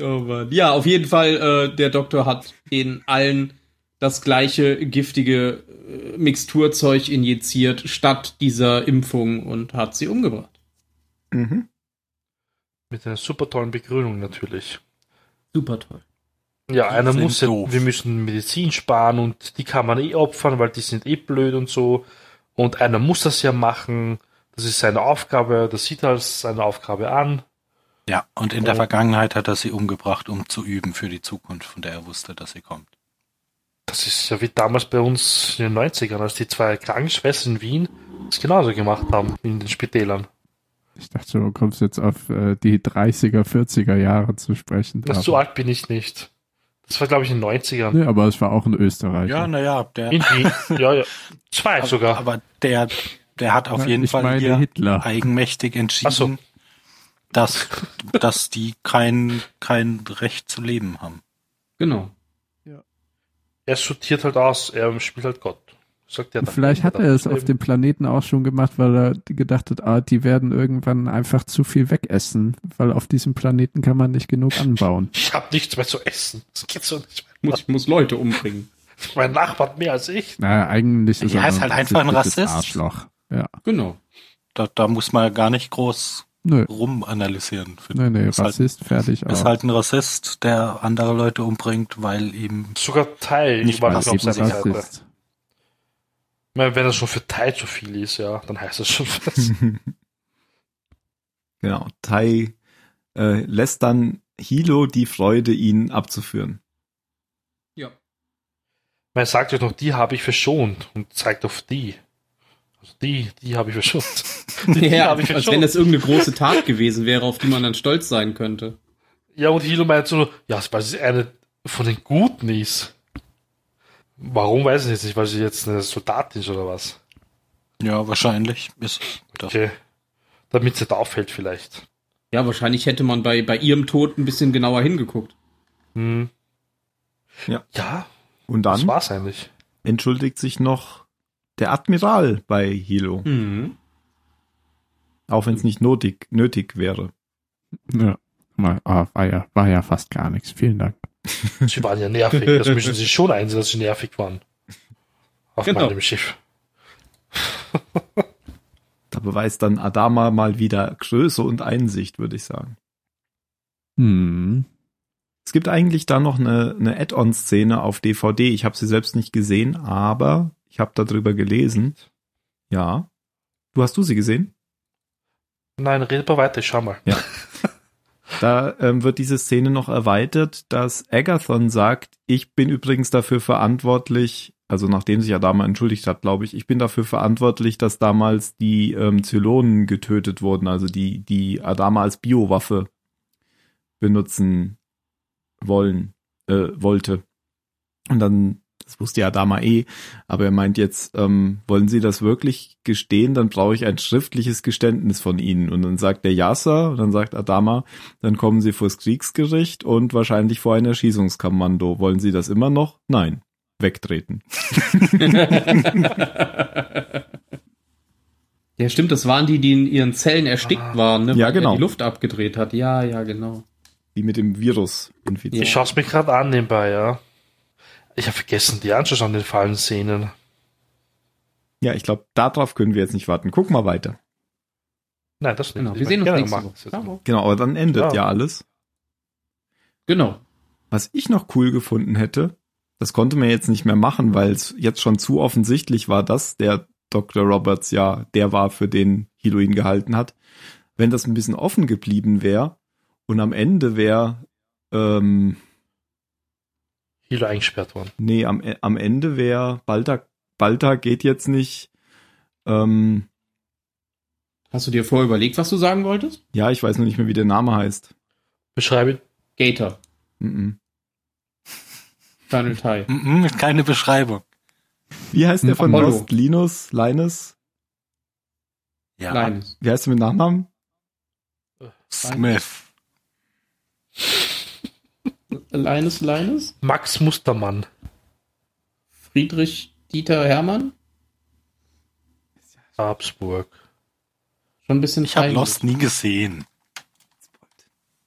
[SPEAKER 6] oh Mann. Ja, auf jeden Fall, äh, der Doktor hat den allen das gleiche giftige äh, Mixturzeug injiziert, statt dieser Impfung und hat sie umgebracht.
[SPEAKER 3] Mhm.
[SPEAKER 4] Mit einer super tollen Begründung natürlich.
[SPEAKER 6] Super toll.
[SPEAKER 4] Ja, einer
[SPEAKER 7] sind
[SPEAKER 4] muss ja,
[SPEAKER 7] doof.
[SPEAKER 4] wir müssen Medizin sparen und die kann man eh opfern, weil die sind eh blöd und so. Und einer muss das ja machen. Das ist seine Aufgabe, das sieht er als seine Aufgabe an.
[SPEAKER 7] Ja, und in der
[SPEAKER 4] Oh.
[SPEAKER 7] Vergangenheit hat er sie umgebracht, um zu üben für die Zukunft, von der er wusste, dass sie kommt.
[SPEAKER 4] Das ist ja wie damals bei uns in den 90ern, als die zwei Krankenschwestern in Wien das genauso gemacht haben in den Spitälern.
[SPEAKER 5] Ich dachte, du kommst jetzt auf äh, die 30er, 40er Jahre zu sprechen.
[SPEAKER 4] Das so alt bin ich nicht. Das war, glaube ich, in den 90ern.
[SPEAKER 5] nee, aber es war auch in Österreich.
[SPEAKER 7] Ja, naja, der,
[SPEAKER 4] In Wien. ja, ja. Zwei sogar.
[SPEAKER 7] aber der, der hat auf jeden
[SPEAKER 5] ich
[SPEAKER 7] Fall
[SPEAKER 5] meine
[SPEAKER 7] hier
[SPEAKER 5] Hitler.
[SPEAKER 7] eigenmächtig entschieden,
[SPEAKER 4] Ach so.
[SPEAKER 7] dass, dass die kein, kein Recht zu leben haben.
[SPEAKER 6] Genau.
[SPEAKER 4] er sortiert halt aus, er spielt halt Gott. Sagt er dann.
[SPEAKER 5] Vielleicht hat er es auf dem Planeten auch schon gemacht, weil er gedacht hat, ah, die werden irgendwann einfach zu viel wegessen, weil auf diesem Planeten kann man nicht genug
[SPEAKER 7] <laughs>
[SPEAKER 5] anbauen.
[SPEAKER 4] Ich habe nichts mehr zu essen. Das geht so nicht mehr.
[SPEAKER 6] Muss, muss Leute umbringen.
[SPEAKER 4] Mein Nachbar hat mehr als ich.
[SPEAKER 5] Naja, eigentlich ist
[SPEAKER 7] Ja,
[SPEAKER 5] er
[SPEAKER 7] ist halt einfach ein
[SPEAKER 5] ziemliches
[SPEAKER 7] Rassist.
[SPEAKER 5] Arschloch. Ja.
[SPEAKER 6] Genau.
[SPEAKER 7] Da, da muss man gar nicht groß
[SPEAKER 5] Nö.
[SPEAKER 7] rumanalysieren. finde
[SPEAKER 5] Nee, nee,
[SPEAKER 7] Ist halt-
[SPEAKER 5] Rassist, fertig
[SPEAKER 7] ich. Ist
[SPEAKER 5] auch.
[SPEAKER 7] halt ein Rassist, der andere Leute umbringt, weil ihm
[SPEAKER 4] Sogar Teil
[SPEAKER 7] Nicht
[SPEAKER 4] war
[SPEAKER 7] mal
[SPEAKER 4] das auf
[SPEAKER 5] Rassist,
[SPEAKER 4] seiner Seite. Ich
[SPEAKER 5] Rassist.
[SPEAKER 4] meine, wenn das schon für Teil zu viel ist, ja, dann heißt das schon <laughs>
[SPEAKER 3] <laughs>
[SPEAKER 4] was.
[SPEAKER 3] Genau. Tai äh, lässt dann Hilo die Freude, ihn abzuführen.
[SPEAKER 6] Ja.
[SPEAKER 4] Man sagt euch noch, die habe ich verschont und zeigt auf die. Also die, die habe ich verschont. Die, die
[SPEAKER 6] <laughs> Ja,
[SPEAKER 4] habe ich
[SPEAKER 6] als wenn
[SPEAKER 4] verschont.
[SPEAKER 6] das irgendeine große Tat gewesen wäre, auf die man dann stolz sein könnte.
[SPEAKER 4] Ja, und Hilo meint so, ja, weil sie eine von den Guten ist. Warum weiß ich jetzt nicht, weil sie jetzt eine Soldatin ist oder was?
[SPEAKER 7] Ja, wahrscheinlich ist das.
[SPEAKER 4] Okay. Damit sie da auffällt vielleicht.
[SPEAKER 6] Ja, wahrscheinlich hätte man bei, bei ihrem Tod ein bisschen genauer hingeguckt.
[SPEAKER 4] Hm.
[SPEAKER 3] Ja.
[SPEAKER 4] Ja,
[SPEAKER 3] Und
[SPEAKER 4] das
[SPEAKER 3] dann
[SPEAKER 4] war's eigentlich.
[SPEAKER 3] entschuldigt sich noch der Admiral bei Hilo,
[SPEAKER 6] Mhm.
[SPEAKER 3] auch wenn es nicht notig, nötig wäre.
[SPEAKER 5] Ja. Mal, ah, war, ja, war ja fast gar nichts. Vielen Dank.
[SPEAKER 4] Sie waren ja nervig.
[SPEAKER 6] <laughs>
[SPEAKER 4] Das müssen sie schon einsehen, dass sie nervig waren. Auf
[SPEAKER 6] Genau.
[SPEAKER 4] meinem Schiff.
[SPEAKER 3] Da beweist dann Adama mal wieder Größe und Einsicht, würde ich sagen.
[SPEAKER 5] Hm.
[SPEAKER 3] Es gibt eigentlich da noch eine, eine Add-on-Szene auf DVD. Ich habe sie selbst nicht gesehen, aber ich habe darüber gelesen. Ja. Du hast du sie gesehen?
[SPEAKER 4] Nein, rede mal weiter, ich schau mal.
[SPEAKER 3] Da ähm, wird diese Szene noch erweitert, dass Agathon sagt, ich bin übrigens dafür verantwortlich, also nachdem sich Adama entschuldigt hat, glaube ich, ich bin dafür verantwortlich, dass damals die ähm, Zylonen getötet wurden, also die, die Adama als Biowaffe benutzen wollen, äh, wollte. Und dann, das wusste ja Adama eh, aber er meint jetzt, ähm, wollen Sie das wirklich gestehen, dann brauche ich ein schriftliches Geständnis von Ihnen. Und dann sagt der Yasser, und dann sagt Adama, dann kommen sie vors Kriegsgericht und wahrscheinlich vor ein Erschießungskommando. Wollen sie das immer noch? Nein. wegtreten.
[SPEAKER 6] Ja, stimmt, das waren die, die in ihren Zellen erstickt
[SPEAKER 7] Ah.
[SPEAKER 6] waren, ne?
[SPEAKER 3] Ja,
[SPEAKER 6] er
[SPEAKER 3] genau.
[SPEAKER 6] die Luft abgedreht hat. Ja, ja, genau.
[SPEAKER 3] Die mit dem Virus infiziert.
[SPEAKER 4] Ich schaue es mir gerade an nebenbei, ja. Ich habe vergessen, die anzuschauen, den fallen Szenen.
[SPEAKER 3] Ja, ich glaube, darauf können wir jetzt nicht warten. Guck mal weiter.
[SPEAKER 4] Nein, das nicht.
[SPEAKER 6] Genau,
[SPEAKER 4] Ich
[SPEAKER 6] wir sehen uns
[SPEAKER 4] meine, gerne
[SPEAKER 6] nächste
[SPEAKER 4] machen
[SPEAKER 6] Woche.
[SPEAKER 4] wir es jetzt.
[SPEAKER 6] Bravo.
[SPEAKER 3] Genau, aber dann endet
[SPEAKER 4] Ja.
[SPEAKER 3] ja alles.
[SPEAKER 6] Genau.
[SPEAKER 3] Was ich noch cool gefunden hätte, das konnte man jetzt nicht mehr machen, weil es jetzt schon zu offensichtlich war, dass der Dr. Roberts ja der war, für den Hilo ihn gehalten hat. Wenn das ein bisschen offen geblieben wäre und am Ende wäre, ähm,
[SPEAKER 4] Hilo eingesperrt worden.
[SPEAKER 3] nee, am, E- am Ende wäre, Balta, Balta geht jetzt nicht, ähm,
[SPEAKER 6] Hast du dir vorher überlegt, was du sagen wolltest?
[SPEAKER 3] ja, ich weiß noch nicht mehr, wie der Name heißt.
[SPEAKER 4] Beschreibe
[SPEAKER 6] Gator,
[SPEAKER 3] Mhm.
[SPEAKER 6] Daniel Tai.
[SPEAKER 7] Mhm, keine Beschreibung.
[SPEAKER 3] Wie heißt der von
[SPEAKER 6] Apollo.
[SPEAKER 3] Lost? Linus? Linus?
[SPEAKER 7] Ja,
[SPEAKER 6] Kleines.
[SPEAKER 3] Wie heißt er mit Nachnamen?
[SPEAKER 7] Smith.
[SPEAKER 6] Leines, Leines?
[SPEAKER 4] Max Mustermann.
[SPEAKER 6] Friedrich Dieter Hermann?
[SPEAKER 4] Habsburg.
[SPEAKER 6] Schon ein bisschen
[SPEAKER 7] Ich habe
[SPEAKER 6] peinlich.
[SPEAKER 7] Lost nie gesehen.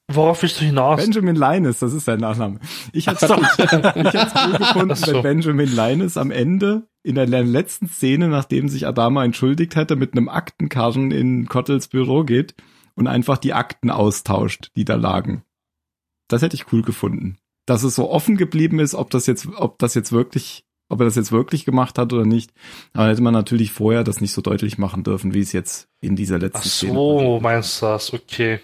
[SPEAKER 4] Worauf willst du hinaus?
[SPEAKER 3] Benjamin Linus, das ist sein Nachname. Ich hätte <laughs>
[SPEAKER 4] <laughs>
[SPEAKER 3] es cool gefunden,
[SPEAKER 4] Ach so.
[SPEAKER 3] wenn Benjamin Linus am Ende in der letzten Szene, nachdem sich Adama entschuldigt hätte, mit einem Aktenkarren in Cottels Büro geht und einfach die Akten austauscht, die da lagen. Das hätte ich cool gefunden. Dass es so offen geblieben ist, ob das jetzt, ob das jetzt wirklich, ob er das jetzt wirklich gemacht hat oder nicht. Aber hätte man natürlich vorher das nicht so deutlich machen dürfen, wie es jetzt in dieser letzten
[SPEAKER 4] Ach
[SPEAKER 3] Szene
[SPEAKER 4] so, meinst du das? Okay.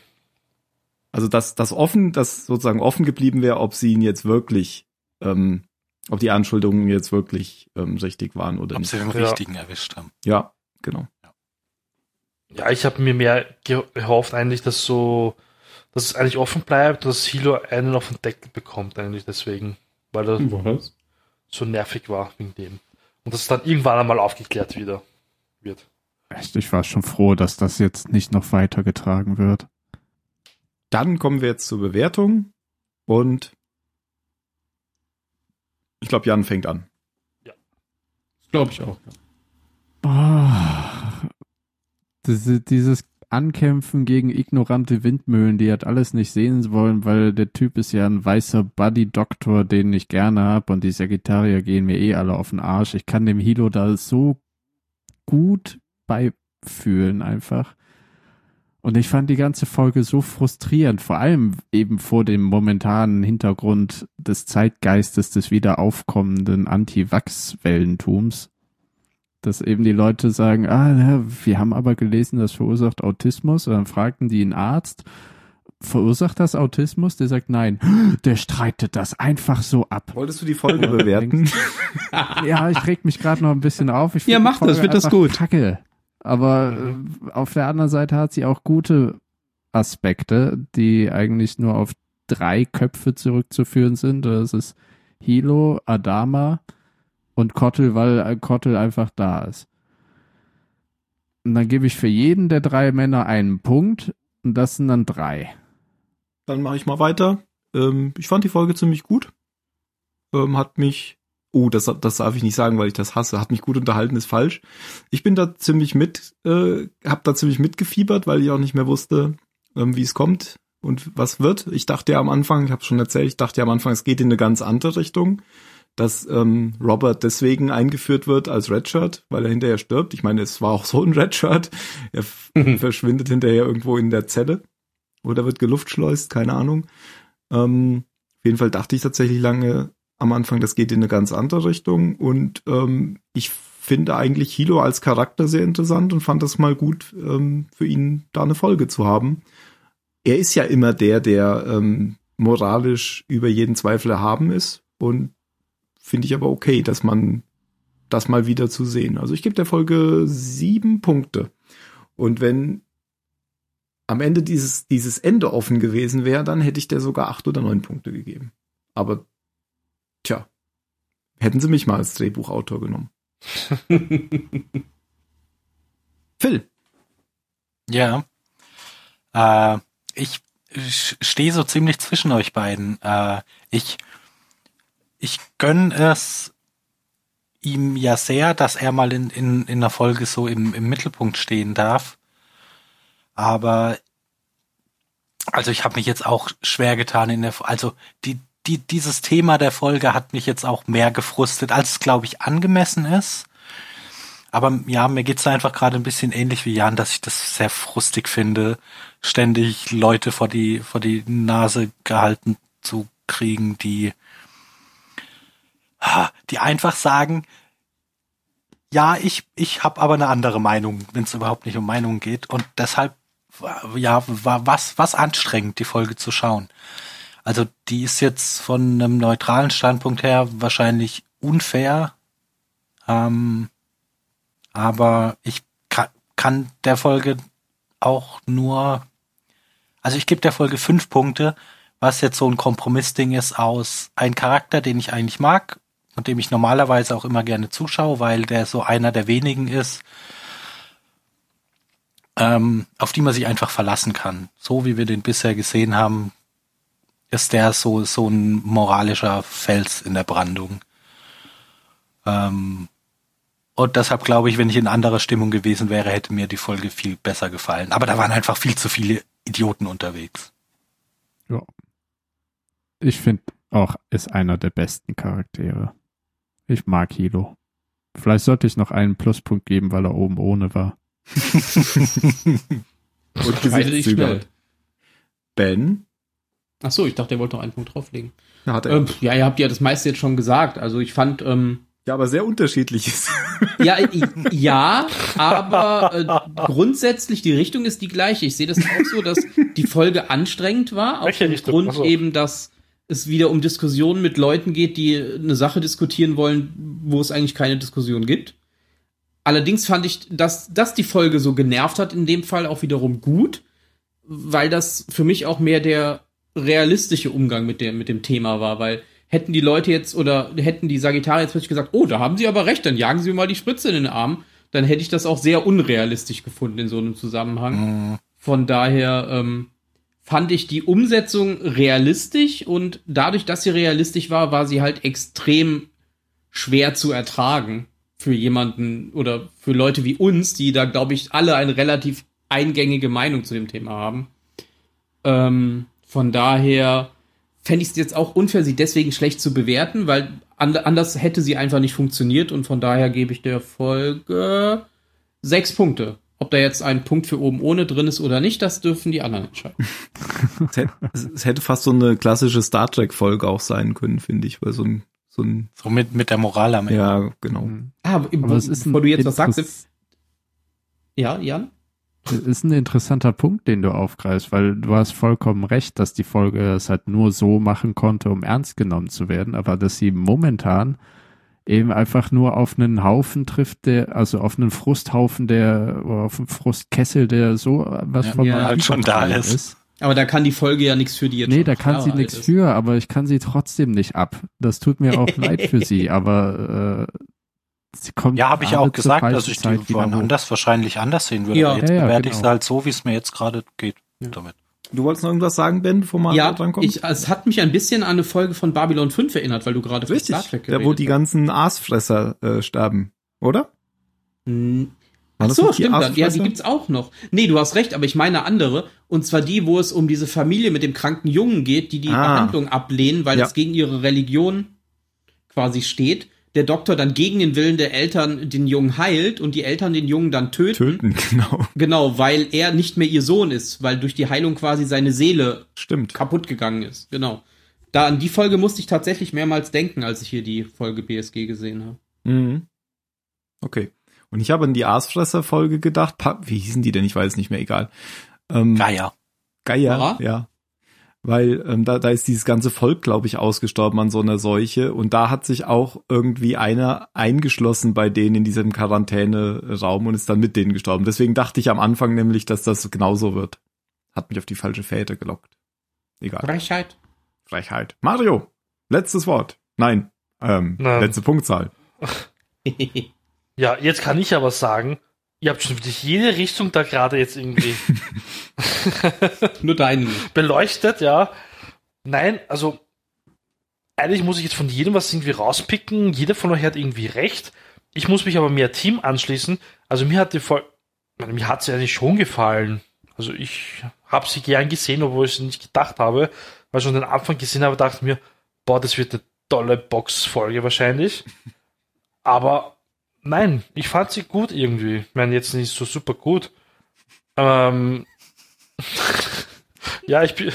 [SPEAKER 3] also dass das offen, dass sozusagen offen geblieben wäre, ob sie ihn jetzt wirklich, ähm, ob die Anschuldigungen jetzt wirklich ähm, richtig waren oder
[SPEAKER 7] Ob
[SPEAKER 3] nicht.
[SPEAKER 7] sie den
[SPEAKER 4] Ja.
[SPEAKER 7] richtigen erwischt haben.
[SPEAKER 3] Ja, genau.
[SPEAKER 4] Ja, ich habe mir mehr ge- gehofft eigentlich, dass so, dass es eigentlich offen bleibt, dass Hilo einen auf den Deckel bekommt eigentlich deswegen, weil
[SPEAKER 6] Hm.
[SPEAKER 4] er
[SPEAKER 6] Was?
[SPEAKER 4] so nervig war wegen dem. Und dass es dann irgendwann einmal aufgeklärt wieder wird.
[SPEAKER 5] Echt, ich war schon froh, dass das jetzt nicht noch weitergetragen wird.
[SPEAKER 3] Dann kommen wir jetzt zur Bewertung und ich glaube, Jan fängt an.
[SPEAKER 6] Glaube ich auch.
[SPEAKER 5] Ah, diese, dieses Ankämpfen gegen ignorante Windmühlen, die hat alles nicht sehen wollen, weil der Typ ist ja ein weißer Buddy-Doktor, den ich gerne hab und die Sagittarier gehen mir eh alle auf den Arsch. Ich kann dem Hilo da so gut beifühlen einfach. Und ich fand die ganze Folge so frustrierend, vor allem eben vor dem momentanen Hintergrund des Zeitgeistes des wieder aufkommenden Anti-Wachs-Wellentums dass eben die Leute sagen, ah, na, wir haben aber gelesen, das verursacht Autismus. Und dann fragten die einen Arzt, verursacht das Autismus? Der sagt, nein, der streitet das einfach so ab.
[SPEAKER 3] Wolltest du die <laughs> Folge
[SPEAKER 5] Ja,
[SPEAKER 3] bewerten?
[SPEAKER 5] Ja, ich reg mich gerade noch ein bisschen auf. Ich find
[SPEAKER 6] Ja,
[SPEAKER 5] die
[SPEAKER 6] mach das,
[SPEAKER 5] Folge
[SPEAKER 6] find das
[SPEAKER 5] einfach
[SPEAKER 6] gut.
[SPEAKER 5] Kacke. Aber äh, auf der anderen Seite hat sie auch gute Aspekte, die eigentlich nur auf drei Köpfe zurückzuführen sind. Das ist Hilo, Adama und Kottel, weil äh, Kottel einfach da ist. Und dann gebe ich für jeden der drei Männer einen Punkt. Und das sind dann drei.
[SPEAKER 3] Dann mache ich mal weiter. Ähm, ich fand die Folge ziemlich gut. Ähm, hat mich. Oh, das, das darf ich nicht sagen, weil ich das hasse. Hat mich gut unterhalten, ist falsch. Ich bin da ziemlich mit, äh, hab da ziemlich mitgefiebert, weil ich auch nicht mehr wusste, ähm, wie es kommt und was wird. Ich dachte ja am Anfang, ich habe schon erzählt, ich dachte ja am Anfang, es geht in eine ganz andere Richtung, dass ähm, Robert deswegen eingeführt wird als Redshirt, weil er hinterher stirbt. Ich meine, es war auch so ein <laughs> Redshirt. Er f- verschwindet hinterher irgendwo in der Zelle oder wird geluftschleust, keine Ahnung. Ähm, auf jeden Fall dachte ich tatsächlich lange am Anfang, das geht in eine ganz andere Richtung. Und ähm, ich finde eigentlich Hilo als Charakter sehr interessant und fand das mal gut, ähm, für ihn da eine Folge zu haben. Er ist ja immer der, der ähm, moralisch über jeden Zweifel erhaben ist. Und finde ich aber okay, dass man das mal wieder zu sehen. Also ich gebe der Folge sieben Punkte. Und wenn am Ende dieses, dieses Ende offen gewesen wäre, dann hätte ich der sogar acht oder neun Punkte gegeben. Aber, tja, hätten sie mich mal als Drehbuchautor genommen. Phil,
[SPEAKER 7] Ja. Äh, ich stehe so ziemlich zwischen euch beiden. Äh, ich ich gönn es ihm ja sehr, dass er mal in, in, in der Folge so im, im Mittelpunkt stehen darf. Aber also ich habe mich jetzt auch schwer getan in der Fo- also die die dieses Thema der Folge hat mich jetzt auch mehr gefrustet, als es glaube ich angemessen ist. Aber ja, mir geht's da einfach gerade ein bisschen ähnlich wie Jan, dass ich das sehr frustig finde, ständig Leute vor die vor die Nase gehalten zu kriegen, die ah, die einfach sagen, ja, ich ich habe aber eine andere Meinung, wenn es überhaupt nicht um Meinungen geht und deshalb wa- ja, war was was anstrengend die Folge zu schauen. Also die ist jetzt von einem neutralen Standpunkt her wahrscheinlich unfair. Ähm, aber ich kann, kann der Folge auch nur, also ich gebe der Folge fünf Punkte, was jetzt so ein Kompromissding ist aus ein Charakter, den ich eigentlich mag und dem ich normalerweise auch immer gerne zuschaue, weil der so einer der wenigen ist, ähm, auf die man sich einfach verlassen kann. So wie wir den bisher gesehen haben, ist der so, so ein moralischer Fels in der Brandung. Ähm, und deshalb glaube ich, wenn ich in anderer Stimmung gewesen wäre, hätte mir die Folge viel besser gefallen. Aber da waren einfach viel zu viele Idioten unterwegs.
[SPEAKER 5] Ja. Ich finde auch, ist einer der besten Charaktere. Ich mag Hilo. Vielleicht sollte ich noch einen Pluspunkt geben, weil er oben ohne war.
[SPEAKER 3] Und
[SPEAKER 6] Weiter dich schnell.
[SPEAKER 3] Ben,
[SPEAKER 6] Ach so, ich dachte, er wollte noch einen Punkt drauflegen.
[SPEAKER 3] da hat er
[SPEAKER 6] Ähm, ja, ihr habt ja das meiste jetzt schon gesagt. Also ich fand, ähm,
[SPEAKER 3] ja aber sehr
[SPEAKER 6] <laughs>
[SPEAKER 3] unterschiedliches.
[SPEAKER 6] ja, äh, i- ja, aber äh, grundsätzlich die Richtung ist die gleiche. Ich sehe das auch so, dass die Folge anstrengend war, auch
[SPEAKER 4] Welche
[SPEAKER 6] im
[SPEAKER 4] Richtung?
[SPEAKER 6] Grund
[SPEAKER 4] Ach so.
[SPEAKER 6] eben, dass es wieder um Diskussionen mit Leuten geht, die eine Sache diskutieren wollen, wo es eigentlich keine Diskussion gibt. Allerdings fand ich, dass, dass die Folge so genervt hat, in dem Fall auch wiederum gut, weil das für mich auch mehr der realistische Umgang mit, der, mit dem Thema war, weil hätten die Leute jetzt oder hätten die Sagittarier jetzt plötzlich gesagt, oh, da haben sie aber recht, dann jagen sie mir mal die Spritze in den Arm, dann hätte ich das auch sehr unrealistisch gefunden in so einem Zusammenhang.
[SPEAKER 7] Mm,
[SPEAKER 6] Von daher ähm, fand ich die Umsetzung realistisch und dadurch, dass sie realistisch war, war sie halt extrem schwer zu ertragen für jemanden oder für Leute wie uns, die da, glaube ich, alle eine relativ eingängige Meinung zu dem Thema haben. Ähm, von daher fände ich es jetzt auch unfair, sie deswegen schlecht zu bewerten, weil and anders hätte sie einfach nicht funktioniert und von daher gebe ich der Folge sechs Punkte. Ob da jetzt ein Punkt für oben ohne drin ist oder nicht, das dürfen die anderen entscheiden.
[SPEAKER 3] Es hätte, es hätte fast so eine klassische Star Trek-Folge auch sein können, finde ich, weil so ein, so ein,
[SPEAKER 7] so mit, mit der Moral am Ende.
[SPEAKER 3] ja, genau.
[SPEAKER 6] Ah,
[SPEAKER 5] Aber es ist ein
[SPEAKER 6] bevor du jetzt was sagst.
[SPEAKER 5] interess-
[SPEAKER 6] Ja, Jan?
[SPEAKER 5] es ist ein interessanter Punkt, den du aufgreifst, weil du hast vollkommen recht, dass die Folge es halt nur so machen konnte, um ernst genommen zu werden, aber dass sie momentan eben einfach nur auf einen Haufen trifft, der, also auf einen Frusthaufen, der, oder auf einen Frustkessel, der so äh, was
[SPEAKER 7] Ja,
[SPEAKER 5] von
[SPEAKER 6] ja,
[SPEAKER 5] meinem
[SPEAKER 7] halt schon da
[SPEAKER 5] übergegangen
[SPEAKER 7] ist.
[SPEAKER 6] Aber da kann die Folge ja nichts für die jetzt.
[SPEAKER 5] Nee,
[SPEAKER 6] schon
[SPEAKER 5] da kann
[SPEAKER 6] klar
[SPEAKER 5] sie
[SPEAKER 6] alt
[SPEAKER 5] nichts
[SPEAKER 6] ist.
[SPEAKER 5] für, aber ich kann sie trotzdem nicht ab. Das tut mir auch leid für sie,
[SPEAKER 6] <laughs>
[SPEAKER 5] aber äh, sie kommt.
[SPEAKER 7] Ja, habe ich ja
[SPEAKER 5] gerade
[SPEAKER 7] auch
[SPEAKER 5] zur
[SPEAKER 7] gesagt, dass
[SPEAKER 5] falschen
[SPEAKER 7] ich die
[SPEAKER 5] Zeit wieder
[SPEAKER 7] von
[SPEAKER 5] hoch.
[SPEAKER 7] anders wahrscheinlich anders sehen würde.
[SPEAKER 6] Ja.
[SPEAKER 7] Aber jetzt
[SPEAKER 5] Ja, ja,
[SPEAKER 7] bewerte ich
[SPEAKER 5] genau.
[SPEAKER 7] es halt so, wie es mir jetzt gerade geht damit.
[SPEAKER 3] Du wolltest noch irgendwas sagen, Ben, bevor man
[SPEAKER 6] Ja,
[SPEAKER 3] dran kommt?
[SPEAKER 6] ich, es hat mich ein bisschen an eine Folge von Babylon 5 erinnert, weil du gerade von
[SPEAKER 3] Richtig,
[SPEAKER 6] Star Trek
[SPEAKER 3] da wo
[SPEAKER 6] geredet
[SPEAKER 3] die ganzen Aasfresser äh, sterben, oder?
[SPEAKER 6] Hm.
[SPEAKER 3] War
[SPEAKER 6] Ach
[SPEAKER 3] das
[SPEAKER 6] so,
[SPEAKER 3] nicht die
[SPEAKER 6] stimmt. dann. Ja, die
[SPEAKER 3] Aasfresser?
[SPEAKER 6] gibt's auch noch. Nee, du hast recht, aber ich meine eine andere. Und zwar die, wo es um diese Familie mit dem kranken Jungen geht, die die
[SPEAKER 3] Ah.
[SPEAKER 6] Behandlung ablehnen, weil
[SPEAKER 3] Ja.
[SPEAKER 6] das gegen ihre Religion quasi steht. Der Doktor dann gegen den Willen der Eltern den Jungen heilt und die Eltern den Jungen dann töten.
[SPEAKER 3] Töten, <laughs> genau.
[SPEAKER 6] Genau, weil er nicht mehr ihr Sohn ist, weil durch die Heilung quasi seine Seele
[SPEAKER 3] Stimmt.
[SPEAKER 6] kaputt gegangen ist. Genau. Da an die Folge musste ich tatsächlich mehrmals denken, als ich hier die Folge BSG gesehen habe.
[SPEAKER 3] Mhm. Okay. Und ich habe an die Aasfresser-Folge gedacht. Pa Wie hießen die denn? Ich weiß nicht mehr, egal. Ähm,
[SPEAKER 7] Geier.
[SPEAKER 3] Geier,
[SPEAKER 6] Ja.
[SPEAKER 3] ja. Weil ähm, da, da ist dieses ganze Volk, glaube ich, ausgestorben an so einer Seuche. Und da hat sich auch irgendwie einer eingeschlossen bei denen in diesem Quarantäneraum und ist dann mit denen gestorben. Deswegen dachte ich am Anfang nämlich, dass das genauso wird. Hat mich auf die falsche Fährte gelockt. Egal.
[SPEAKER 6] Frechheit. <laughs>
[SPEAKER 3] Frechheit. Mario, letztes Wort. Nein, ähm,
[SPEAKER 4] Nein.
[SPEAKER 3] letzte Punktzahl.
[SPEAKER 4] Ja, jetzt kann ich aber sagen, ihr habt schon wirklich jede Richtung da gerade jetzt irgendwie
[SPEAKER 6] Nur deinen.
[SPEAKER 4] beleuchtet, ja. Nein, also eigentlich muss ich jetzt von jedem was irgendwie rauspicken. Jeder von euch hat irgendwie recht. Ich muss mich aber mehr Team anschließen. Also mir hat die Folge, mir hat sie eigentlich schon gefallen. Also ich habe sie gern gesehen, obwohl ich sie nicht gedacht habe, weil ich schon den Anfang gesehen habe, dachte ich mir, boah, das wird eine tolle Box-Folge wahrscheinlich. Aber nein, ich fand sie gut irgendwie. Ich meine, jetzt nicht so super gut. Ähm, ja, ich bin.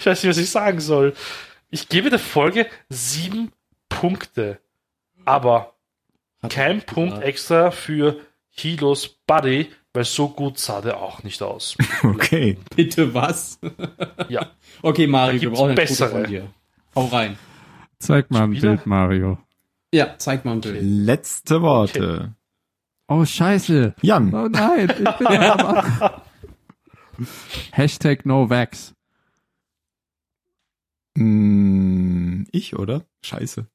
[SPEAKER 4] ich weiß nicht, was ich sagen soll. Ich gebe der Folge sieben Punkte. Aber kein Punkt extra für Hilos Buddy, weil so gut sah der auch nicht aus.
[SPEAKER 3] Okay.
[SPEAKER 6] <laughs> Bitte was?
[SPEAKER 4] Ja.
[SPEAKER 6] Okay,
[SPEAKER 4] Da
[SPEAKER 6] Mario, wir
[SPEAKER 4] gibt's
[SPEAKER 6] brauchen ein
[SPEAKER 4] bessere.
[SPEAKER 6] Foto von dir. Hau rein.
[SPEAKER 5] Zeig mal ein
[SPEAKER 4] Schon wieder?
[SPEAKER 5] Bild, Mario.
[SPEAKER 6] Ja, zeig mal ein Bild.
[SPEAKER 3] Letzte Worte.
[SPEAKER 5] Oh, scheiße.
[SPEAKER 3] Jan,
[SPEAKER 5] Oh nein, ich bin ja am
[SPEAKER 6] <laughs>
[SPEAKER 5] Hashtag NoVax.
[SPEAKER 3] mh, Mm, ich, oder? Scheiße.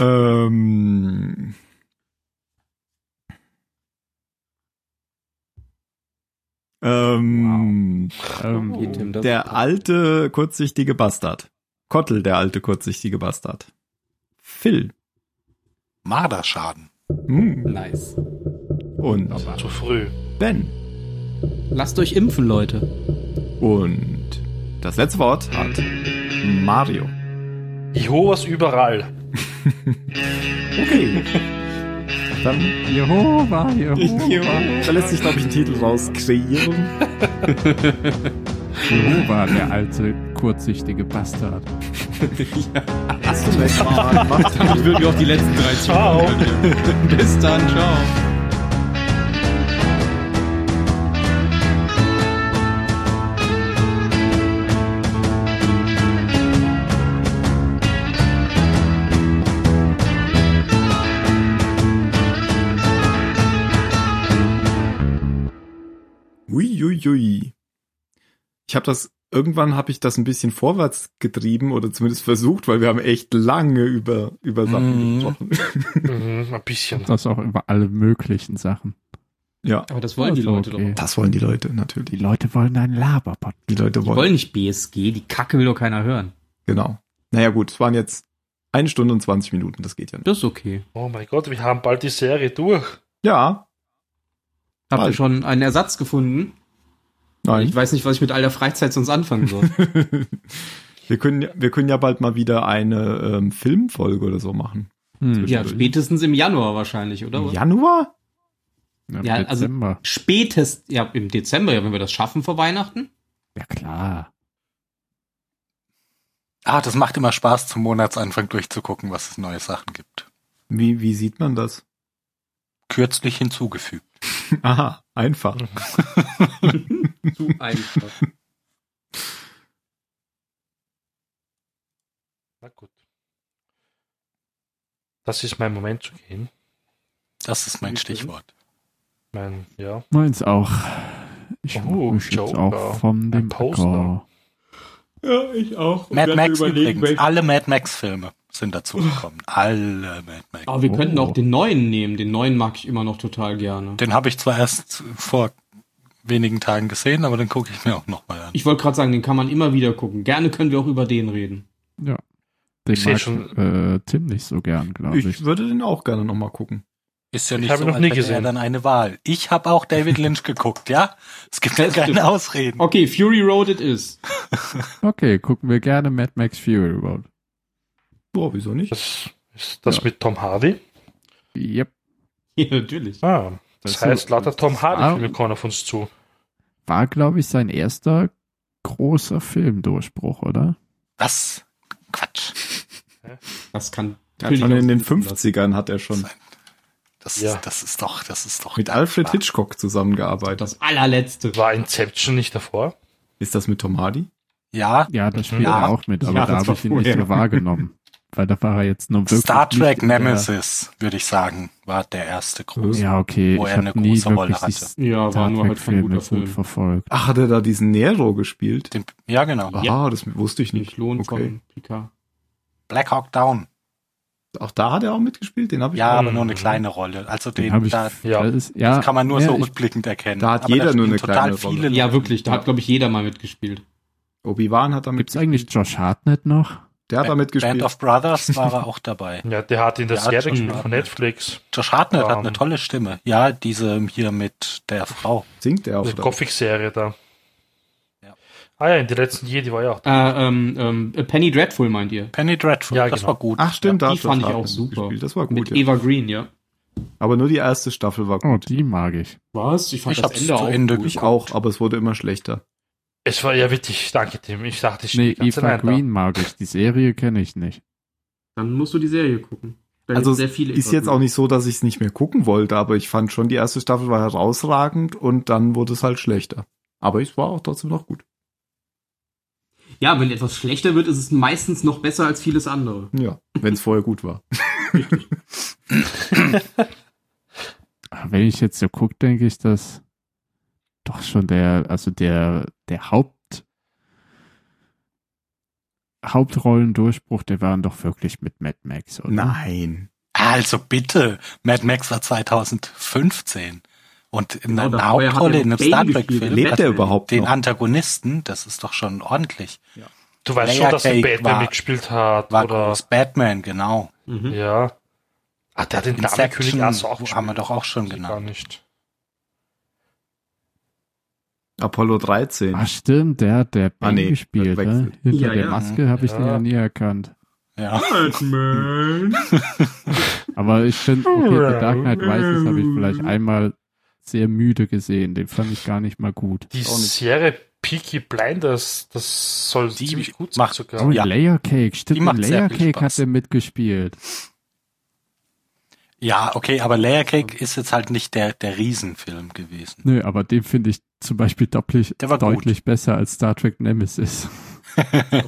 [SPEAKER 3] ähm, ähm,
[SPEAKER 5] Ähm,
[SPEAKER 6] Hier, Tim, das-
[SPEAKER 3] Der alte, kurzsichtige Bastard. Kottel, der alte, kurzsichtige Bastard. Phil.
[SPEAKER 7] Marderschaden.
[SPEAKER 3] Hm.
[SPEAKER 6] Nice.
[SPEAKER 3] Und
[SPEAKER 4] Zu früh.
[SPEAKER 3] Ben.
[SPEAKER 6] Lasst euch impfen, Leute.
[SPEAKER 3] Und das letzte Wort hat Mario.
[SPEAKER 4] Jehovas überall.
[SPEAKER 3] Okay. <laughs> Dann
[SPEAKER 5] Jehova, Jehova.
[SPEAKER 3] Da lässt sich, glaube ich, ein Titel raus kreieren.
[SPEAKER 5] Jehova, der alte, kurzsichtige Bastard.
[SPEAKER 3] Hast du letztes Mal gemacht? <laughs>
[SPEAKER 6] Ich würde auch die letzten <laughs> drei
[SPEAKER 4] Ciao.
[SPEAKER 6] <laughs> Bis dann, ciao.
[SPEAKER 3] Uiuiui. Ich habe das, irgendwann habe ich das ein bisschen vorwärts getrieben oder zumindest versucht, weil wir haben echt lange über, über Sachen
[SPEAKER 7] Mhm.
[SPEAKER 3] gesprochen.
[SPEAKER 4] Mhm, ein bisschen.
[SPEAKER 5] Das auch über alle möglichen Sachen.
[SPEAKER 3] Ja.
[SPEAKER 6] Aber das wollen die
[SPEAKER 5] Also,
[SPEAKER 6] Leute
[SPEAKER 5] okay.
[SPEAKER 6] doch.
[SPEAKER 3] Das wollen die Leute
[SPEAKER 5] Die
[SPEAKER 3] natürlich.
[SPEAKER 5] Leute wollen einen Laberpot.
[SPEAKER 3] Die Leute
[SPEAKER 6] Die
[SPEAKER 3] wollen.
[SPEAKER 6] wollen nicht BSG, die Kacke will doch keiner hören.
[SPEAKER 3] Genau. Naja gut, es waren jetzt eine Stunde und 20 Minuten, das geht ja nicht.
[SPEAKER 6] Das ist okay.
[SPEAKER 4] Oh mein Gott, wir haben bald die Serie durch.
[SPEAKER 3] Ja,
[SPEAKER 6] Habt ihr
[SPEAKER 3] Bald.
[SPEAKER 6] schon einen Ersatz gefunden? Ich
[SPEAKER 3] nein.
[SPEAKER 6] weiß nicht, was ich mit all der Freizeit sonst anfangen <laughs> soll.
[SPEAKER 3] wir, können, ja- wir können ja bald mal wieder eine ähm, Filmfolge oder so machen.
[SPEAKER 5] Hm.
[SPEAKER 6] ja, spätestens im Januar wahrscheinlich, oder?
[SPEAKER 3] Im Januar?
[SPEAKER 5] Im
[SPEAKER 6] Ja, also-
[SPEAKER 5] Dezember.
[SPEAKER 6] Spätest, ja, im Dezember, ja, wenn wir das schaffen vor Weihnachten.
[SPEAKER 5] ja, klar.
[SPEAKER 7] Ah, das macht immer Spaß, zum Monatsanfang durchzugucken, was es neue Sachen gibt.
[SPEAKER 3] Wie, wie sieht man das? <laughs>
[SPEAKER 7] Kürzlich hinzugefügt.
[SPEAKER 3] Aha, einfach.
[SPEAKER 6] Zu einfach.
[SPEAKER 4] Na gut. Das ist mein Moment zu gehen.
[SPEAKER 7] Das ist mein Stichwort.
[SPEAKER 4] Mein, ja.
[SPEAKER 5] Meins auch. Ich
[SPEAKER 4] Oh,
[SPEAKER 5] mach mich jetzt
[SPEAKER 4] Joker.
[SPEAKER 5] auch von dem
[SPEAKER 4] Ein Poster.
[SPEAKER 5] Acker.
[SPEAKER 6] ja, ich auch.
[SPEAKER 7] Mad Max übrigens. Alle Mad Max-Filme sind dazu gekommen. Alle Mad Max.
[SPEAKER 6] Aber Ah, wir
[SPEAKER 5] Oh.
[SPEAKER 6] könnten auch den neuen nehmen. Den neuen mag ich immer noch total gerne.
[SPEAKER 7] Den habe ich zwar erst vor wenigen Tagen gesehen, aber den gucke ich mir auch nochmal an.
[SPEAKER 6] Ich wollte gerade sagen, den kann man immer wieder gucken. Gerne können wir auch über den reden.
[SPEAKER 5] Ja. Den
[SPEAKER 4] Ich seh
[SPEAKER 5] mag
[SPEAKER 4] schon-
[SPEAKER 5] äh, Tim nicht so gern, glaube ich.
[SPEAKER 3] Ich würde den auch gerne nochmal gucken.
[SPEAKER 7] Ist ja
[SPEAKER 4] Ich
[SPEAKER 7] nicht
[SPEAKER 4] habe
[SPEAKER 7] so,
[SPEAKER 4] ihn noch
[SPEAKER 7] als
[SPEAKER 4] nie
[SPEAKER 7] hätte er
[SPEAKER 4] gesehen.
[SPEAKER 7] dann eine Wahl. Ich habe auch David Lynch geguckt, ja? Es gibt ja
[SPEAKER 6] Das stimmt.
[SPEAKER 7] keine Ausreden.
[SPEAKER 6] Okay, Fury Road it is. <laughs>
[SPEAKER 5] Okay, gucken wir gerne Mad Max Fury Road.
[SPEAKER 3] Boah, wieso nicht?
[SPEAKER 4] Das ist das
[SPEAKER 5] Ja.
[SPEAKER 4] mit Tom Hardy.
[SPEAKER 5] Yep.
[SPEAKER 6] Ja, natürlich.
[SPEAKER 4] Ah, das,
[SPEAKER 5] Das
[SPEAKER 4] heißt,
[SPEAKER 5] ist-
[SPEAKER 4] lauter Tom
[SPEAKER 5] Ah.
[SPEAKER 4] Hardy-Filme kommen auf uns zu.
[SPEAKER 5] War, glaube ich, sein erster großer Filmdurchbruch, oder?
[SPEAKER 7] Was? Quatsch.
[SPEAKER 6] Das kann
[SPEAKER 3] Ja, schon
[SPEAKER 6] auch
[SPEAKER 3] in den
[SPEAKER 6] sitzen lassen.
[SPEAKER 3] 50ern hat er schon
[SPEAKER 7] Das,
[SPEAKER 4] Ja.
[SPEAKER 7] ist, das ist doch, das ist doch.
[SPEAKER 3] mit Alfred
[SPEAKER 7] dankbar.
[SPEAKER 3] Hitchcock zusammengearbeitet.
[SPEAKER 6] Das allerletzte.
[SPEAKER 4] War Inception nicht davor?
[SPEAKER 3] Ist das mit Tom Hardy?
[SPEAKER 7] Ja,
[SPEAKER 5] Ja,
[SPEAKER 4] Mhm.
[SPEAKER 5] das spielt
[SPEAKER 7] Ja.
[SPEAKER 5] er auch mit, aber
[SPEAKER 3] Ja,
[SPEAKER 5] da
[SPEAKER 3] das
[SPEAKER 5] habe
[SPEAKER 3] war
[SPEAKER 5] ich ihn nicht
[SPEAKER 3] vorher.
[SPEAKER 5] so wahrgenommen. Weil da war er jetzt nur wirklich.
[SPEAKER 7] Star Trek
[SPEAKER 5] nicht in der-
[SPEAKER 7] Nemesis, würde ich sagen, war der erste große.
[SPEAKER 5] Ja, okay.
[SPEAKER 7] Wo
[SPEAKER 5] ich
[SPEAKER 7] er
[SPEAKER 5] habe
[SPEAKER 7] eine
[SPEAKER 5] nie
[SPEAKER 7] große Rolle
[SPEAKER 5] wirklich die
[SPEAKER 7] hatte.
[SPEAKER 6] Ja, war
[SPEAKER 5] Star
[SPEAKER 6] nur halt kein
[SPEAKER 5] Trek-Filme
[SPEAKER 6] guter
[SPEAKER 5] gut
[SPEAKER 6] Film.
[SPEAKER 5] verfolgt.
[SPEAKER 3] Ach, hat er da diesen Nero gespielt?
[SPEAKER 7] Den, ja, genau.
[SPEAKER 3] Aha, das wusste ich
[SPEAKER 6] Nicht
[SPEAKER 3] nicht.
[SPEAKER 6] Lohn
[SPEAKER 3] Okay.
[SPEAKER 6] von Picard.
[SPEAKER 7] Black Hawk Down.
[SPEAKER 3] Auch da hat er auch mitgespielt, den habe ich
[SPEAKER 7] Ja,
[SPEAKER 3] auch.
[SPEAKER 7] aber nur eine kleine Rolle. Also den,
[SPEAKER 5] Den habe ich.
[SPEAKER 7] da,
[SPEAKER 4] Ja.
[SPEAKER 5] das ist, ja
[SPEAKER 7] das kann man nur
[SPEAKER 5] ja,
[SPEAKER 7] so
[SPEAKER 5] ich,
[SPEAKER 7] rückblickend erkennen.
[SPEAKER 3] da hat
[SPEAKER 7] aber
[SPEAKER 3] jeder nur
[SPEAKER 7] spielen
[SPEAKER 3] eine
[SPEAKER 7] total
[SPEAKER 3] kleine Rolle.
[SPEAKER 7] viele
[SPEAKER 6] Ja,
[SPEAKER 7] Leute.
[SPEAKER 6] wirklich. Da hat, glaube ich, jeder mal mitgespielt.
[SPEAKER 3] Obi-Wan hat damit
[SPEAKER 5] Gibt's eigentlich Josh Hartnett noch?
[SPEAKER 3] Der hat damit
[SPEAKER 7] Band
[SPEAKER 3] gespielt.
[SPEAKER 7] of Brothers war er auch dabei.
[SPEAKER 4] Ja, der hat in der
[SPEAKER 7] Der hat
[SPEAKER 4] Serie
[SPEAKER 7] schon
[SPEAKER 4] gespielt von
[SPEAKER 7] gearbeitet.
[SPEAKER 4] Netflix.
[SPEAKER 7] Josh Hartnett hat
[SPEAKER 4] Ähm.
[SPEAKER 7] eine tolle Stimme. Ja, diese hier mit der Frau.
[SPEAKER 3] Singt er auch
[SPEAKER 4] Diese
[SPEAKER 3] drauf.
[SPEAKER 4] Gothic-Serie da.
[SPEAKER 7] Ja.
[SPEAKER 4] Ah ja, in der letzten Jedi war ja auch.
[SPEAKER 6] Äh, ähm, ähm, Penny Dreadful meint ihr?
[SPEAKER 7] Penny Dreadful,
[SPEAKER 4] Ja,
[SPEAKER 7] das
[SPEAKER 4] genau.
[SPEAKER 7] war gut.
[SPEAKER 3] Ach stimmt, da
[SPEAKER 6] Die
[SPEAKER 3] hat
[SPEAKER 6] fand ich
[SPEAKER 3] Josh
[SPEAKER 6] auch
[SPEAKER 3] Hartnett
[SPEAKER 6] super.
[SPEAKER 3] gespielt. Das war
[SPEAKER 6] Mit
[SPEAKER 3] gut, ja.
[SPEAKER 6] Eva Green, ja.
[SPEAKER 3] Aber nur die erste Staffel war
[SPEAKER 5] Oh,
[SPEAKER 3] gut.
[SPEAKER 5] die mag ich.
[SPEAKER 6] Was? Ich fand
[SPEAKER 7] Ich
[SPEAKER 6] das
[SPEAKER 7] hab's
[SPEAKER 6] Ende
[SPEAKER 7] zu
[SPEAKER 6] auch
[SPEAKER 7] Ende
[SPEAKER 6] gut.
[SPEAKER 3] ich auch, aber es wurde immer schlechter.
[SPEAKER 4] Es war ja wirklich, danke Tim. Ich dachte, ich
[SPEAKER 5] Nee,
[SPEAKER 4] die ganze
[SPEAKER 5] Eva
[SPEAKER 4] Zeit
[SPEAKER 5] Green mag ich. Die Serie kenne ich nicht.
[SPEAKER 6] Dann musst du die Serie gucken. Da
[SPEAKER 3] Also
[SPEAKER 6] gibt's sehr viele
[SPEAKER 3] Ist jetzt auch nicht so, dass ich es nicht mehr gucken wollte, aber ich fand schon, die erste Staffel war herausragend und dann wurde es halt schlechter. Aber es war auch trotzdem noch gut.
[SPEAKER 6] Ja, wenn etwas schlechter wird, ist es meistens noch besser als vieles andere.
[SPEAKER 3] Ja, wenn es vorher gut war.
[SPEAKER 5] Ah, Wenn ich jetzt so gucke, denke ich, dass doch schon der, also der, der Haupt, Hauptrollendurchbruch, der waren doch wirklich mit Mad Max, oder?
[SPEAKER 3] Nein.
[SPEAKER 7] Also bitte, Mad Max war 2015. Und in
[SPEAKER 6] Genau,
[SPEAKER 7] einer
[SPEAKER 6] da vorher hat er
[SPEAKER 7] Hauptrolle
[SPEAKER 6] noch
[SPEAKER 7] in einem
[SPEAKER 6] Bane
[SPEAKER 7] Star
[SPEAKER 6] gespielt.
[SPEAKER 7] Trek-Film
[SPEAKER 3] Lebt er
[SPEAKER 7] hat
[SPEAKER 3] überhaupt
[SPEAKER 7] den
[SPEAKER 3] noch?
[SPEAKER 7] Antagonisten, das ist doch schon ordentlich.
[SPEAKER 4] Du weißt
[SPEAKER 7] Leia
[SPEAKER 4] schon, dass der
[SPEAKER 7] Cake
[SPEAKER 4] Batman
[SPEAKER 7] war-
[SPEAKER 4] mitgespielt hat.
[SPEAKER 7] War
[SPEAKER 4] Oder,
[SPEAKER 7] groß Batman, genau.
[SPEAKER 6] Mhm.
[SPEAKER 4] ja. Ah, der hat den Damenkönig Ass auch gespielt.
[SPEAKER 7] haben wir doch auch schon
[SPEAKER 4] Weiß ich Gar
[SPEAKER 7] genannt.
[SPEAKER 4] nicht.
[SPEAKER 3] Apollo 13.
[SPEAKER 5] Ah, stimmt, der hat der
[SPEAKER 7] Ah,
[SPEAKER 5] Bane
[SPEAKER 3] nee,
[SPEAKER 5] gespielt, ne?
[SPEAKER 3] verwechselt.
[SPEAKER 5] Hinter
[SPEAKER 6] Ja,
[SPEAKER 5] der
[SPEAKER 6] ja.
[SPEAKER 5] Maske habe ich
[SPEAKER 4] Ja.
[SPEAKER 5] den ja nie erkannt.
[SPEAKER 7] Ja.
[SPEAKER 6] Batman.
[SPEAKER 5] Aber ich finde, okay, The Dark Knight Rises habe ich vielleicht einmal sehr müde gesehen. Den fand ich gar nicht mal gut.
[SPEAKER 4] Die
[SPEAKER 3] Auch nicht.
[SPEAKER 4] Serie Peaky Blinders, das soll
[SPEAKER 7] Die
[SPEAKER 4] ziemlich gut
[SPEAKER 7] macht-
[SPEAKER 4] sein sogar.
[SPEAKER 5] Oh,
[SPEAKER 7] Ja.
[SPEAKER 5] ja. Layer Cake,
[SPEAKER 7] Die
[SPEAKER 5] stimmt,
[SPEAKER 7] macht
[SPEAKER 5] in
[SPEAKER 7] sehr
[SPEAKER 5] Layer
[SPEAKER 7] viel
[SPEAKER 5] Cake
[SPEAKER 7] Spaß.
[SPEAKER 5] hat er mitgespielt.
[SPEAKER 7] ja, okay, aber Layer Cake ist jetzt halt nicht der, der Riesenfilm gewesen.
[SPEAKER 5] Nö, aber den finde ich zum Beispiel dopplich,
[SPEAKER 7] Der war gut.
[SPEAKER 5] deutlich besser als Star Trek Nemesis.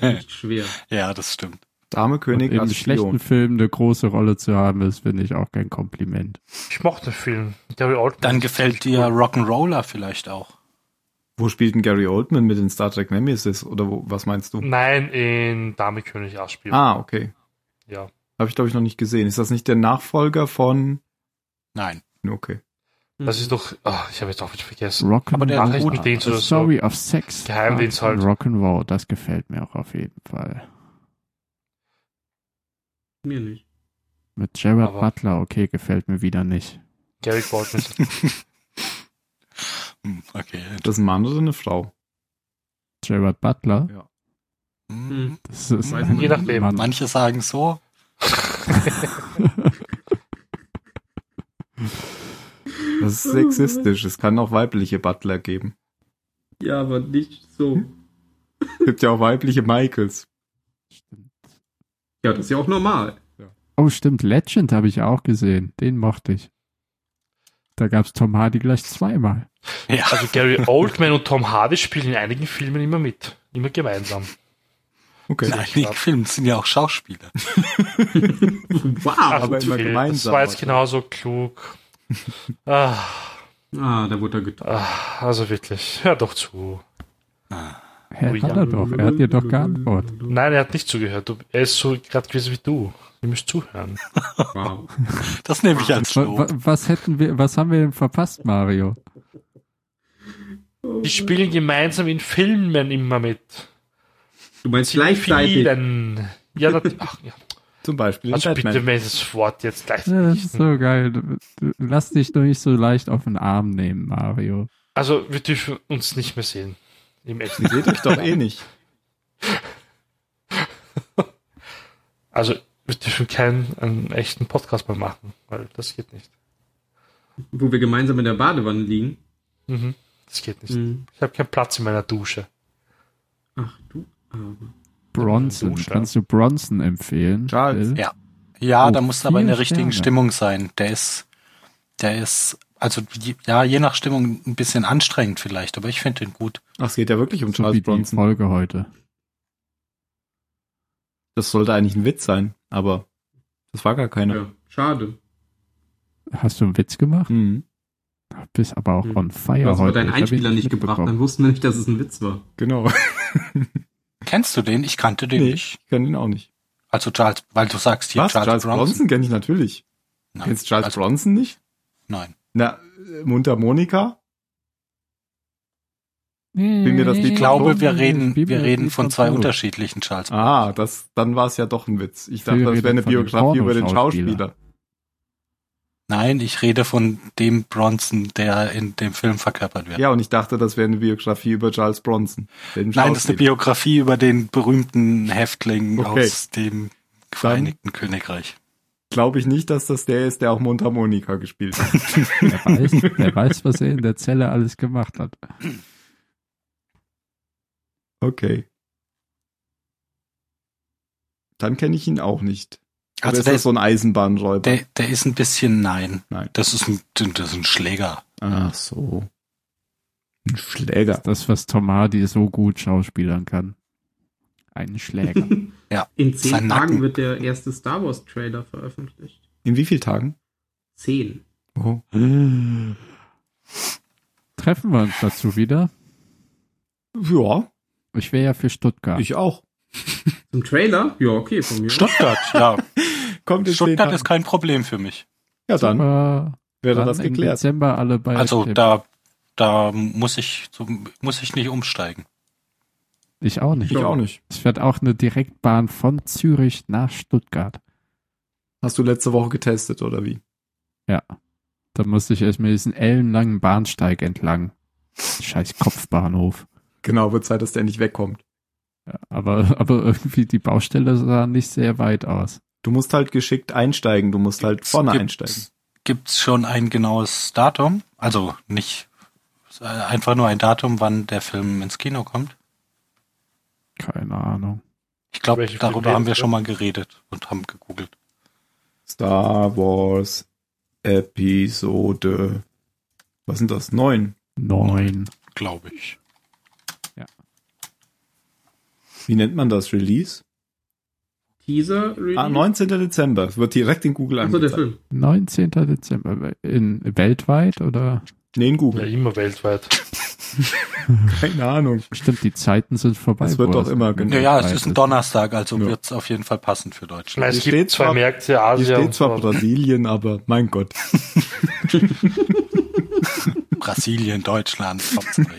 [SPEAKER 6] Echt schwer.
[SPEAKER 7] ja, das stimmt.
[SPEAKER 3] Dame
[SPEAKER 5] Und
[SPEAKER 3] König
[SPEAKER 5] in einem
[SPEAKER 3] als
[SPEAKER 5] schlechten
[SPEAKER 3] Spion.
[SPEAKER 5] Film eine große Rolle zu haben, ist, finde ich, auch kein Kompliment.
[SPEAKER 4] Ich mochte den Film. Gary Oldman.
[SPEAKER 7] Dann
[SPEAKER 4] ist
[SPEAKER 7] gefällt
[SPEAKER 4] ziemlich
[SPEAKER 7] dir
[SPEAKER 4] cool.
[SPEAKER 7] Rock'n'Roller vielleicht auch.
[SPEAKER 3] Wo spielt denn Gary Oldman mit in Star Trek Nemesis? Oder wo, was meinst du?
[SPEAKER 4] Nein, in Damenkönig Ass spielen.
[SPEAKER 3] Ah, okay.
[SPEAKER 4] Ja.
[SPEAKER 3] Habe ich, glaube ich, noch nicht gesehen. Ist das nicht der Nachfolger von...
[SPEAKER 7] Nein.
[SPEAKER 3] Okay.
[SPEAKER 4] Das ist doch. ah, ich habe jetzt auch wieder vergessen.
[SPEAKER 5] Rock
[SPEAKER 7] Aber der hat einen guten
[SPEAKER 4] Dienst oder so.
[SPEAKER 5] Story of Sex.
[SPEAKER 4] Geheimdienst
[SPEAKER 5] Drugs and
[SPEAKER 4] halt.
[SPEAKER 5] Rock'n'Roll, das gefällt mir auch auf jeden Fall.
[SPEAKER 6] Mir nicht.
[SPEAKER 5] Mit Gerard
[SPEAKER 4] Aber-
[SPEAKER 5] Butler, okay, gefällt mir wieder nicht.
[SPEAKER 4] Gary Oldman.
[SPEAKER 7] Hm, okay.
[SPEAKER 3] Das ist ein Mann oder eine Frau?
[SPEAKER 5] Gerard Butler,
[SPEAKER 3] Ja.
[SPEAKER 7] Hm.
[SPEAKER 5] das ist
[SPEAKER 6] Weiß nicht.
[SPEAKER 4] Je nachdem.
[SPEAKER 5] Mann.
[SPEAKER 7] Manche sagen so,
[SPEAKER 3] Das ist sexistisch. Es kann auch weibliche Butler geben. Hm?
[SPEAKER 6] Ja, aber nicht so.
[SPEAKER 3] Es gibt ja auch weibliche Michaels.
[SPEAKER 6] Ja, das ist ja auch normal.
[SPEAKER 5] Oh, stimmt, Legend habe ich auch gesehen. Den mochte ich. Da gab's Tom Hardy gleich zweimal.
[SPEAKER 7] Ja,
[SPEAKER 4] Also Gary Oldman und Tom Hardy spielen in einigen Filmen immer mit. Immer gemeinsam.
[SPEAKER 3] Okay.
[SPEAKER 7] in einigen Filmen sind ja auch Schauspieler.
[SPEAKER 6] Wow.
[SPEAKER 3] Ah, aber immer
[SPEAKER 4] Phil, Das
[SPEAKER 3] gemeinsam, also.
[SPEAKER 4] war jetzt
[SPEAKER 3] oder?
[SPEAKER 4] genauso
[SPEAKER 3] <laughs>
[SPEAKER 4] klug. Ah,
[SPEAKER 6] Ah, da wurde er getroffen.
[SPEAKER 4] ah, also wirklich, hör doch zu.
[SPEAKER 5] Herr
[SPEAKER 4] Oh ja.
[SPEAKER 5] hat er doch, er hat dir doch geantwortet.
[SPEAKER 4] Nein, er hat nicht zugehört. Du- Er ist so gerade gewesen wie du. Ihr müsst zuhören.
[SPEAKER 6] Wow.
[SPEAKER 7] Das nehme ich als
[SPEAKER 5] Wa- wa-
[SPEAKER 7] Lob.
[SPEAKER 5] Was hätten wir, was haben wir denn verpasst, Mario?
[SPEAKER 4] Die spielen gemeinsam in Filmen immer mit.
[SPEAKER 6] Du meinst gleichzeitig.
[SPEAKER 4] Vielen. Ja,
[SPEAKER 3] <laughs>
[SPEAKER 4] nat- ach, ja.
[SPEAKER 3] Zum Beispiel in
[SPEAKER 4] also
[SPEAKER 3] Batman.
[SPEAKER 4] bitte, wenn das Wort jetzt gleich.
[SPEAKER 5] Ja, das ist so geil. Du- du- Lass dich doch nicht so leicht auf den Arm nehmen, Mario.
[SPEAKER 4] Also, wir dürfen uns nicht mehr sehen. Im echten
[SPEAKER 3] Ihr seht euch doch eh nicht.
[SPEAKER 4] Also, wir dürfen keinen einen echten Podcast mehr machen, weil das geht nicht.
[SPEAKER 6] Wo wir gemeinsam in der Badewanne liegen.
[SPEAKER 4] Mhm. Das geht nicht.
[SPEAKER 6] Mhm.
[SPEAKER 4] Ich habe keinen Platz in meiner Dusche.
[SPEAKER 6] Ach du Arme.
[SPEAKER 5] Bronson.
[SPEAKER 4] Dusche.
[SPEAKER 5] Kannst du Bronson empfehlen?
[SPEAKER 3] Charles.
[SPEAKER 5] Phil?
[SPEAKER 7] Ja. Ja,
[SPEAKER 5] Oh,
[SPEAKER 7] da musst du aber in
[SPEAKER 5] vier
[SPEAKER 7] der
[SPEAKER 5] Sterne.
[SPEAKER 7] richtigen Stimmung sein. Der ist, der ist, also je- ja, je nach Stimmung ein bisschen anstrengend vielleicht, aber ich finde den gut.
[SPEAKER 3] Ach, es geht ja wirklich um
[SPEAKER 5] So wie
[SPEAKER 3] Charles
[SPEAKER 5] die
[SPEAKER 3] Bronson.
[SPEAKER 5] Folge heute.
[SPEAKER 3] Das sollte eigentlich ein Witz sein, aber das war gar keiner.
[SPEAKER 6] Ja, schade.
[SPEAKER 5] Hast du einen Witz gemacht?
[SPEAKER 3] Mhm,
[SPEAKER 5] Du bist aber auch
[SPEAKER 6] Hm.
[SPEAKER 5] on fire
[SPEAKER 6] Du hast aber
[SPEAKER 5] heute.
[SPEAKER 6] deinen
[SPEAKER 5] Ich hab ihn
[SPEAKER 6] Einspieler nicht gebracht.
[SPEAKER 5] mitbekommen.
[SPEAKER 6] Dann wussten wir nicht, dass es ein Witz war.
[SPEAKER 3] genau.
[SPEAKER 7] Kennst du den? Ich kannte den
[SPEAKER 3] nee,
[SPEAKER 7] nicht.
[SPEAKER 3] ich kann ihn auch nicht.
[SPEAKER 7] Also Charles, weil du sagst hier
[SPEAKER 3] Was? Charles, Bronson, kenne ich natürlich.
[SPEAKER 7] Nein.
[SPEAKER 3] Kennst Charles
[SPEAKER 7] also,
[SPEAKER 3] Bronson nicht?
[SPEAKER 7] Nein.
[SPEAKER 3] Na, äh, Mundharmonika?
[SPEAKER 5] Bin
[SPEAKER 3] mir das nicht
[SPEAKER 7] Ich glaube, wir reden, wir reden von zwei unterschiedlichen Charles Bronson.
[SPEAKER 3] Ah, das, dann war es ja doch ein Witz. Ich dachte,
[SPEAKER 5] Wir
[SPEAKER 3] das wäre
[SPEAKER 5] reden
[SPEAKER 3] eine
[SPEAKER 5] von dem
[SPEAKER 3] Biografie über den Schauspieler.
[SPEAKER 5] Pornoschauspieler.
[SPEAKER 7] Nein, ich rede von dem Bronson, der in dem Film verkörpert wird.
[SPEAKER 3] Ja, und ich dachte, das wäre eine Biografie über Charles Bronson. Den
[SPEAKER 7] Nein, das ist eine
[SPEAKER 3] Schauspieler.
[SPEAKER 7] Biografie über den berühmten Häftling
[SPEAKER 3] Okay.
[SPEAKER 7] aus dem Vereinigten Königreich.
[SPEAKER 3] Glaube ich nicht, dass das der ist, der auch Mundharmonika gespielt hat.
[SPEAKER 7] <laughs>
[SPEAKER 5] Wer weiß, wer weiß, was er in der Zelle alles gemacht hat.
[SPEAKER 3] Okay. Dann kenne ich ihn auch nicht. Oder
[SPEAKER 7] Also
[SPEAKER 3] ist
[SPEAKER 7] der
[SPEAKER 3] das
[SPEAKER 7] ist,
[SPEAKER 3] so ein Eisenbahnräuber?
[SPEAKER 7] der, der ist ein bisschen nein.
[SPEAKER 3] Nein.
[SPEAKER 7] Das ist ein, das ist
[SPEAKER 3] <laughs>
[SPEAKER 7] ein Schläger.
[SPEAKER 3] Ach Ah, so. Ein Schläger.
[SPEAKER 5] Das, was Tom Hardy so gut schauspielern kann. Einen
[SPEAKER 6] <laughs>
[SPEAKER 5] Schläger.
[SPEAKER 7] Ja,
[SPEAKER 6] In zehn
[SPEAKER 7] sein
[SPEAKER 6] Tagen
[SPEAKER 7] Nacken.
[SPEAKER 6] wird der erste Star Wars Trailer veröffentlicht.
[SPEAKER 3] In wie vielen Tagen?
[SPEAKER 6] Zehn.
[SPEAKER 3] Oh.
[SPEAKER 7] Äh.
[SPEAKER 5] Treffen wir uns dazu wieder?
[SPEAKER 3] Ja,
[SPEAKER 5] Ich wäre ja für Stuttgart.
[SPEAKER 3] ich auch.
[SPEAKER 6] Zum Trailer? Ja, okay, von mir.
[SPEAKER 3] <laughs>
[SPEAKER 6] aus.
[SPEAKER 7] Stuttgart, ja.
[SPEAKER 3] Kommt in zehn
[SPEAKER 7] Stuttgart
[SPEAKER 3] Tagen.
[SPEAKER 7] ist kein Problem für mich.
[SPEAKER 3] Ja, dann
[SPEAKER 5] Super.
[SPEAKER 3] wäre
[SPEAKER 5] Dann
[SPEAKER 3] das
[SPEAKER 5] Im
[SPEAKER 3] geklärt.
[SPEAKER 5] Dezember alle bei
[SPEAKER 7] Also
[SPEAKER 5] Tim.
[SPEAKER 7] da, da muss ich, zum- muss ich nicht umsteigen.
[SPEAKER 5] Ich auch nicht.
[SPEAKER 3] Ich auch nicht.
[SPEAKER 5] Es wird auch eine Direktbahn von Zürich nach Stuttgart.
[SPEAKER 3] Hast du letzte Woche getestet oder wie?
[SPEAKER 5] Da musste ich erstmal diesen ellenlangen Bahnsteig entlang. Scheiß Kopfbahnhof.
[SPEAKER 3] Genau, wird Zeit, dass der nicht wegkommt.
[SPEAKER 5] Ja, aber, aber irgendwie die Baustelle sah nicht sehr weit aus.
[SPEAKER 3] Du musst halt geschickt einsteigen. Du musst halt vorne
[SPEAKER 7] Gibt's-
[SPEAKER 3] einsteigen.
[SPEAKER 7] Gibt's schon ein genaues Datum? Also nicht äh, einfach nur ein Datum, wann der Film ins Kino kommt.
[SPEAKER 5] Keine Ahnung.
[SPEAKER 7] Ich glaube,
[SPEAKER 4] Welche
[SPEAKER 7] darüber
[SPEAKER 4] Premiere
[SPEAKER 7] haben wir
[SPEAKER 4] ist
[SPEAKER 7] schon mal geredet und haben gegoogelt.
[SPEAKER 3] Star Wars Episode. Was sind das? Neun.
[SPEAKER 5] Neun.
[SPEAKER 7] Glaube ich.
[SPEAKER 3] Wie nennt man das? Release?
[SPEAKER 6] Teaser Release?
[SPEAKER 3] Ah, 19. Dezember. Wird direkt in Google
[SPEAKER 6] Achso, der
[SPEAKER 3] angezeigt.
[SPEAKER 6] Film.
[SPEAKER 5] 19. Dezember. In, weltweit oder?
[SPEAKER 3] Nee, in
[SPEAKER 4] Ja,
[SPEAKER 3] Google.
[SPEAKER 4] immer weltweit.
[SPEAKER 3] Keine Ahnung.
[SPEAKER 5] Stimmt, die Zeiten sind vorbei.
[SPEAKER 3] Das wird
[SPEAKER 5] wo
[SPEAKER 3] doch immer
[SPEAKER 5] in
[SPEAKER 3] Ja,
[SPEAKER 5] der
[SPEAKER 7] Ja, ja, es
[SPEAKER 5] Zeit
[SPEAKER 7] ist ein Donnerstag, also
[SPEAKER 3] ne? Ja.
[SPEAKER 7] wird's auf jeden Fall passend für
[SPEAKER 4] Ich
[SPEAKER 7] Deutschland. <laughs>
[SPEAKER 4] meine, es
[SPEAKER 3] Hier steht
[SPEAKER 4] gibt zwei
[SPEAKER 3] zwar-
[SPEAKER 4] Märkte,
[SPEAKER 3] Hier
[SPEAKER 4] Asien
[SPEAKER 3] steht
[SPEAKER 4] und
[SPEAKER 3] zwar
[SPEAKER 4] so.
[SPEAKER 3] Brasilien, aber mein Gott.
[SPEAKER 7] Brasilien, Deutschland.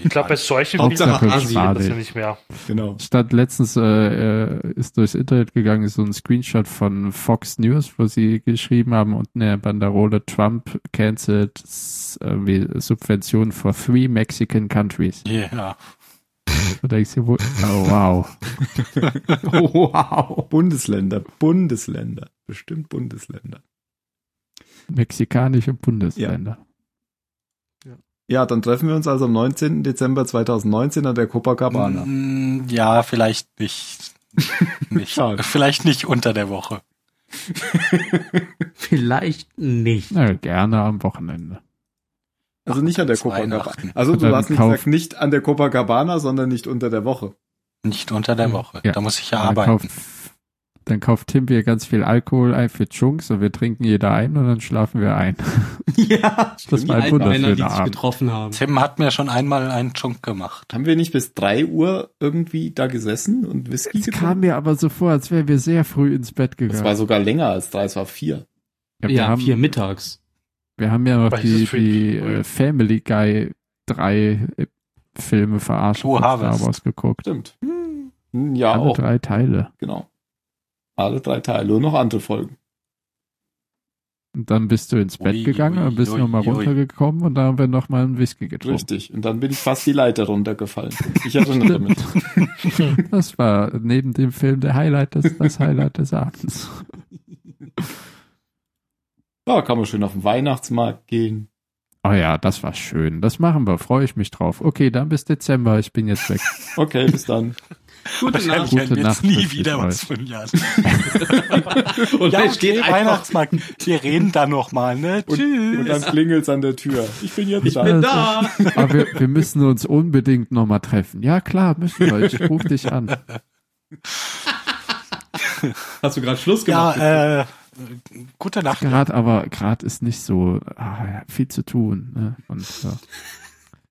[SPEAKER 4] Ich glaube, bei solchen
[SPEAKER 5] Hauptsache
[SPEAKER 4] Bildern
[SPEAKER 5] Asien.
[SPEAKER 4] sieht man das ja nicht mehr.
[SPEAKER 3] Genau.
[SPEAKER 5] Statt letztens äh, äh, ist durchs Internet gegangen, ist so ein Screenshot von Fox News, wo sie geschrieben haben unten in der Banderole Trump cancelled s- irgendwie Subventionen for three Mexican countries.
[SPEAKER 7] ja,
[SPEAKER 5] Da denkst du, dir, wo, oh, wow.
[SPEAKER 3] Wow. <laughs> Bundesländer, Bundesländer. Bestimmt Bundesländer.
[SPEAKER 5] Mexikanische Bundesländer.
[SPEAKER 3] Ja, dann treffen wir uns also am 19. Dezember 2019 an der Copacabana.
[SPEAKER 7] Mm, ja, vielleicht
[SPEAKER 3] <laughs>
[SPEAKER 7] nicht. nicht
[SPEAKER 3] Schade.
[SPEAKER 7] vielleicht nicht unter der Woche.
[SPEAKER 5] <laughs>
[SPEAKER 6] Vielleicht nicht.
[SPEAKER 5] Na, gerne am Wochenende.
[SPEAKER 3] Also nicht an der
[SPEAKER 7] Zu
[SPEAKER 3] Copacabana.
[SPEAKER 7] Weihnachten.
[SPEAKER 3] Also du
[SPEAKER 5] Dann
[SPEAKER 3] hast nicht
[SPEAKER 5] kauf-
[SPEAKER 3] gesagt, nicht an der Copacabana, sondern nicht unter der Woche.
[SPEAKER 7] Nicht unter der
[SPEAKER 5] Ja.
[SPEAKER 7] Woche.
[SPEAKER 5] Ja.
[SPEAKER 7] Da muss ich ja
[SPEAKER 5] Dann
[SPEAKER 7] arbeiten.
[SPEAKER 5] kauft, dann kauft Tim hier ganz viel Alkohol ein für Chunks und wir trinken jeder ein und dann schlafen wir ein.
[SPEAKER 6] Ja.
[SPEAKER 5] Das
[SPEAKER 6] Die
[SPEAKER 5] war ein
[SPEAKER 6] alten Männer, die
[SPEAKER 5] wunderschöner
[SPEAKER 6] sich
[SPEAKER 5] Abend.
[SPEAKER 6] getroffen haben.
[SPEAKER 7] Tim hat mir schon einmal einen Chunk gemacht.
[SPEAKER 3] Haben wir nicht bis 3 Uhr irgendwie da gesessen und Whisky
[SPEAKER 5] Es kam mir aber so vor, als wären wir sehr früh ins Bett gegangen.
[SPEAKER 3] Das war sogar länger als 3, es war 4.
[SPEAKER 5] ja, wir,
[SPEAKER 6] Ja,
[SPEAKER 5] haben,
[SPEAKER 6] vier mittags.
[SPEAKER 5] wir haben ja noch
[SPEAKER 4] Aber ist
[SPEAKER 5] die,
[SPEAKER 4] es für-
[SPEAKER 5] die äh, Family Guy drei äh, Filme verarscht
[SPEAKER 7] True
[SPEAKER 5] von Star
[SPEAKER 7] Harvest.
[SPEAKER 5] Wars geguckt.
[SPEAKER 3] Stimmt. Hm, Ja,
[SPEAKER 5] Alle
[SPEAKER 3] auch.
[SPEAKER 5] drei Teile.
[SPEAKER 3] Genau. Alle drei Teile und noch andere Folgen.
[SPEAKER 5] Und dann bist du ins Bett
[SPEAKER 7] Ui,
[SPEAKER 5] gegangen
[SPEAKER 7] ui,
[SPEAKER 5] und bist
[SPEAKER 7] ui,
[SPEAKER 5] nochmal
[SPEAKER 7] ui.
[SPEAKER 5] runtergekommen und da haben wir nochmal einen Whisky getrunken.
[SPEAKER 3] Richtig. Und dann bin ich fast die Leiter runtergefallen. Ich erinnere mich.
[SPEAKER 5] <laughs> Das war neben dem Film der Highlight, des, das Highlight des Abends.
[SPEAKER 3] Ja, kann man schön auf den Weihnachtsmarkt gehen.
[SPEAKER 5] Oh ja, das war schön. Das machen wir. Freue ich mich drauf. Okay, dann bis Dezember. Ich bin jetzt weg.
[SPEAKER 3] Okay, bis dann.
[SPEAKER 6] Gute
[SPEAKER 7] Wahrscheinlich
[SPEAKER 6] Nacht.
[SPEAKER 5] Gute
[SPEAKER 7] hören wir
[SPEAKER 5] Nacht
[SPEAKER 7] jetzt nie
[SPEAKER 5] wünsche ich
[SPEAKER 7] wieder was
[SPEAKER 5] euch.
[SPEAKER 3] <laughs>
[SPEAKER 7] von Jan.
[SPEAKER 6] Und
[SPEAKER 7] Ja,
[SPEAKER 6] da
[SPEAKER 7] okay,
[SPEAKER 6] steht einfach,
[SPEAKER 7] Weihnachtsmarkt. Wir reden da noch mal, ne?
[SPEAKER 3] Und,
[SPEAKER 7] Tschüss.
[SPEAKER 3] und dann klingelt's an der Tür. Ich bin jetzt da.
[SPEAKER 6] bin da.
[SPEAKER 5] Also, Aber wir, wir müssen uns unbedingt nochmal treffen. Ja, klar, müssen wir. Ich ruf dich an.
[SPEAKER 6] Hast du gerade Schluss gemacht?
[SPEAKER 7] ja, äh, gute Nacht.
[SPEAKER 5] Gerade aber, gerade ist nicht so ah, ja, viel zu tun. Ne? Und, ja.